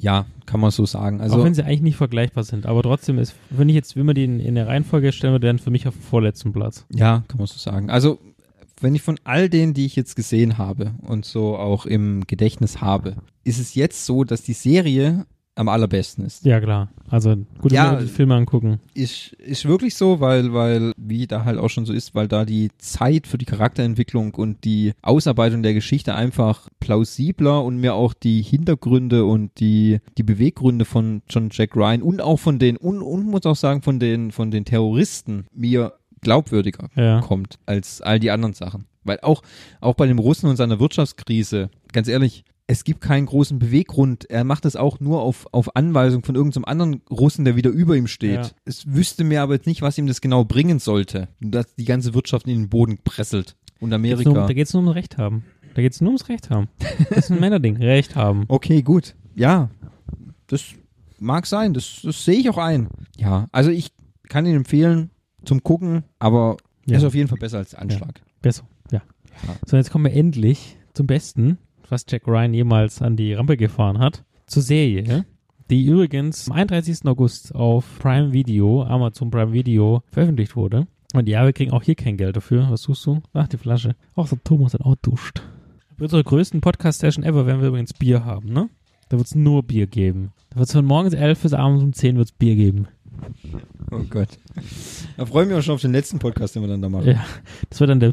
[SPEAKER 4] Ja, kann man so sagen. Also
[SPEAKER 1] Auch wenn sie eigentlich nicht vergleichbar sind. Aber trotzdem ist, wenn ich jetzt, wenn man die in, in der Reihenfolge stellen würde, dann für mich auf dem vorletzten Platz.
[SPEAKER 4] ja, kann man so sagen. Also wenn ich von all denen, die ich jetzt gesehen habe und so auch im Gedächtnis habe, ist es jetzt so, dass die Serie am allerbesten ist.
[SPEAKER 1] Ja, klar. Also gut,
[SPEAKER 4] Ja.
[SPEAKER 1] wenn wir die Filme angucken.
[SPEAKER 4] Ist, ist wirklich so, weil, weil, wie da halt auch schon so ist, weil da die Zeit für die Charakterentwicklung und die Ausarbeitung der Geschichte einfach plausibler und mir auch die Hintergründe und die, die Beweggründe von John Jack Ryan und auch von den, und, und muss auch sagen, von den, von den Terroristen mir glaubwürdiger
[SPEAKER 1] Ja.
[SPEAKER 4] kommt als all die anderen Sachen. Weil auch, auch bei dem Russen und seiner Wirtschaftskrise, ganz ehrlich, es gibt keinen großen Beweggrund. Er macht es auch nur auf, auf Anweisung von irgendeinem anderen Russen, der wieder über ihm steht.
[SPEAKER 1] Ja.
[SPEAKER 4] Es wüsste mir aber jetzt nicht, was ihm das genau bringen sollte, dass die ganze Wirtschaft in den Boden presselt.
[SPEAKER 1] Geht's nur
[SPEAKER 4] Und
[SPEAKER 1] um,
[SPEAKER 4] Amerika.
[SPEAKER 1] da geht es nur ums Recht haben. Da geht es nur ums Recht haben. Das ist ein Männerding. Recht haben.
[SPEAKER 4] Okay, gut. Ja, das mag sein. Das, das sehe ich auch ein. Ja, also ich kann ihn empfehlen zum Gucken, aber
[SPEAKER 1] Ja.
[SPEAKER 4] er ist auf jeden Fall besser als Anschlag.
[SPEAKER 1] Besser, ja. So, jetzt kommen wir endlich zum Besten, was Jack Ryan jemals an die Rampe gefahren hat, zur Serie, die übrigens am 31. August auf Prime Video, Amazon Prime Video, veröffentlicht wurde. Und ja, wir kriegen auch hier kein Geld dafür. Was suchst du? Ach, die Flasche. Ach, der Thomas hat auch duscht. Bei unserer größten Podcast-Session ever werden wir übrigens Bier haben, ne? Da wird es nur Bier geben. Da wird es von morgens 11 bis abends um 10 wird's Bier geben.
[SPEAKER 4] Oh Gott. Da freuen wir uns schon auf den letzten Podcast, den wir dann da machen.
[SPEAKER 1] Ja, das wird dann der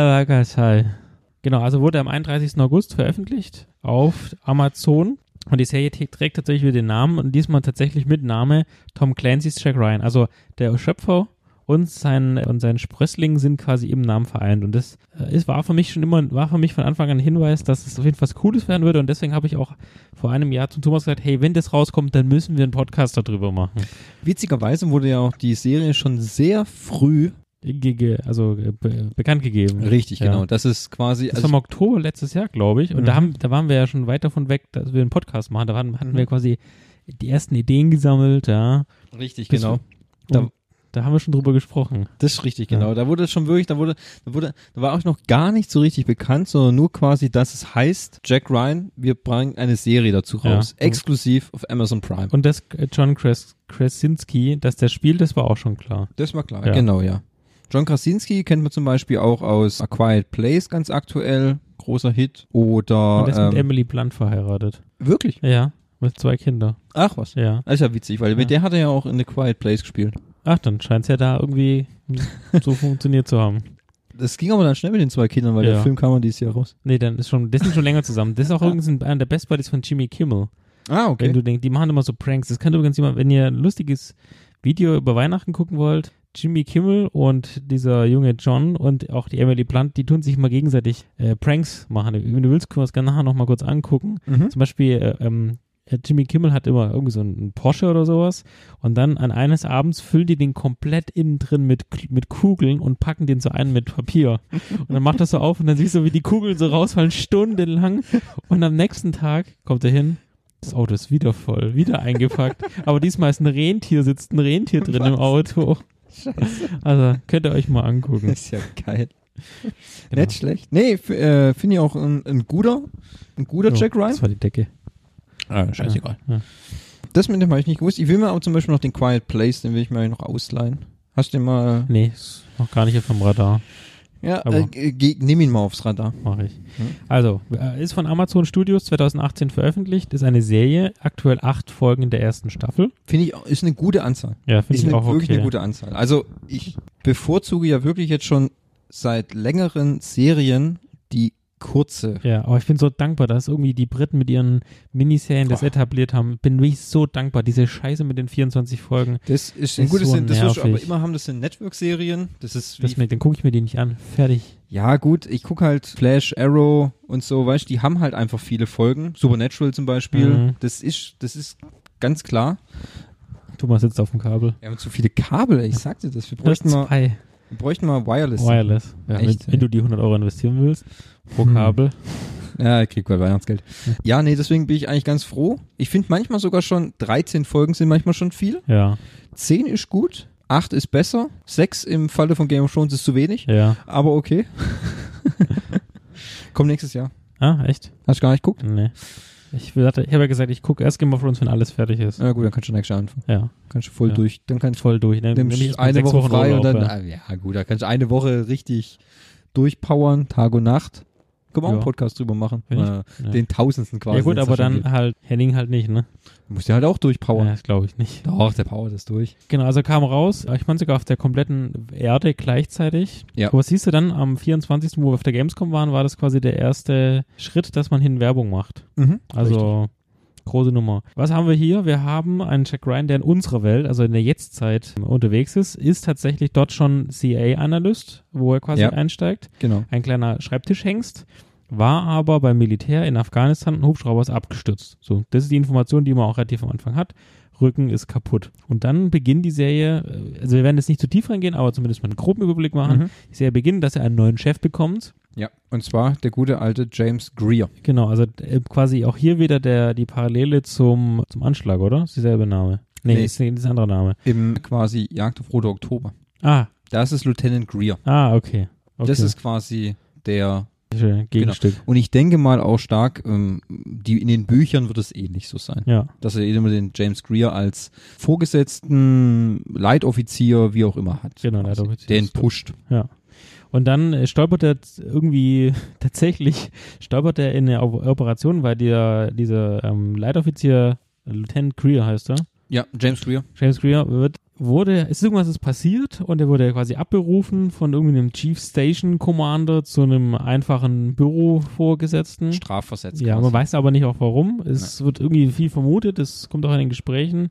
[SPEAKER 1] Trügerwackerschall. Genau, also wurde am 31. August veröffentlicht auf Amazon. Und die Serie t- trägt tatsächlich wieder den Namen und diesmal tatsächlich mit Name Tom Clancy's Jack Ryan. Also der Schöpfer und sein, und sein Sprössling sind quasi im Namen vereint. Und das äh, ist, war für mich schon immer, war für mich von Anfang an ein Hinweis, dass es auf jeden Fall was Cooles werden würde. Und deswegen habe ich auch vor einem Jahr zum Thomas gesagt, hey, wenn das rauskommt, dann müssen wir einen Podcast darüber machen.
[SPEAKER 4] Witzigerweise wurde ja auch die Serie schon sehr früh.
[SPEAKER 1] Ge- ge- Also äh, be bekannt gegeben.
[SPEAKER 4] Richtig,
[SPEAKER 1] Ja.
[SPEAKER 4] genau. Das ist quasi.
[SPEAKER 1] Das
[SPEAKER 4] Also,
[SPEAKER 1] war im Oktober letztes Jahr, glaube ich. Und da,
[SPEAKER 4] Mhm.
[SPEAKER 1] haben, da waren wir ja schon weit davon weg, dass wir einen Podcast machen. Da waren, hatten
[SPEAKER 4] Mhm.
[SPEAKER 1] wir quasi die ersten Ideen gesammelt, ja.
[SPEAKER 4] richtig,
[SPEAKER 1] Bis-
[SPEAKER 4] genau.
[SPEAKER 1] Da,
[SPEAKER 4] Da-
[SPEAKER 1] da haben wir schon drüber gesprochen.
[SPEAKER 4] Das ist richtig, genau. Da wurde schon wirklich, da wurde, da wurde, da war auch noch gar nicht so richtig bekannt, sondern nur quasi, dass es heißt, Jack Ryan, wir bringen eine Serie dazu
[SPEAKER 1] Ja.
[SPEAKER 4] raus. Exklusiv auf Amazon Prime.
[SPEAKER 1] Und das äh, John Kras Krasinski, dass der spielt, das war auch schon klar.
[SPEAKER 4] das war klar.
[SPEAKER 1] Ja.
[SPEAKER 4] Genau, ja. John Krasinski kennt man zum Beispiel auch aus A Quiet Place ganz aktuell, großer Hit. Oder
[SPEAKER 1] Und er ist mit
[SPEAKER 4] ähm,
[SPEAKER 1] Emily Blunt verheiratet.
[SPEAKER 4] wirklich?
[SPEAKER 1] Ja, mit zwei Kindern.
[SPEAKER 4] Ach was.
[SPEAKER 1] Ja.
[SPEAKER 4] Das ist ja witzig, weil mit der hat er ja auch in The Quiet Place gespielt.
[SPEAKER 1] Ach, dann scheint es ja da irgendwie
[SPEAKER 4] [LAUGHS]
[SPEAKER 1] so funktioniert zu haben.
[SPEAKER 4] Das ging aber dann schnell mit den zwei Kindern, weil
[SPEAKER 1] Ja.
[SPEAKER 4] der Film kam ja dieses Jahr raus.
[SPEAKER 1] Nee, dann ist schon, das sind schon länger zusammen. Das ist auch übrigens ein- einer der Best Buddies von Jimmy Kimmel.
[SPEAKER 4] Ah,
[SPEAKER 1] Wenn du denkst, die machen immer so Pranks. Das kann übrigens jemand, wenn ihr ein lustiges Video über Weihnachten gucken wollt, Jimmy Kimmel und dieser junge John und auch die Emily Blunt, die tun sich mal gegenseitig äh, Pranks machen. Wenn du willst, können wir das gerne nachher nochmal kurz angucken.
[SPEAKER 4] Mhm.
[SPEAKER 1] Zum Beispiel, äh, ähm, äh, Jimmy Kimmel hat immer irgendwie so einen Porsche oder sowas und dann an eines Abends füllen die den komplett innen drin mit, K- mit Kugeln und packen den so ein mit
[SPEAKER 4] [LAUGHS]
[SPEAKER 1] Papier. Und dann macht das so auf und dann siehst du, wie die Kugeln so rausfallen, stundenlang. Und am nächsten Tag kommt er hin, das Auto ist wieder voll, wieder eingepackt. Aber diesmal ist ein Rentier, sitzt ein Rentier drin im Auto. Also könnt ihr euch mal angucken.
[SPEAKER 4] [LAUGHS] Das ist ja [LAUGHS] geil.
[SPEAKER 1] Genau.
[SPEAKER 4] Nicht schlecht. Nee, f- äh, finde ich auch ein, ein guter, ein guter Jack
[SPEAKER 1] Oh,
[SPEAKER 4] Ryan.
[SPEAKER 1] Das war die Decke.
[SPEAKER 4] Ah,
[SPEAKER 1] Ja.
[SPEAKER 4] Das mit dem habe ich nicht gewusst. Ich will mir aber zum Beispiel noch den Quiet Place, den will ich mir noch ausleihen. Hast du den mal?
[SPEAKER 1] Nee, ist noch gar nicht auf dem Radar.
[SPEAKER 4] Ja,
[SPEAKER 1] Aber-
[SPEAKER 4] äh, ge- ge- nimm ihn mal aufs Radar.
[SPEAKER 1] mache ich.
[SPEAKER 4] Hm.
[SPEAKER 1] Also, äh, ist von Amazon Studios 2018 veröffentlicht, ist eine Serie, aktuell acht Folgen in der ersten Staffel.
[SPEAKER 4] Finde ich, auch- ist eine gute Anzahl.
[SPEAKER 1] Ja, finde
[SPEAKER 4] ist
[SPEAKER 1] ich
[SPEAKER 4] eine,
[SPEAKER 1] auch
[SPEAKER 4] wirklich
[SPEAKER 1] okay.
[SPEAKER 4] eine gute Anzahl. Also ich bevorzuge ja wirklich jetzt schon seit längeren Serien die kurze.
[SPEAKER 1] ja, aber ich bin so dankbar, dass irgendwie die Briten mit ihren Miniserien das
[SPEAKER 4] Boah.
[SPEAKER 1] etabliert haben. Bin wirklich so dankbar. Diese Scheiße mit den 24 Folgen,
[SPEAKER 4] Das ist
[SPEAKER 1] Ist so
[SPEAKER 4] Sinn. Das wirst du aber
[SPEAKER 1] nervig.
[SPEAKER 4] immer haben, das sind Network-Serien. Das ist
[SPEAKER 1] das mir, dann gucke ich mir die nicht an. Fertig.
[SPEAKER 4] Ja, gut, ich guck halt Flash, Arrow und so, weißt du, die haben halt einfach viele Folgen. Supernatural zum Beispiel.
[SPEAKER 1] Mhm.
[SPEAKER 4] Das ist, das ist ganz klar.
[SPEAKER 1] Thomas sitzt auf dem Kabel.
[SPEAKER 4] Wir haben zu viele Kabel, ey, ich sagte das. Wir bräuchten, mal,
[SPEAKER 1] Zwei.
[SPEAKER 4] wir bräuchten mal Wireless.
[SPEAKER 1] Wireless. Ja,
[SPEAKER 4] Echt,
[SPEAKER 1] wenn, wenn
[SPEAKER 4] ey.
[SPEAKER 1] du die 100 Euro investieren willst, pro
[SPEAKER 4] Hm.
[SPEAKER 1] Kabel.
[SPEAKER 4] Ja, ich krieg bald Weihnachtsgeld. Ja, nee, deswegen bin ich eigentlich ganz froh. Ich finde manchmal sogar schon, 13 Folgen sind manchmal schon viel.
[SPEAKER 1] Ja,
[SPEAKER 4] 10 ist gut, 8 ist besser, 6 im Falle von Game of Thrones ist zu wenig,
[SPEAKER 1] ja.
[SPEAKER 4] aber [LAUGHS] okay. Kommt nächstes Jahr.
[SPEAKER 1] Ah, echt?
[SPEAKER 4] Hast du gar nicht geguckt?
[SPEAKER 1] Nee. Ich, dachte- ich habe ja gesagt, ich gucke erst Game of Thrones, wenn alles fertig ist.
[SPEAKER 4] Na gut, dann kannst du nächstes Jahr anfangen.
[SPEAKER 1] Ja,
[SPEAKER 4] Kannst du voll
[SPEAKER 1] Ja.
[SPEAKER 4] durch, dann kannst
[SPEAKER 1] voll durch. Ne?
[SPEAKER 4] nimmst
[SPEAKER 1] Nämlich erst mal
[SPEAKER 4] eine
[SPEAKER 1] sechs
[SPEAKER 4] Woche frei
[SPEAKER 1] Urlaub,
[SPEAKER 4] und dann,
[SPEAKER 1] ja.
[SPEAKER 4] ah, ja gut, da kannst du eine Woche richtig durchpowern, Tag und Nacht. Können wir auch
[SPEAKER 1] Ja.
[SPEAKER 4] einen Podcast drüber machen.
[SPEAKER 1] Wenn ich-
[SPEAKER 4] Äh,
[SPEAKER 1] ja.
[SPEAKER 4] Den tausendsten quasi.
[SPEAKER 1] ja gut,
[SPEAKER 4] den es
[SPEAKER 1] aber
[SPEAKER 4] da schon
[SPEAKER 1] dann
[SPEAKER 4] gibt.
[SPEAKER 1] halt Henning halt nicht, ne?
[SPEAKER 4] Musst du halt auch durchpowern.
[SPEAKER 1] Ja, das glaube ich nicht.
[SPEAKER 4] Doch, der powert das durch.
[SPEAKER 1] Genau, also kam raus, äh, ich meine sogar auf der kompletten Erde gleichzeitig.
[SPEAKER 4] Ja.
[SPEAKER 1] Aber was siehst du dann, am 24., wo wir auf der Gamescom waren, war das quasi der erste Schritt, dass man hin Werbung macht. Also große Nummer. Was haben wir hier? Wir haben einen Jack Ryan, der in unserer Welt, also in der Jetztzeit ähm, unterwegs ist, ist tatsächlich dort schon CA-Analyst, wo er quasi
[SPEAKER 4] Ja.
[SPEAKER 1] einsteigt.
[SPEAKER 4] genau.
[SPEAKER 1] Ein kleiner Schreibtischhengst, war aber beim Militär in Afghanistan ein Hubschrauber ist abgestürzt. So, das ist die Information, die man auch relativ am Anfang hat. Rücken ist kaputt. Und dann beginnt die Serie, äh, also wir werden jetzt nicht zu tief reingehen, aber zumindest mal einen groben Überblick machen.
[SPEAKER 4] Mhm.
[SPEAKER 1] Die Serie beginnt, dass er einen neuen Chef bekommt.
[SPEAKER 4] Ja, und zwar der gute alte James Greer.
[SPEAKER 1] Genau, also äh, quasi auch hier wieder der, die Parallele zum, zum Anschlag, oder? Ist dieselbe Name. Nee,
[SPEAKER 4] Nee.
[SPEAKER 1] Ist, ist ein anderer Name.
[SPEAKER 4] Im quasi Jagd auf Rote Oktober.
[SPEAKER 1] Ah,
[SPEAKER 4] Das ist Lieutenant Greer.
[SPEAKER 1] ah, okay. okay.
[SPEAKER 4] Das ist quasi der.
[SPEAKER 1] Schön, Gegenstück.
[SPEAKER 4] Und ich denke mal auch stark, ähm, die, in den Büchern wird es ähnlich so sein.
[SPEAKER 1] Ja,
[SPEAKER 4] Dass er immer den James Greer als Vorgesetzten, Leitoffizier, wie auch immer hat.
[SPEAKER 1] Genau,
[SPEAKER 4] Quasi.
[SPEAKER 1] Leitoffizier.
[SPEAKER 4] Den pusht.
[SPEAKER 1] ja. Und dann äh, stolpert er z- irgendwie [LAUGHS] tatsächlich, stolpert er in eine O- Operation, weil der, dieser ähm, Leitoffizier, Lieutenant Greer heißt er,
[SPEAKER 4] Ja, James Greer.
[SPEAKER 1] James Greer wird, wurde, ist irgendwas ist passiert und er wurde quasi abberufen von irgendeinem Chief Station Commander zu einem einfachen Bürovorgesetzten.
[SPEAKER 4] Strafversetzt.
[SPEAKER 1] Hm? Ja, man
[SPEAKER 4] quasi.
[SPEAKER 1] weiß aber nicht auch warum. Es wird irgendwie viel vermutet, es kommt auch in den Gesprächen.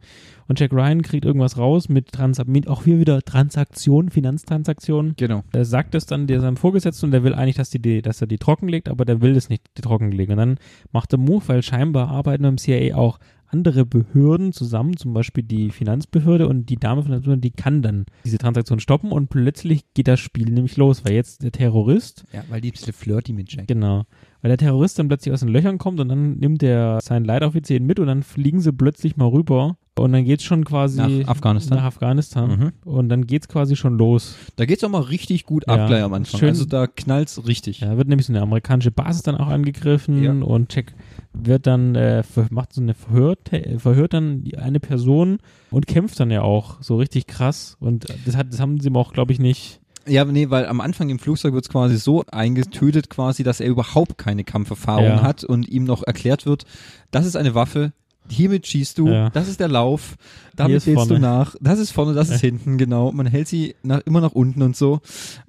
[SPEAKER 1] Und Jack Ryan kriegt irgendwas raus mit, Trans mit auch hier wieder Transaktionen, Finanztransaktionen.
[SPEAKER 4] Genau.
[SPEAKER 1] Er sagt es dann der seinem Vorgesetzten und der will eigentlich, dass, die, die, dass er die trockenlegt, aber der will es nicht die trockenlegen. Und dann macht der Move, weil scheinbar arbeiten beim CIA auch andere Behörden zusammen, zum Beispiel die Finanzbehörde und die Dame von der Finanzbehörde, die kann dann diese Transaktion stoppen und plötzlich geht das Spiel nämlich los, weil jetzt der Terrorist
[SPEAKER 4] Ja, weil die ein bisschen flirty mit Jack.
[SPEAKER 1] Genau. Weil der Terrorist dann plötzlich aus den Löchern kommt und dann nimmt der seinen Leitoffizier ihn mit und dann fliegen sie plötzlich mal rüber und dann geht's schon quasi
[SPEAKER 4] Nach Afghanistan.
[SPEAKER 1] Genau. nach Afghanistan.
[SPEAKER 4] Mhm.
[SPEAKER 1] und dann geht's quasi schon los.
[SPEAKER 4] Da geht's auch mal richtig gut
[SPEAKER 1] Ja.
[SPEAKER 4] ab gleich am Anfang.
[SPEAKER 1] Schön.
[SPEAKER 4] Also da knallt's richtig.
[SPEAKER 1] Ja, wird nämlich so eine amerikanische Basis dann auch angegriffen
[SPEAKER 4] Ja.
[SPEAKER 1] und Jack wird dann äh, ver- macht so eine Verhör äh, verhört dann die eine Person und kämpft dann ja auch so richtig krass und das hat das haben sie ihm auch glaube ich nicht
[SPEAKER 4] Ja, nee, weil am Anfang im Flugzeug wird es quasi so eingetötet, quasi, dass er überhaupt keine Kampferfahrung
[SPEAKER 1] Ja.
[SPEAKER 4] hat und ihm noch erklärt wird, das ist eine Waffe, hiermit schießt du,
[SPEAKER 1] Ja.
[SPEAKER 4] das ist der Lauf,
[SPEAKER 1] Hier
[SPEAKER 4] damit
[SPEAKER 1] ist
[SPEAKER 4] wählst du
[SPEAKER 1] vorne.
[SPEAKER 4] nach, das ist vorne, das ist hinten, genau. Man hält sie nach, immer nach unten und so.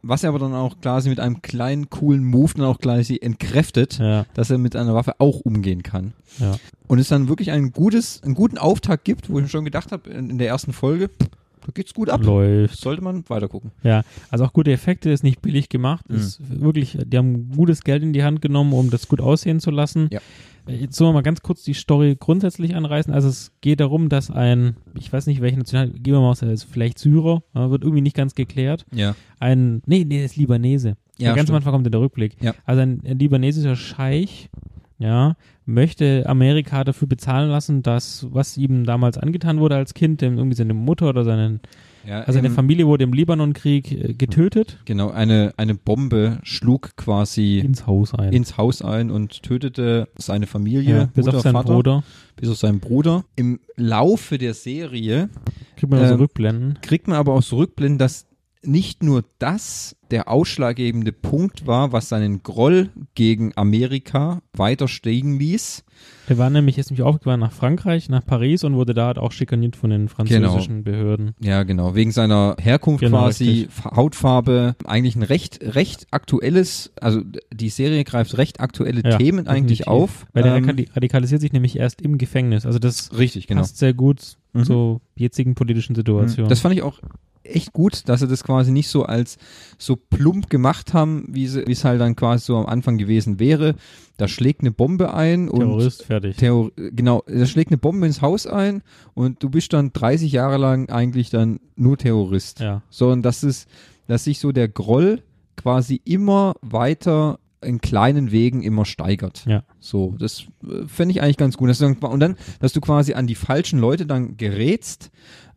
[SPEAKER 4] Was er aber dann auch quasi mit einem kleinen, coolen Move dann auch gleich sie entkräftet,
[SPEAKER 1] Ja,
[SPEAKER 4] dass er mit einer Waffe auch umgehen kann.
[SPEAKER 1] ja.
[SPEAKER 4] Und es dann wirklich ein gutes, einen guten Auftakt gibt, wo ich mir schon gedacht habe, in, in der ersten Folge, da geht's gut ab.
[SPEAKER 1] Läuft.
[SPEAKER 4] Sollte man weitergucken.
[SPEAKER 1] Ja, also auch gute Effekte, ist nicht billig gemacht.
[SPEAKER 4] Mhm.
[SPEAKER 1] Ist wirklich, die haben gutes Geld in die Hand genommen, um das gut aussehen zu lassen.
[SPEAKER 4] Ja.
[SPEAKER 1] Äh, Jetzt sollen wir mal ganz kurz die Story grundsätzlich anreißen. Also es geht darum, dass ein, ich weiß nicht welche National, gehen wir mal aus, er ist vielleicht Syrer, äh, wird irgendwie nicht ganz geklärt.
[SPEAKER 4] Ja.
[SPEAKER 1] Ein, nee, nee, er ist Libanese.
[SPEAKER 4] Ja,
[SPEAKER 1] ganz am
[SPEAKER 4] stimmt.
[SPEAKER 1] Anfang kommt der Rückblick.
[SPEAKER 4] Ja.
[SPEAKER 1] Also ein, ein libanesischer Scheich, ja, möchte Amerika dafür bezahlen lassen, dass, was ihm damals angetan wurde als Kind, dem irgendwie seine Mutter oder seinen,
[SPEAKER 4] Ja,
[SPEAKER 1] also seine
[SPEAKER 4] ähm,
[SPEAKER 1] Familie wurde im Libanonkrieg äh, getötet.
[SPEAKER 4] Genau, eine, eine Bombe schlug quasi
[SPEAKER 1] ins Haus ein.
[SPEAKER 4] ins Haus ein und tötete seine Familie,
[SPEAKER 1] ja, bis
[SPEAKER 4] Mutter,
[SPEAKER 1] auf seinen
[SPEAKER 4] Vater,
[SPEAKER 1] Bruder.
[SPEAKER 4] bis auf seinen Bruder. Im Laufe der Serie
[SPEAKER 1] Kriegt man also
[SPEAKER 4] Ähm,
[SPEAKER 1] Rückblenden.
[SPEAKER 4] kriegt man aber auch zurückblenden, dass nicht nur das der ausschlaggebende Punkt war, was seinen Groll gegen Amerika weiter steigen ließ.
[SPEAKER 1] Er war nämlich, ist nämlich aufgewandt nach Frankreich, nach Paris und wurde da halt auch schikaniert von den französischen Behörden.
[SPEAKER 4] Ja, genau, wegen seiner Herkunft
[SPEAKER 1] Genau,
[SPEAKER 4] quasi,
[SPEAKER 1] richtig.
[SPEAKER 4] Fa- Hautfarbe, eigentlich ein recht, recht aktuelles, also die Serie greift recht aktuelle
[SPEAKER 1] Ja,
[SPEAKER 4] Themen eigentlich
[SPEAKER 1] definitiv.
[SPEAKER 4] auf.
[SPEAKER 1] Weil der
[SPEAKER 4] Ähm,
[SPEAKER 1] radikali- radikalisiert sich nämlich erst im Gefängnis. Also das
[SPEAKER 4] Richtig, genau.
[SPEAKER 1] passt sehr gut
[SPEAKER 4] Mhm.
[SPEAKER 1] zur jetzigen politischen Situation.
[SPEAKER 4] Das fand ich auch echt gut, dass sie das quasi nicht so als so plump gemacht haben, wie sie- wie es halt dann quasi so am Anfang gewesen wäre. Da schlägt eine Bombe ein und
[SPEAKER 1] Terrorist, fertig.
[SPEAKER 4] Terror genau, da schlägt eine Bombe ins Haus ein und du bist dann 30 Jahre lang eigentlich dann nur Terrorist.
[SPEAKER 1] ja.
[SPEAKER 4] Sondern dass es, dass sich so der Groll quasi immer weiter in kleinen Wegen immer steigert.
[SPEAKER 1] Ja.
[SPEAKER 4] So, das äh, fände ich eigentlich ganz gut. Dass du dann, und dann, dass du quasi an die falschen Leute dann gerätst,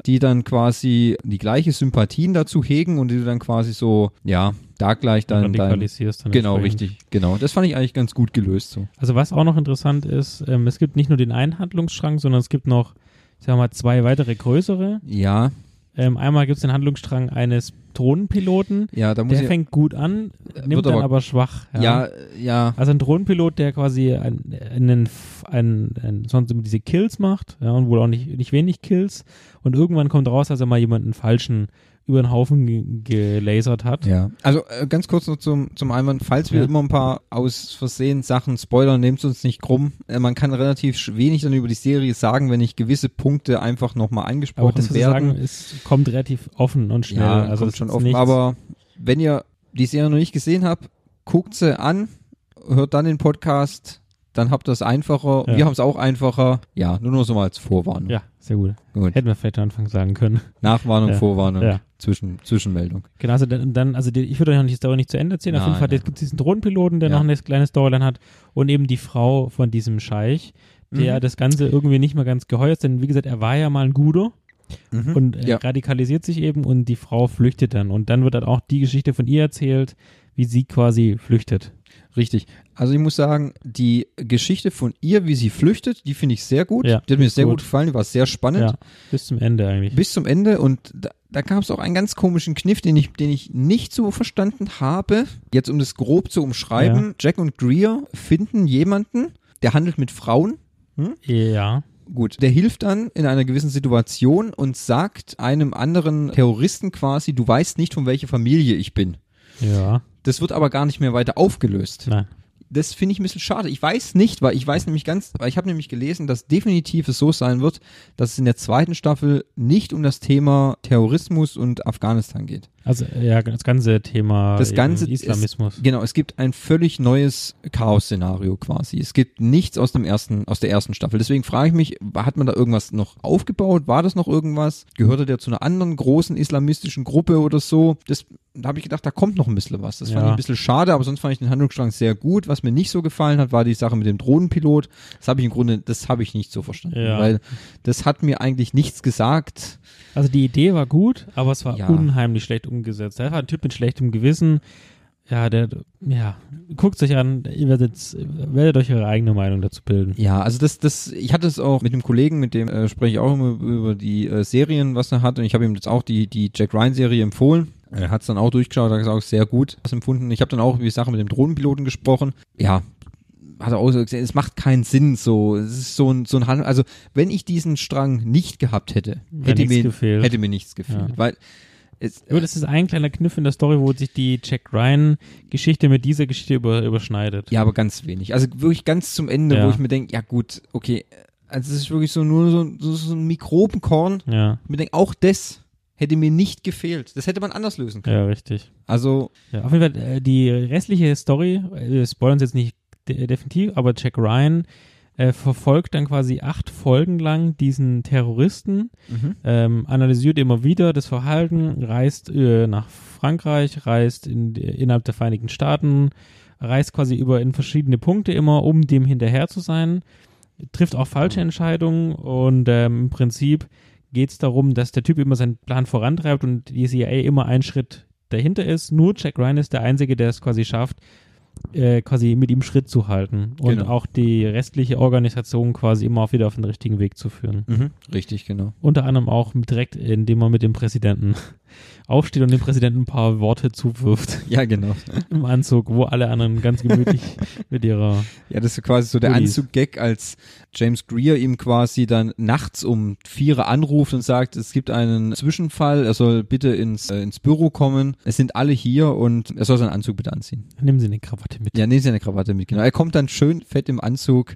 [SPEAKER 4] die dann quasi die gleiche Sympathien dazu hegen und die du dann quasi so, ja, da gleich dann. dann
[SPEAKER 1] radikalisierst dann
[SPEAKER 4] genau,
[SPEAKER 1] entsprechend.
[SPEAKER 4] richtig. Genau. Das fand ich eigentlich ganz gut gelöst. So.
[SPEAKER 1] Also was auch noch interessant ist, ähm, es gibt nicht nur den einen Handlungsstrang, sondern es gibt noch, ich sag mal, zwei weitere größere.
[SPEAKER 4] Ja,
[SPEAKER 1] Ähm, einmal gibt es den Handlungsstrang eines Drohnenpiloten,
[SPEAKER 4] ja, da muss
[SPEAKER 1] Der
[SPEAKER 4] ich.
[SPEAKER 1] fängt gut an,
[SPEAKER 4] Äh,
[SPEAKER 1] nimmt
[SPEAKER 4] wird
[SPEAKER 1] dann
[SPEAKER 4] aber-
[SPEAKER 1] aber schwach.
[SPEAKER 4] ja, ja.
[SPEAKER 1] Also ein Drohnenpilot, der quasi einen, einen, F- einen, einen sonst immer diese Kills macht, ja, und wohl auch nicht, nicht wenig Kills. Und irgendwann kommt raus, dass er mal jemanden falschen über den Haufen ge gelasert hat.
[SPEAKER 4] Ja, also äh, ganz kurz noch zum, zum Einwand, falls wir
[SPEAKER 1] Ja.
[SPEAKER 4] immer ein paar aus Versehen Sachen spoilern, nehmt uns nicht krumm. Äh, man kann relativ sch- wenig dann über die Serie sagen, wenn nicht gewisse Punkte einfach nochmal
[SPEAKER 1] Aber
[SPEAKER 4] angesprochen
[SPEAKER 1] das, was wir
[SPEAKER 4] werden.
[SPEAKER 1] sagen, ist, kommt relativ offen und schnell.
[SPEAKER 4] ja,
[SPEAKER 1] also
[SPEAKER 4] kommt
[SPEAKER 1] das
[SPEAKER 4] schon
[SPEAKER 1] ist
[SPEAKER 4] offen.
[SPEAKER 1] nichts-
[SPEAKER 4] Aber wenn ihr die Serie noch nicht gesehen habt, guckt sie an, hört dann den Podcast, dann habt ihr es einfacher.
[SPEAKER 1] Ja.
[SPEAKER 4] Wir haben es auch einfacher. Ja, nur noch so mal als Vorwarnung.
[SPEAKER 1] Ja, sehr gut.
[SPEAKER 4] Gut.
[SPEAKER 1] Hätten wir vielleicht am Anfang sagen können.
[SPEAKER 4] Nachwarnung,
[SPEAKER 1] Ja.
[SPEAKER 4] Vorwarnung,
[SPEAKER 1] Ja.
[SPEAKER 4] Zwischen, Zwischenmeldung.
[SPEAKER 1] Genau, also dann, dann also die, ich würde euch noch die Story nicht zu Ende erzählen. Auf
[SPEAKER 4] Nein,
[SPEAKER 1] jeden Fall
[SPEAKER 4] nein.
[SPEAKER 1] gibt es diesen Drohnenpiloten, der
[SPEAKER 4] Ja.
[SPEAKER 1] noch eine kleine Storyline hat und eben die Frau von diesem Scheich, der
[SPEAKER 4] Mhm.
[SPEAKER 1] das Ganze irgendwie nicht mehr ganz geheuer ist, denn wie gesagt, er war ja mal ein Guder und äh,
[SPEAKER 4] Mhm. Ja.
[SPEAKER 1] radikalisiert sich eben und die Frau flüchtet dann. Und dann wird dann auch die Geschichte von ihr erzählt, wie sie quasi flüchtet.
[SPEAKER 4] Richtig. Also ich muss sagen, die Geschichte von ihr, wie sie flüchtet, die finde ich sehr gut.
[SPEAKER 1] Ja,
[SPEAKER 4] die hat mir sehr
[SPEAKER 1] gut.
[SPEAKER 4] gut. gefallen, die war sehr spannend.
[SPEAKER 1] Ja, bis zum Ende eigentlich.
[SPEAKER 4] Bis zum Ende und da, da gab es auch einen ganz komischen Kniff, den ich, den ich nicht so verstanden habe. Jetzt um das grob zu umschreiben, Jack und Greer finden jemanden, der handelt mit Frauen.
[SPEAKER 1] ja,
[SPEAKER 4] Gut, der hilft dann in einer gewissen Situation und sagt einem anderen Terroristen quasi, du weißt nicht, von welcher Familie ich bin.
[SPEAKER 1] ja,
[SPEAKER 4] Das wird aber gar nicht mehr weiter aufgelöst
[SPEAKER 1] nein.
[SPEAKER 4] das finde ich ein bisschen schade. Ich weiß nicht, weil ich weiß nämlich ganz, weil ich habe nämlich gelesen, dass definitiv es so sein wird, dass es in der zweiten Staffel nicht um das Thema Terrorismus und Afghanistan geht.
[SPEAKER 1] Also ja, das ganze Thema
[SPEAKER 4] Das
[SPEAKER 1] eben
[SPEAKER 4] ganze ist-
[SPEAKER 1] Islamismus.
[SPEAKER 4] Genau, es gibt ein völlig neues Chaos-Szenario quasi. Es gibt nichts aus dem ersten, aus der ersten Staffel. Deswegen frage ich mich, hat man da irgendwas noch aufgebaut? War das noch irgendwas? Gehörte der zu einer anderen großen islamistischen Gruppe oder so? Das da habe ich gedacht, da kommt noch ein bisschen was. Das fand
[SPEAKER 1] Ja.
[SPEAKER 4] ich ein bisschen schade, aber sonst fand ich den Handlungsstrang sehr gut. Was mir nicht so gefallen hat, war die Sache mit dem Drohnenpilot. Das habe ich im Grunde, das habe ich nicht so verstanden,
[SPEAKER 1] Ja.
[SPEAKER 4] weil das hat mir eigentlich nichts gesagt.
[SPEAKER 1] Also die Idee war gut, aber es war
[SPEAKER 4] Ja.
[SPEAKER 1] unheimlich schlecht umgesetzt. Da war ein Typ mit schlechtem Gewissen. Ja, der, ja, guckt sich an, ihr werdet, werdet euch eure eigene Meinung dazu bilden.
[SPEAKER 4] Ja, also das, das, ich hatte es auch mit einem Kollegen, mit dem äh, spreche ich auch immer über die äh, Serien, was er hat, und ich habe ihm jetzt auch die, die Jack Ryan Serie empfohlen. Er hat es dann auch durchgeschaut, hat gesagt, sehr gut das empfunden. Ich habe dann auch über die Sache mit dem Drohnenpiloten gesprochen. Ja, hat er auch so gesehen, es macht keinen Sinn so. Es ist so ein, so ein Handel. Also, wenn ich diesen Strang nicht gehabt hätte,
[SPEAKER 1] Wär
[SPEAKER 4] hätte
[SPEAKER 1] nichts
[SPEAKER 4] mir,
[SPEAKER 1] gefehlt.
[SPEAKER 4] hätte mir nichts gefehlt.
[SPEAKER 1] Ja.
[SPEAKER 4] Weil es,
[SPEAKER 1] Nur das ist ein kleiner Kniff in der Story, wo sich die Jack Ryan-Geschichte mit dieser Geschichte über, überschneidet.
[SPEAKER 4] Ja, aber ganz wenig. Also wirklich ganz zum Ende,
[SPEAKER 1] Ja.
[SPEAKER 4] wo ich mir denke, ja gut, okay. Also es ist wirklich so nur so, so, so ein Mikrobenkorn.
[SPEAKER 1] Ja,
[SPEAKER 4] Ich mir denke, auch das hätte mir nicht gefehlt. Das hätte man anders lösen können.
[SPEAKER 1] ja richtig.
[SPEAKER 4] Also,
[SPEAKER 1] Ja, auf jeden Fall, äh, die restliche Story, äh, wir spoilern es jetzt nicht de definitiv, aber Jack Ryan äh, verfolgt dann quasi acht Folgen lang diesen Terroristen,
[SPEAKER 4] mhm.
[SPEAKER 1] ähm, analysiert immer wieder das Verhalten, reist äh, nach Frankreich, reist in, innerhalb der Vereinigten Staaten, reist quasi über in verschiedene Punkte immer, um dem hinterher zu sein, trifft auch falsche Entscheidungen und ähm, im Prinzip geht es darum, dass der Typ immer seinen Plan vorantreibt und die CIA immer einen Schritt dahinter ist. Nur Jack Ryan ist der Einzige, der es quasi schafft, äh, quasi mit ihm Schritt zu halten und
[SPEAKER 4] Genau.
[SPEAKER 1] auch die restliche Organisation quasi immer auf wieder auf den richtigen Weg zu führen.
[SPEAKER 4] richtig, genau.
[SPEAKER 1] Unter anderem auch mit- direkt, indem man mit dem Präsidenten [LAUGHS] aufsteht und dem Präsidenten ein paar Worte zuwirft [LAUGHS]
[SPEAKER 4] Ja, genau.
[SPEAKER 1] im Anzug, wo alle anderen ganz
[SPEAKER 4] [LAUGHS]
[SPEAKER 1] gemütlich mit ihrer.
[SPEAKER 4] Ja, das ist quasi so der
[SPEAKER 1] Hoodies.
[SPEAKER 4] Anzug-Gag, als James Greer ihm quasi dann nachts um vier anruft und sagt, es gibt einen Zwischenfall, er soll bitte ins, äh, ins Büro kommen, es sind alle hier und er soll seinen Anzug bitte anziehen.
[SPEAKER 1] Nehmen Sie eine Krawatte mit.
[SPEAKER 4] Ja, nehmen Sie eine Krawatte mit, genau. Er kommt dann schön fett im Anzug.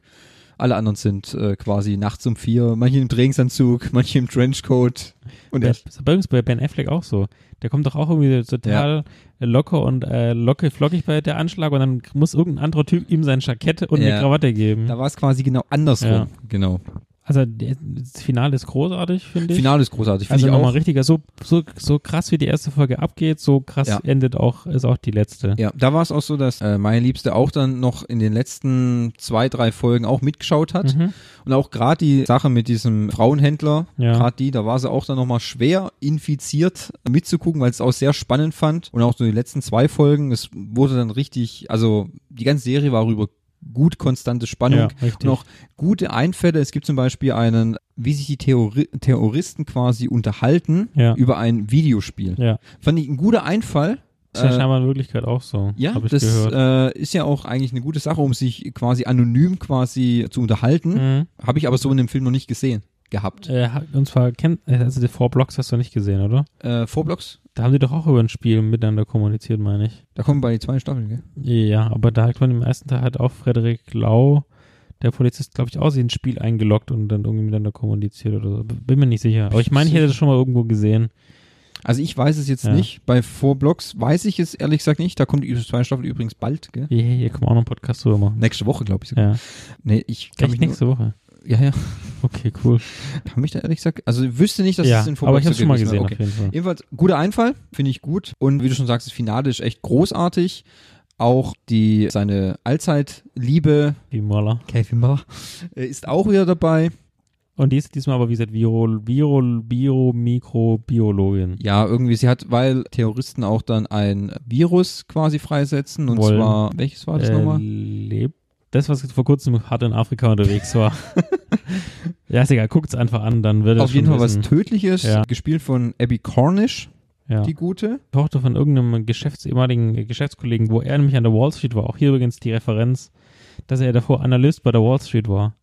[SPEAKER 4] Alle anderen sind äh, quasi nachts um vier, manche im Trainingsanzug, manche im Trenchcoat. Und
[SPEAKER 1] Bei-
[SPEAKER 4] er,
[SPEAKER 1] ist aber übrigens bei Ben Affleck auch so. Der kommt doch auch irgendwie so total locker und äh, locke, flockig bei der Anschlag und dann muss irgendein anderer Typ ihm sein Jackett und
[SPEAKER 4] Ja.
[SPEAKER 1] eine Krawatte geben.
[SPEAKER 4] da war es quasi genau andersrum.
[SPEAKER 1] Ja.
[SPEAKER 4] Genau.
[SPEAKER 1] Also der, das Finale ist großartig, finde ich.
[SPEAKER 4] Finale ist großartig, finde
[SPEAKER 1] also
[SPEAKER 4] ich auch.
[SPEAKER 1] nochmal richtiger, so, so, so krass wie die erste Folge abgeht, so krass
[SPEAKER 4] Ja.
[SPEAKER 1] endet auch, ist auch die letzte.
[SPEAKER 4] Ja, da war es auch so, dass äh, meine Liebste auch dann noch in den letzten zwei, drei Folgen auch mitgeschaut hat.
[SPEAKER 1] Mhm.
[SPEAKER 4] Und auch gerade die Sache mit diesem Frauenhändler,
[SPEAKER 1] Ja.
[SPEAKER 4] gerade die, da war sie auch dann nochmal schwer infiziert mitzugucken, weil sie es auch sehr spannend fand. Und auch so die letzten zwei Folgen, es wurde dann richtig, also die ganze Serie war über gut konstante Spannung.
[SPEAKER 1] Ja, richtig.
[SPEAKER 4] Und auch gute Einfälle. Es gibt zum Beispiel einen, wie sich die Theori Terroristen quasi unterhalten
[SPEAKER 1] Ja.
[SPEAKER 4] über ein Videospiel.
[SPEAKER 1] Ja.
[SPEAKER 4] Fand ich ein guter Einfall.
[SPEAKER 1] Ist ja
[SPEAKER 4] Äh,
[SPEAKER 1] scheinbar in Wirklichkeit auch so.
[SPEAKER 4] ja,
[SPEAKER 1] hab ich
[SPEAKER 4] das
[SPEAKER 1] gehört.
[SPEAKER 4] äh, ist ja auch eigentlich eine gute Sache, um sich quasi anonym quasi zu unterhalten.
[SPEAKER 1] Mhm.
[SPEAKER 4] Habe ich aber so in dem Film noch nicht gesehen gehabt.
[SPEAKER 1] Äh, und zwar kennt, also die Four Blocks hast du nicht gesehen, oder?
[SPEAKER 4] Äh, Vorblocks,
[SPEAKER 1] Da haben die doch auch über ein Spiel miteinander kommuniziert, meine ich.
[SPEAKER 4] da kommen bei zwei Staffeln, gell?
[SPEAKER 1] Ja, aber da hat man im ersten Teil halt auch Frederik Lau, der Polizist, glaube ich, auch sich ins Spiel eingeloggt und dann irgendwie miteinander kommuniziert oder so. B- Bin mir nicht sicher. Aber ich meine, ich hätte das schon mal irgendwo gesehen.
[SPEAKER 4] Also ich weiß es jetzt
[SPEAKER 1] Ja.
[SPEAKER 4] nicht. Bei Vorblocks weiß ich es ehrlich gesagt nicht. Da kommt die zwei Staffel übrigens bald, gell?
[SPEAKER 1] Hier, hier können wir auch noch einen Podcast drüber machen.
[SPEAKER 4] Nächste Woche, glaube ich. sogar.
[SPEAKER 1] Ja,
[SPEAKER 4] Nee, ich kann
[SPEAKER 1] echt
[SPEAKER 4] mich nur,
[SPEAKER 1] nächste Woche.
[SPEAKER 4] Ja, ja. [LAUGHS]
[SPEAKER 1] Okay, cool.
[SPEAKER 4] Hab mich da ehrlich gesagt. Also ich wüsste nicht, dass
[SPEAKER 1] ja,
[SPEAKER 4] es in
[SPEAKER 1] aber
[SPEAKER 4] Vorblocks
[SPEAKER 1] ich habe
[SPEAKER 4] so
[SPEAKER 1] schon mal
[SPEAKER 4] gewesen
[SPEAKER 1] gesehen,
[SPEAKER 4] wäre. Okay.
[SPEAKER 1] auf jeden Fall.
[SPEAKER 4] Jedenfalls, guter Einfall, finde ich gut. Und wie du schon sagst, das Finale ist echt großartig. Auch die, seine Allzeitliebe,
[SPEAKER 1] Wie Moller.
[SPEAKER 4] Kevin Miller, äh, ist auch wieder dabei.
[SPEAKER 1] Und die ist diesmal aber, wie gesagt, Viro, Viro, Viro, Mikrobiologin.
[SPEAKER 4] Ja, irgendwie, sie hat, weil Terroristen auch dann ein Virus quasi freisetzen. Und
[SPEAKER 1] Wollen.
[SPEAKER 4] zwar, welches war das
[SPEAKER 1] Äh,
[SPEAKER 4] nochmal?
[SPEAKER 1] Leb- das, was vor kurzem hart in Afrika unterwegs [LAUGHS] war. ja, ist egal, guckt's einfach an, dann wird er
[SPEAKER 4] Auf jeden
[SPEAKER 1] schon
[SPEAKER 4] Fall was
[SPEAKER 1] wissen.
[SPEAKER 4] Tödliches,
[SPEAKER 1] Ja.
[SPEAKER 4] gespielt von Abby Cornish,
[SPEAKER 1] ja.
[SPEAKER 4] die gute.
[SPEAKER 1] Tochter von irgendeinem Geschäfts-, ehemaligen äh, Geschäftskollegen, wo er nämlich an der Wall Street war. Auch hier übrigens die Referenz, dass er davor Analyst bei der Wall Street war.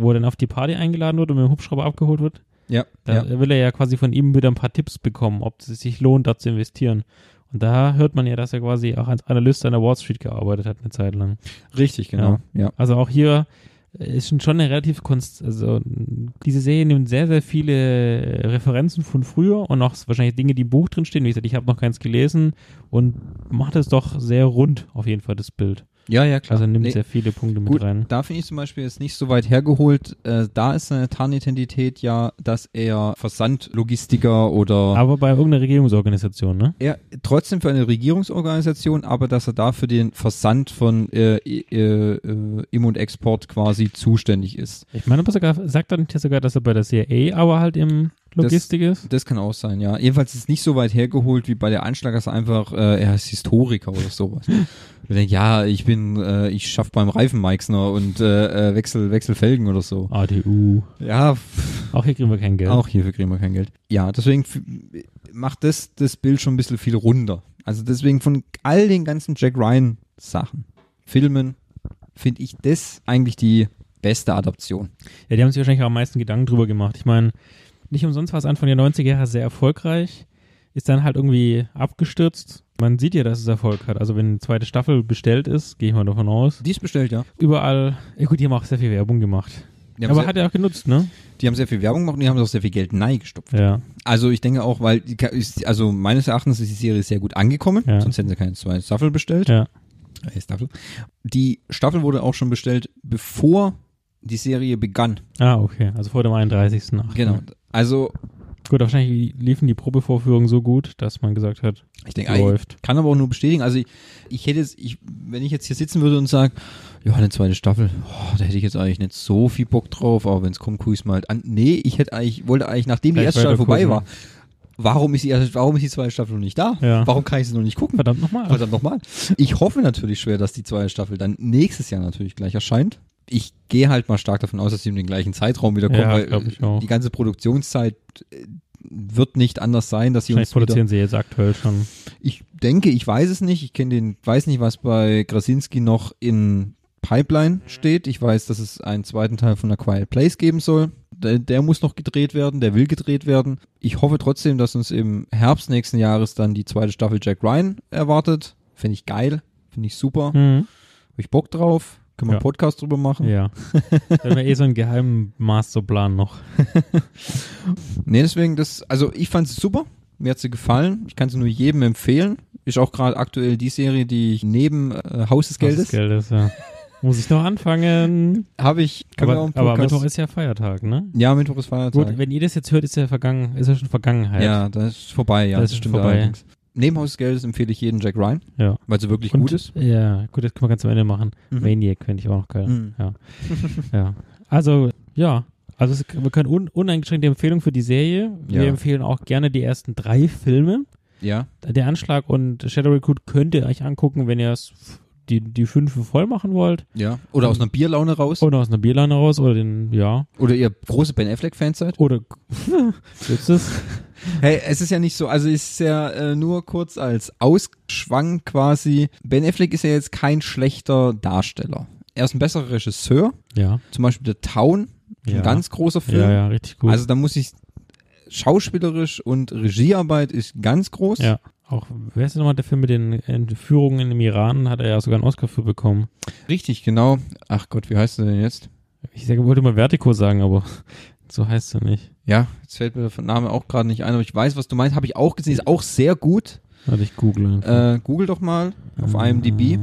[SPEAKER 1] Wo er dann auf die Party eingeladen wird und mit dem Hubschrauber abgeholt wird.
[SPEAKER 4] Ja,
[SPEAKER 1] Da will er ja quasi von ihm wieder ein paar Tipps bekommen, ob es sich lohnt, da zu investieren. Und da hört man ja, dass er quasi auch als Analyst an der Wall Street gearbeitet hat eine Zeit lang.
[SPEAKER 4] richtig, genau. Ja.
[SPEAKER 1] Also auch hier äh, ist schon schon eine relativ konst also mh, diese Serie nimmt sehr sehr viele äh, Referenzen von früher und auch wahrscheinlich Dinge, die im Buch drin stehen. Wie gesagt, ich habe noch keins gelesen und macht es doch sehr rund auf jeden Fall das Bild.
[SPEAKER 4] ja, ja, klar.
[SPEAKER 1] Also nimmt
[SPEAKER 4] Nee,
[SPEAKER 1] sehr viele Punkte mit
[SPEAKER 4] Gut,
[SPEAKER 1] rein.
[SPEAKER 4] da finde ich zum Beispiel jetzt nicht so weit hergeholt. Äh, da ist seine Tarnidentität ja, dass er Versandlogistiker oder
[SPEAKER 1] Aber bei irgendeiner Regierungsorganisation, ne?
[SPEAKER 4] er trotzdem für eine Regierungsorganisation, aber dass er da für den Versand von äh, äh, äh, Im- und Export quasi zuständig ist.
[SPEAKER 1] Ich meine, aber sogar sagt er nicht sogar, dass er bei der CIA, aber halt im Logistik ist.
[SPEAKER 4] Das kann auch sein, ja. Jedenfalls ist es nicht so weit hergeholt wie bei der Einschlagers einfach, äh, er ist Historiker oder sowas. Ich denke, ja, ich bin, äh, ich schaff beim Reifen Meixner und äh, äh, wechsel, wechsel Felgen oder so.
[SPEAKER 1] ADU.
[SPEAKER 4] Ja, pff,
[SPEAKER 1] Auch hier kriegen wir kein Geld.
[SPEAKER 4] auch hierfür kriegen wir kein Geld. Ja, deswegen f- macht das, das Bild schon ein bisschen viel runder. Also deswegen von all den ganzen Jack Ryan Sachen, Filmen, finde ich das eigentlich die beste Adaption.
[SPEAKER 1] Ja, die haben sich wahrscheinlich auch am meisten Gedanken drüber gemacht. Ich meine, nicht umsonst war es Anfang der 90er Jahre sehr erfolgreich, ist dann halt irgendwie abgestürzt. Man sieht ja, dass es Erfolg hat. Also wenn eine zweite Staffel bestellt ist, gehe ich mal davon aus.
[SPEAKER 4] Die ist bestellt, ja.
[SPEAKER 1] Überall, ja gut, die haben auch sehr viel Werbung gemacht.
[SPEAKER 4] Die haben,
[SPEAKER 1] Aber
[SPEAKER 4] sehr,
[SPEAKER 1] hat er auch genutzt, ne?
[SPEAKER 4] die haben sehr viel Werbung gemacht und die haben auch sehr viel Geld neigestopft.
[SPEAKER 1] Ja.
[SPEAKER 4] Also ich denke auch, weil die, Ka- ist- also meines Erachtens ist die Serie sehr gut angekommen,
[SPEAKER 1] Ja.
[SPEAKER 4] sonst hätten sie keine zweite Staffel bestellt.
[SPEAKER 1] Ja.
[SPEAKER 4] Äh, Staffel. Die Staffel wurde auch schon bestellt, bevor die Serie begann.
[SPEAKER 1] Ah, okay. Also vor dem 31. Nacht.
[SPEAKER 4] Genau. Also
[SPEAKER 1] Gut, wahrscheinlich liefen die Probevorführungen so gut, dass man gesagt hat,
[SPEAKER 4] ich denke, ah, ich
[SPEAKER 1] läuft.
[SPEAKER 4] kann aber auch nur bestätigen. Also ich, ich hätte jetzt, ich, wenn ich jetzt hier sitzen würde und sage, ja, eine zweite Staffel, oh, da hätte ich jetzt eigentlich nicht so viel Bock drauf, aber wenn es kommt, gucke ich es mal halt an. Nee, ich hätte eigentlich, wollte eigentlich, nachdem die
[SPEAKER 1] Gleich
[SPEAKER 4] erste Staffel
[SPEAKER 1] weiter
[SPEAKER 4] vorbei
[SPEAKER 1] gucken.
[SPEAKER 4] war, warum ist die erste, warum ist die zweite Staffel noch nicht da?
[SPEAKER 1] Ja.
[SPEAKER 4] Warum kann ich sie noch nicht gucken?
[SPEAKER 1] Verdammt nochmal.
[SPEAKER 4] Verdammt nochmal. Ich hoffe natürlich schwer, dass die zweite Staffel dann nächstes Jahr natürlich gleich erscheint. Ich gehe halt mal stark davon aus, dass sie in den gleichen Zeitraum wieder kommen,
[SPEAKER 1] Ja,
[SPEAKER 4] weil
[SPEAKER 1] glaub ich
[SPEAKER 4] äh,
[SPEAKER 1] auch.
[SPEAKER 4] die ganze Produktionszeit äh, wird nicht anders sein, dass sie
[SPEAKER 1] Wahrscheinlich
[SPEAKER 4] uns wieder,
[SPEAKER 1] produzieren sie jetzt aktuell schon.
[SPEAKER 4] Ich denke, ich weiß es nicht. Ich kenne den, weiß nicht, was bei Krasinski noch in
[SPEAKER 1] Mhm.
[SPEAKER 4] Pipeline steht. Ich weiß, dass es einen zweiten Teil von A Quiet Place geben soll. Der, der muss noch gedreht werden, der will gedreht werden. Ich hoffe trotzdem, dass uns im Herbst nächsten Jahres dann die zweite Staffel Jack Ryan erwartet. Finde ich geil, finde ich super. Habe
[SPEAKER 1] Hm.
[SPEAKER 4] ich Bock drauf. Können wir
[SPEAKER 1] Ja.
[SPEAKER 4] einen Podcast drüber machen?
[SPEAKER 1] Ja. Dann haben wir eh so einen geheimen Masterplan noch.
[SPEAKER 4] Nee, deswegen, das, also ich fand sie super. Mir hat sie gefallen. Ich kann sie nur jedem empfehlen. Ist auch gerade aktuell die Serie, die ich neben äh, Haus des
[SPEAKER 1] Des
[SPEAKER 4] Geldes
[SPEAKER 1] Geldes, ja. Muss ich noch anfangen.
[SPEAKER 4] habe ich. können wir auch
[SPEAKER 1] Aber,
[SPEAKER 4] einen
[SPEAKER 1] aber
[SPEAKER 4] Podcast-
[SPEAKER 1] Mittwoch ist ja Feiertag, ne?
[SPEAKER 4] Ja, Mittwoch ist Feiertag.
[SPEAKER 1] Gut, wenn ihr das jetzt hört, ist ja, vergangen, ist ja schon Vergangenheit.
[SPEAKER 4] ja, das ist vorbei, ja.
[SPEAKER 1] Das ist vorbei.
[SPEAKER 4] allerdings. Neben Haus des Geldes empfehle ich jeden Jack Ryan,
[SPEAKER 1] Ja.
[SPEAKER 4] weil sie wirklich
[SPEAKER 1] Und-
[SPEAKER 4] gut ist.
[SPEAKER 1] Ja, gut, das können wir ganz am Ende machen.
[SPEAKER 4] Mhm.
[SPEAKER 1] Maniac finde ich auch noch geil.
[SPEAKER 4] Mhm.
[SPEAKER 1] Ja. ja. Also, ja. Also es, wir können un, uneingeschränkte Empfehlung für die Serie. Wir
[SPEAKER 4] Ja.
[SPEAKER 1] empfehlen auch gerne die ersten drei Filme.
[SPEAKER 4] Ja.
[SPEAKER 1] Der Anschlag und Shadow Recruit könnt ihr euch angucken, wenn ihr es f- die, die fünf voll machen wollt.
[SPEAKER 4] Ja. Oder aus einer Bierlaune raus.
[SPEAKER 1] Oder aus einer Bierlaune raus oder den, ja.
[SPEAKER 4] Oder ihr große Ben Affleck-Fans
[SPEAKER 1] [LAUGHS]
[SPEAKER 4] seid.
[SPEAKER 1] Oder willst du es?
[SPEAKER 4] Hey, es ist ja nicht so, also es ist ja äh, nur kurz als Ausschwang quasi. Ben Affleck ist ja jetzt kein schlechter Darsteller. Er ist ein besserer Regisseur.
[SPEAKER 1] Ja.
[SPEAKER 4] Zum Beispiel The Town,
[SPEAKER 1] Ja.
[SPEAKER 4] ein ganz großer Film.
[SPEAKER 1] Ja, ja, richtig gut.
[SPEAKER 4] Also da muss ich, äh, schauspielerisch und Regiearbeit ist ganz groß.
[SPEAKER 1] ja. Auch, wer ist denn nochmal der Film mit den Entführungen im Iran? Hat er ja sogar einen Oscar für bekommen.
[SPEAKER 4] Richtig, genau. Ach Gott, wie heißt er denn jetzt?
[SPEAKER 1] Ich sag- wollte mal Vertigo sagen, aber [LAUGHS] so heißt er nicht.
[SPEAKER 4] Ja, jetzt fällt mir der Name auch gerade nicht ein, aber ich weiß, was du meinst. Habe ich auch gesehen, ist auch sehr gut.
[SPEAKER 1] Warte, ich google.
[SPEAKER 4] Äh, Google doch mal auf IMDb.
[SPEAKER 1] Äh,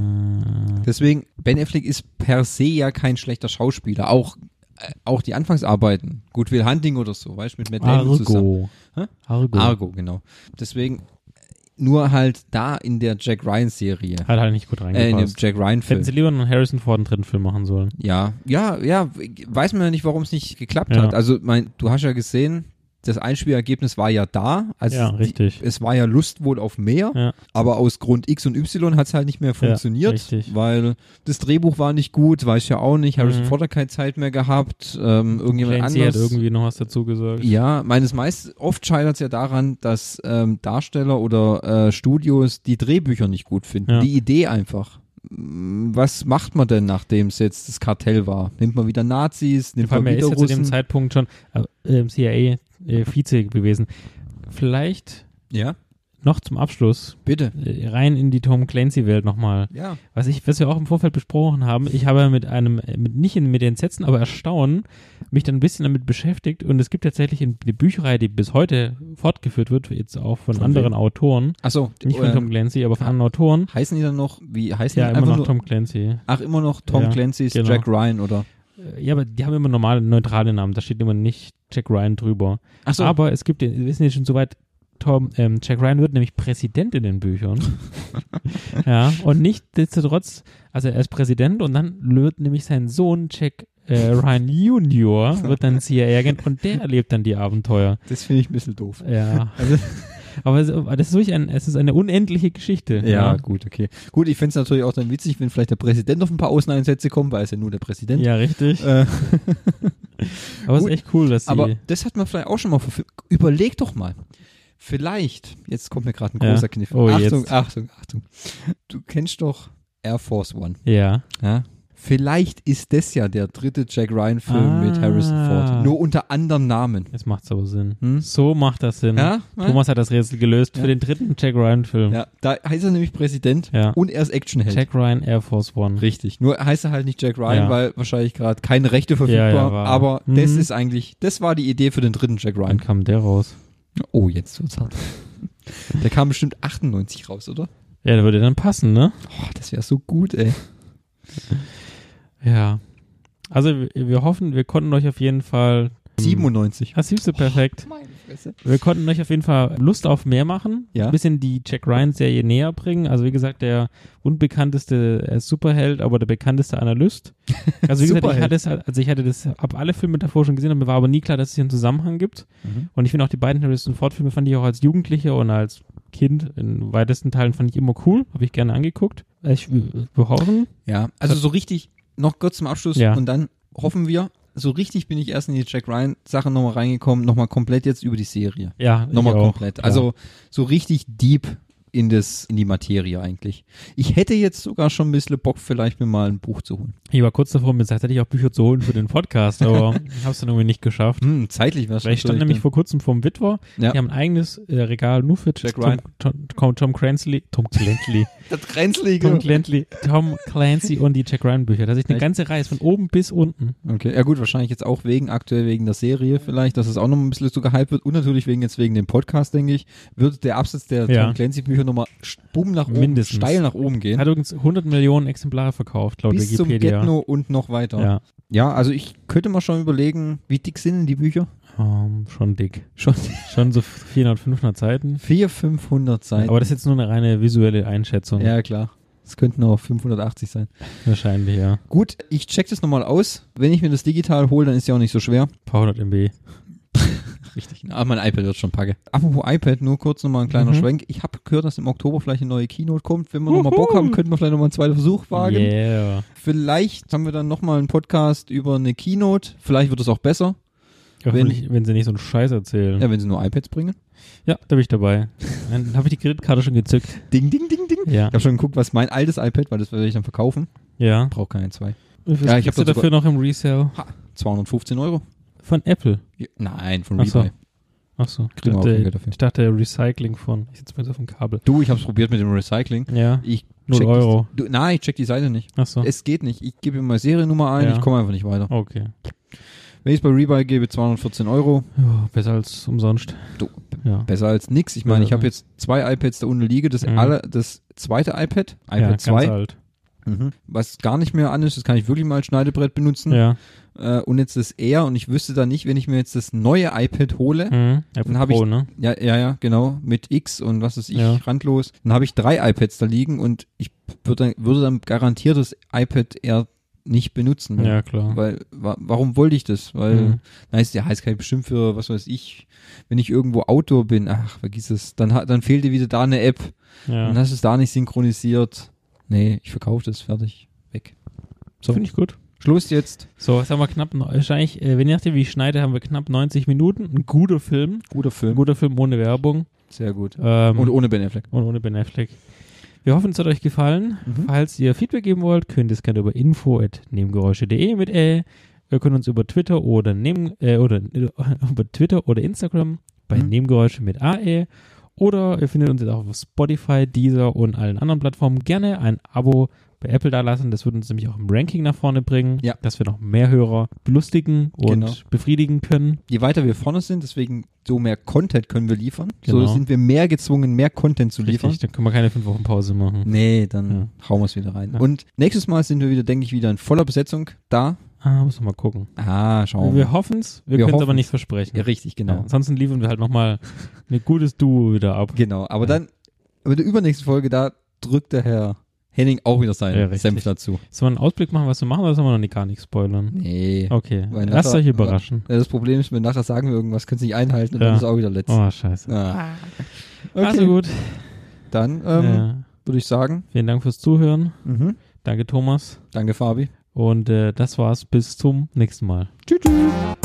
[SPEAKER 4] Deswegen, Ben Affleck ist per se ja kein schlechter Schauspieler. Auch, äh, auch die Anfangsarbeiten. Good Will Hunting oder so, weißt du, mit Matt Damon zusammen.
[SPEAKER 1] Argo.
[SPEAKER 4] Hä?
[SPEAKER 1] Argo.
[SPEAKER 4] Argo, genau. Deswegen, äh, nur halt da in der Jack Ryan-Serie.
[SPEAKER 1] Hat halt nicht gut
[SPEAKER 4] Äh, in dem
[SPEAKER 1] reingepasst.
[SPEAKER 4] Jack
[SPEAKER 1] Hätten sie
[SPEAKER 4] Ryan-Film.
[SPEAKER 1] lieber einen Harrison Ford einen dritten Film machen sollen.
[SPEAKER 4] Ja, ja, ja, weiß man ja nicht, warum es nicht geklappt
[SPEAKER 1] Ja.
[SPEAKER 4] hat. Also, mein, du hast ja gesehen, das Einspielergebnis war ja da. Also
[SPEAKER 1] ja,
[SPEAKER 4] die-
[SPEAKER 1] richtig.
[SPEAKER 4] es war ja Lust wohl auf mehr,
[SPEAKER 1] Ja.
[SPEAKER 4] aber aus Grund X und Y hat es halt nicht mehr funktioniert,
[SPEAKER 1] richtig.
[SPEAKER 4] weil das Drehbuch war nicht gut, weiß ich ja auch nicht, Harrison
[SPEAKER 1] Mhm.
[SPEAKER 4] Ford hat keine Zeit mehr gehabt, ähm, irgendjemand
[SPEAKER 1] Clancy hat
[SPEAKER 4] anders.
[SPEAKER 1] irgendwie noch was dazu gesagt.
[SPEAKER 4] ja, meines meist oft scheitert es ja daran, dass ähm, Darsteller oder äh, Studios die Drehbücher nicht gut finden,
[SPEAKER 1] Ja.
[SPEAKER 4] die Idee einfach. Mm, Was macht man denn, nachdem es jetzt das Kartell war? Nimmt man wieder Nazis, nimmt
[SPEAKER 1] Vor allem,
[SPEAKER 4] man
[SPEAKER 1] er
[SPEAKER 4] wieder
[SPEAKER 1] ist ja zu dem
[SPEAKER 4] Russen?
[SPEAKER 1] Zeitpunkt schon äh, CIA-Vize gewesen. Vielleicht
[SPEAKER 4] Ja,
[SPEAKER 1] noch zum Abschluss
[SPEAKER 4] bitte.
[SPEAKER 1] äh, rein in die Tom Clancy-Welt nochmal.
[SPEAKER 4] Ja,
[SPEAKER 1] Was, ich, was wir auch im Vorfeld besprochen haben, ich habe mit einem, äh, mit, nicht in, mit den Sätzen, aber Erstaunen, mich dann ein bisschen damit beschäftigt und es gibt tatsächlich in- eine Bücherei, die bis heute fortgeführt wird, jetzt auch von,
[SPEAKER 4] Von
[SPEAKER 1] anderen Autoren,
[SPEAKER 4] achso, ähm,
[SPEAKER 1] nicht von Tom Clancy, aber von anderen Autoren.
[SPEAKER 4] heißen die dann noch, wie heißen
[SPEAKER 1] Ja,
[SPEAKER 4] die
[SPEAKER 1] immer
[SPEAKER 4] einfach
[SPEAKER 1] noch
[SPEAKER 4] nur
[SPEAKER 1] Tom Clancy.
[SPEAKER 4] Ach, immer noch Tom
[SPEAKER 1] Ja,
[SPEAKER 4] Clancy's
[SPEAKER 1] genau.
[SPEAKER 4] Jack Ryan, oder?
[SPEAKER 1] Äh, Ja, aber die haben immer normale, neutrale Namen, da steht immer nicht Jack Ryan drüber.
[SPEAKER 4] Ach
[SPEAKER 1] Aber es gibt, den- wir wissen jetzt schon soweit, Tom, ähm, Jack Ryan wird nämlich Präsident in den Büchern.
[SPEAKER 4] [LAUGHS]
[SPEAKER 1] ja, und nicht nichtsdestotrotz, also er ist Präsident und dann wird nämlich sein Sohn Jack äh, Ryan Junior wird dann CIA-Agent und der erlebt dann die Abenteuer.
[SPEAKER 4] Das finde ich ein bisschen doof. [LAUGHS]
[SPEAKER 1] Ja.
[SPEAKER 4] Also
[SPEAKER 1] Aber es, aber das ist wirklich ein, es ist eine unendliche Geschichte.
[SPEAKER 4] Ja, gut, okay. Gut, ich fände es natürlich auch dann witzig, wenn vielleicht der Präsident auf ein paar Außeneinsätze kommt, weil er ist ja nur der Präsident.
[SPEAKER 1] Ja, richtig.
[SPEAKER 4] Äh,
[SPEAKER 1] aber es ist
[SPEAKER 4] gut.
[SPEAKER 1] echt cool, dass sie.
[SPEAKER 4] aber das hat man vielleicht auch schon mal verfilmt. Überleg doch mal. Vielleicht, jetzt kommt mir gerade ein
[SPEAKER 1] Ja.
[SPEAKER 4] großer Kniff.
[SPEAKER 1] Oh,
[SPEAKER 4] Achtung,
[SPEAKER 1] jetzt.
[SPEAKER 4] Achtung, Achtung. Du kennst doch Air Force One.
[SPEAKER 1] ja.
[SPEAKER 4] Ja? Vielleicht ist das ja der dritte Jack Ryan-Film mit
[SPEAKER 1] Ah.
[SPEAKER 4] Harrison Ford. Nur unter anderem Namen.
[SPEAKER 1] Es macht so Sinn.
[SPEAKER 4] Hm?
[SPEAKER 1] So macht das Sinn.
[SPEAKER 4] Ja?
[SPEAKER 1] Thomas hat das Rätsel gelöst
[SPEAKER 4] Ja.
[SPEAKER 1] für den dritten Jack Ryan-Film.
[SPEAKER 4] ja, da heißt er nämlich Präsident
[SPEAKER 1] Ja.
[SPEAKER 4] und er ist Actionheld.
[SPEAKER 1] Jack Ryan Air Force One.
[SPEAKER 4] Richtig. Nur heißt er halt nicht Jack Ryan,
[SPEAKER 1] Ja.
[SPEAKER 4] weil wahrscheinlich gerade keine Rechte verfügbar.
[SPEAKER 1] Ja, ja, war-
[SPEAKER 4] aber das
[SPEAKER 1] Mhm.
[SPEAKER 4] ist eigentlich, das war die Idee für den dritten Jack
[SPEAKER 1] Wann
[SPEAKER 4] Ryan.
[SPEAKER 1] kam der raus?
[SPEAKER 4] Oh, jetzt wird's hart. Der kam bestimmt 98 raus, oder?
[SPEAKER 1] Ja, der würde dann passen, ne?
[SPEAKER 4] Oh, das wäre so gut, ey.
[SPEAKER 1] Ja. Also wir, wir hoffen, wir konnten euch auf jeden Fall.
[SPEAKER 4] 97.
[SPEAKER 1] Das siehst du perfekt.
[SPEAKER 4] Meine Fresse.
[SPEAKER 1] Wir konnten euch auf jeden Fall Lust auf mehr machen.
[SPEAKER 4] Ja.
[SPEAKER 1] Ein bisschen die Jack Ryan-Serie näher bringen. Also wie gesagt, der unbekannteste äh, Superheld, aber der bekannteste Analyst.
[SPEAKER 4] [LAUGHS]
[SPEAKER 1] Also wie gesagt, ich
[SPEAKER 4] Superheld.
[SPEAKER 1] hatte, es, also ich hatte das, hab alle Filme davor schon gesehen, aber mir war aber nie klar, dass es hier einen Zusammenhang gibt.
[SPEAKER 4] Mhm.
[SPEAKER 1] Und ich finde auch die beiden Harrison Ford-Filme fand ich auch als Jugendlicher und als Kind in weitesten Teilen fand ich immer cool. Habe ich gerne angeguckt. Äh, Ich behaupten.
[SPEAKER 4] Ja, also so richtig, noch kurz zum Abschluss
[SPEAKER 1] Ja.
[SPEAKER 4] und dann hoffen wir, so richtig bin ich erst in die Jack Ryan-Sache nochmal reingekommen, nochmal komplett jetzt über die Serie.
[SPEAKER 1] Ja, ich
[SPEAKER 4] Nochmal
[SPEAKER 1] auch.
[SPEAKER 4] komplett.
[SPEAKER 1] Ja.
[SPEAKER 4] Also so richtig deep in, das, in die Materie eigentlich. Ich hätte jetzt sogar schon ein bisschen Bock, vielleicht mir mal ein Buch zu holen.
[SPEAKER 1] Ich war kurz davor, mir gesagt, hätte ich auch Bücher zu holen für den
[SPEAKER 4] [LAUGHS]
[SPEAKER 1] Podcast, aber ich habe es dann irgendwie nicht geschafft.
[SPEAKER 4] Hm, zeitlich wäre
[SPEAKER 1] Weil ich stand nämlich vor kurzem vorm Witwer.
[SPEAKER 4] Ja.
[SPEAKER 1] Die haben ein eigenes äh, Regal nur für
[SPEAKER 4] Jack
[SPEAKER 1] Tom,
[SPEAKER 4] Ryan.
[SPEAKER 1] Tom, Tom, Tom Clancy, Tom
[SPEAKER 4] [LAUGHS]
[SPEAKER 1] Clancy,
[SPEAKER 4] Das Grenzlige.
[SPEAKER 1] Tom Clancy, Tom Clancy und die Jack Ryan Bücher. Da ist eine
[SPEAKER 4] Echt?
[SPEAKER 1] ganze Reihe von oben bis unten.
[SPEAKER 4] Okay, ja gut, wahrscheinlich jetzt auch wegen, aktuell wegen der Serie vielleicht, dass es auch noch ein bisschen so gehypt wird und natürlich wegen jetzt wegen dem Podcast, denke ich, wird der Absatz der
[SPEAKER 1] Ja.
[SPEAKER 4] Tom Clancy Bücher nochmal sch- bumm nach oben,
[SPEAKER 1] Mindestens.
[SPEAKER 4] steil nach oben gehen.
[SPEAKER 1] Hat übrigens 100 Millionen Exemplare verkauft, laut
[SPEAKER 4] bis zum
[SPEAKER 1] Wikipedia.
[SPEAKER 4] Getno und noch weiter.
[SPEAKER 1] ja,
[SPEAKER 4] Ja, also ich könnte mal schon überlegen, wie dick sind denn die Bücher?
[SPEAKER 1] ähm, schon dick. [LAUGHS]
[SPEAKER 4] Schon
[SPEAKER 1] Schon so 400, 500 Seiten.
[SPEAKER 4] 400, 500 Seiten.
[SPEAKER 1] Aber das ist jetzt nur eine reine visuelle Einschätzung.
[SPEAKER 4] ja, klar. Es könnten auch 580 sein.
[SPEAKER 1] Wahrscheinlich, ja.
[SPEAKER 4] Gut, ich check das nochmal aus. Wenn ich mir das digital hole, dann ist ja auch nicht so schwer.
[SPEAKER 1] Ein paar hundert MB.
[SPEAKER 4] Richtig.
[SPEAKER 1] Ah,
[SPEAKER 4] Aber mein iPad wird schon packe. Apropos iPad, nur kurz nochmal ein kleiner
[SPEAKER 1] Mhm.
[SPEAKER 4] Schwenk. Ich habe gehört, dass im Oktober vielleicht eine neue Keynote kommt. Wenn wir nochmal Bock haben, könnten wir vielleicht nochmal einen zweiten Versuch wagen.
[SPEAKER 1] Yeah.
[SPEAKER 4] Vielleicht haben wir dann nochmal einen Podcast über eine Keynote. Vielleicht wird es auch besser,
[SPEAKER 1] Hoffentlich, wenn sie nicht so einen Scheiß erzählen.
[SPEAKER 4] ja, wenn sie nur iPads bringen.
[SPEAKER 1] Ja, da bin ich dabei. Dann habe ich die Kreditkarte schon gezückt.
[SPEAKER 4] Ding, ding, ding, ding.
[SPEAKER 1] Ja.
[SPEAKER 4] Ich habe schon geguckt, was mein altes iPad, weil das werde ich dann verkaufen.
[SPEAKER 1] Ja.
[SPEAKER 4] Braucht keine zwei.
[SPEAKER 1] ja ich
[SPEAKER 4] ich hab
[SPEAKER 1] habe
[SPEAKER 4] das
[SPEAKER 1] dafür noch im Resale
[SPEAKER 4] 215 Euro.
[SPEAKER 1] von Apple.
[SPEAKER 4] Ja, nein, von
[SPEAKER 1] Ach so.
[SPEAKER 4] Rebuy.
[SPEAKER 1] Achso. Ich
[SPEAKER 4] Kriegen wir auch kein
[SPEAKER 1] dachte,
[SPEAKER 4] Geld dafür.
[SPEAKER 1] ich dachte Recycling von. Ich sitze mir jetzt auf dem Kabel.
[SPEAKER 4] Du, ich habe es probiert mit dem Recycling.
[SPEAKER 1] Ja.
[SPEAKER 4] Ich
[SPEAKER 1] Null
[SPEAKER 4] check
[SPEAKER 1] Euro.
[SPEAKER 4] Die, du, nein, ich check die Seite nicht.
[SPEAKER 1] Achso.
[SPEAKER 4] Es geht nicht. Ich gebe mir mal Seriennummer ein,
[SPEAKER 1] Ja.
[SPEAKER 4] ich komme einfach nicht weiter.
[SPEAKER 1] Okay.
[SPEAKER 4] Wenn ich es bei Rebuy gebe, 214 Euro.
[SPEAKER 1] Ja, besser als umsonst.
[SPEAKER 4] Du,
[SPEAKER 1] Ja.
[SPEAKER 4] Besser als nix. Ich meine, ich habe jetzt zwei iPads da unten liegen. Das,
[SPEAKER 1] Mhm.
[SPEAKER 4] alle, das zweite iPad,
[SPEAKER 1] ja,
[SPEAKER 4] iPad
[SPEAKER 1] ganz
[SPEAKER 4] 2,
[SPEAKER 1] alt.
[SPEAKER 4] mhm. was gar nicht mehr an ist, das kann ich wirklich mal als Schneidebrett benutzen.
[SPEAKER 1] Ja.
[SPEAKER 4] Äh, und jetzt das Air. Und ich wüsste da nicht, wenn ich mir jetzt das neue iPad hole.
[SPEAKER 1] Mhm. Apple
[SPEAKER 4] Dann hab ich-
[SPEAKER 1] Pro, ne?
[SPEAKER 4] Ja, ja, ja, genau. Mit X und was ist ich,
[SPEAKER 1] Ja.
[SPEAKER 4] randlos. Dann habe ich drei iPads da liegen und ich würde dann, würde dann garantiert das iPad Air nicht benutzen.
[SPEAKER 1] Ja, klar.
[SPEAKER 4] Hm. Weil, wa warum wollte ich das? Weil,
[SPEAKER 1] Mhm.
[SPEAKER 4] nein, ist der heißt kann ich bestimmt für, was weiß ich, wenn ich irgendwo Outdoor bin, ach, vergiss es, dann, hat- dann fehlt dir wieder da eine App, dann
[SPEAKER 1] Ja.
[SPEAKER 4] hast du es da nicht synchronisiert. Nee, ich verkaufe das, fertig, weg. So,
[SPEAKER 1] Finde ich gut.
[SPEAKER 4] Schluss jetzt.
[SPEAKER 1] So, jetzt haben wir knapp, neu- wahrscheinlich, äh, wenn ihr nachdem, wie ich schneide, haben wir knapp 90 Minuten. Ein guter Film.
[SPEAKER 4] Guter
[SPEAKER 1] Ein
[SPEAKER 4] Film.
[SPEAKER 1] guter Film ohne Werbung.
[SPEAKER 4] Sehr gut.
[SPEAKER 1] Ähm,
[SPEAKER 4] Und ohne Ben Affleck.
[SPEAKER 1] und ohne Ben Affleck. Wir hoffen, es hat euch gefallen. Falls ihr Feedback geben wollt, könnt ihr es gerne über info.nebengeräusche.de mit L. Ihr könnt uns über Twitter oder neben, äh, oder [LAUGHS] äh, über Twitter oder Instagram bei
[SPEAKER 4] Mhm.
[SPEAKER 1] Nebengeräusche mit AE. Oder ihr findet uns jetzt auch auf Spotify, Deezer und allen anderen Plattformen. Gerne ein Abo bei Apple da lassen. Das würde uns nämlich auch im Ranking nach vorne bringen,
[SPEAKER 4] Ja.
[SPEAKER 1] dass wir noch mehr Hörer belustigen und
[SPEAKER 4] Genau.
[SPEAKER 1] befriedigen können.
[SPEAKER 4] Je weiter wir vorne sind, deswegen so mehr Content können wir liefern.
[SPEAKER 1] Genau.
[SPEAKER 4] So sind wir mehr gezwungen, mehr Content zu liefern.
[SPEAKER 1] Richtig, dann können wir keine fünf Wochen Pause machen.
[SPEAKER 4] Nee, dann hauen wir es wieder rein.
[SPEAKER 1] Ja.
[SPEAKER 4] Und nächstes Mal sind wir wieder, denke ich, wieder in voller Besetzung da.
[SPEAKER 1] Ah, müssen wir mal gucken.
[SPEAKER 4] Ah, schauen wir.
[SPEAKER 1] Wir hoffen es, wir,
[SPEAKER 4] Wir
[SPEAKER 1] können es aber
[SPEAKER 4] hoffen's.
[SPEAKER 1] nicht versprechen.
[SPEAKER 4] Ja, richtig,
[SPEAKER 1] Genau.
[SPEAKER 4] genau.
[SPEAKER 1] ansonsten liefern wir halt nochmal [LAUGHS] ein gutes Duo wieder ab.
[SPEAKER 4] Genau, aber
[SPEAKER 1] Ja.
[SPEAKER 4] dann, mit der übernächsten Folge, da drückt der Herr Henning auch wieder seinen
[SPEAKER 1] Ja, richtig.
[SPEAKER 4] Senf dazu.
[SPEAKER 1] Sollen wir einen Ausblick machen, was wir machen, oder sollen wir noch nicht gar nicht spoilern?
[SPEAKER 4] Nee.
[SPEAKER 1] Okay,
[SPEAKER 4] Weil
[SPEAKER 1] lasst
[SPEAKER 4] nachher-
[SPEAKER 1] euch überraschen.
[SPEAKER 4] Ja, das Problem ist, wenn nachher sagen wir irgendwas, können sie nicht einhalten und
[SPEAKER 1] Ja.
[SPEAKER 4] dann ist es auch wieder letzt.
[SPEAKER 1] Oh, scheiße.
[SPEAKER 4] Ah,
[SPEAKER 3] Ah.
[SPEAKER 4] okay.
[SPEAKER 1] Also gut.
[SPEAKER 4] Dann ähm,
[SPEAKER 1] ja.
[SPEAKER 4] würde ich sagen, mhm.
[SPEAKER 1] Vielen Dank fürs Zuhören. Danke, Thomas.
[SPEAKER 4] danke Fabi.
[SPEAKER 1] Und äh, das war's. Bis zum nächsten Mal.
[SPEAKER 4] Tschüss. tschüss.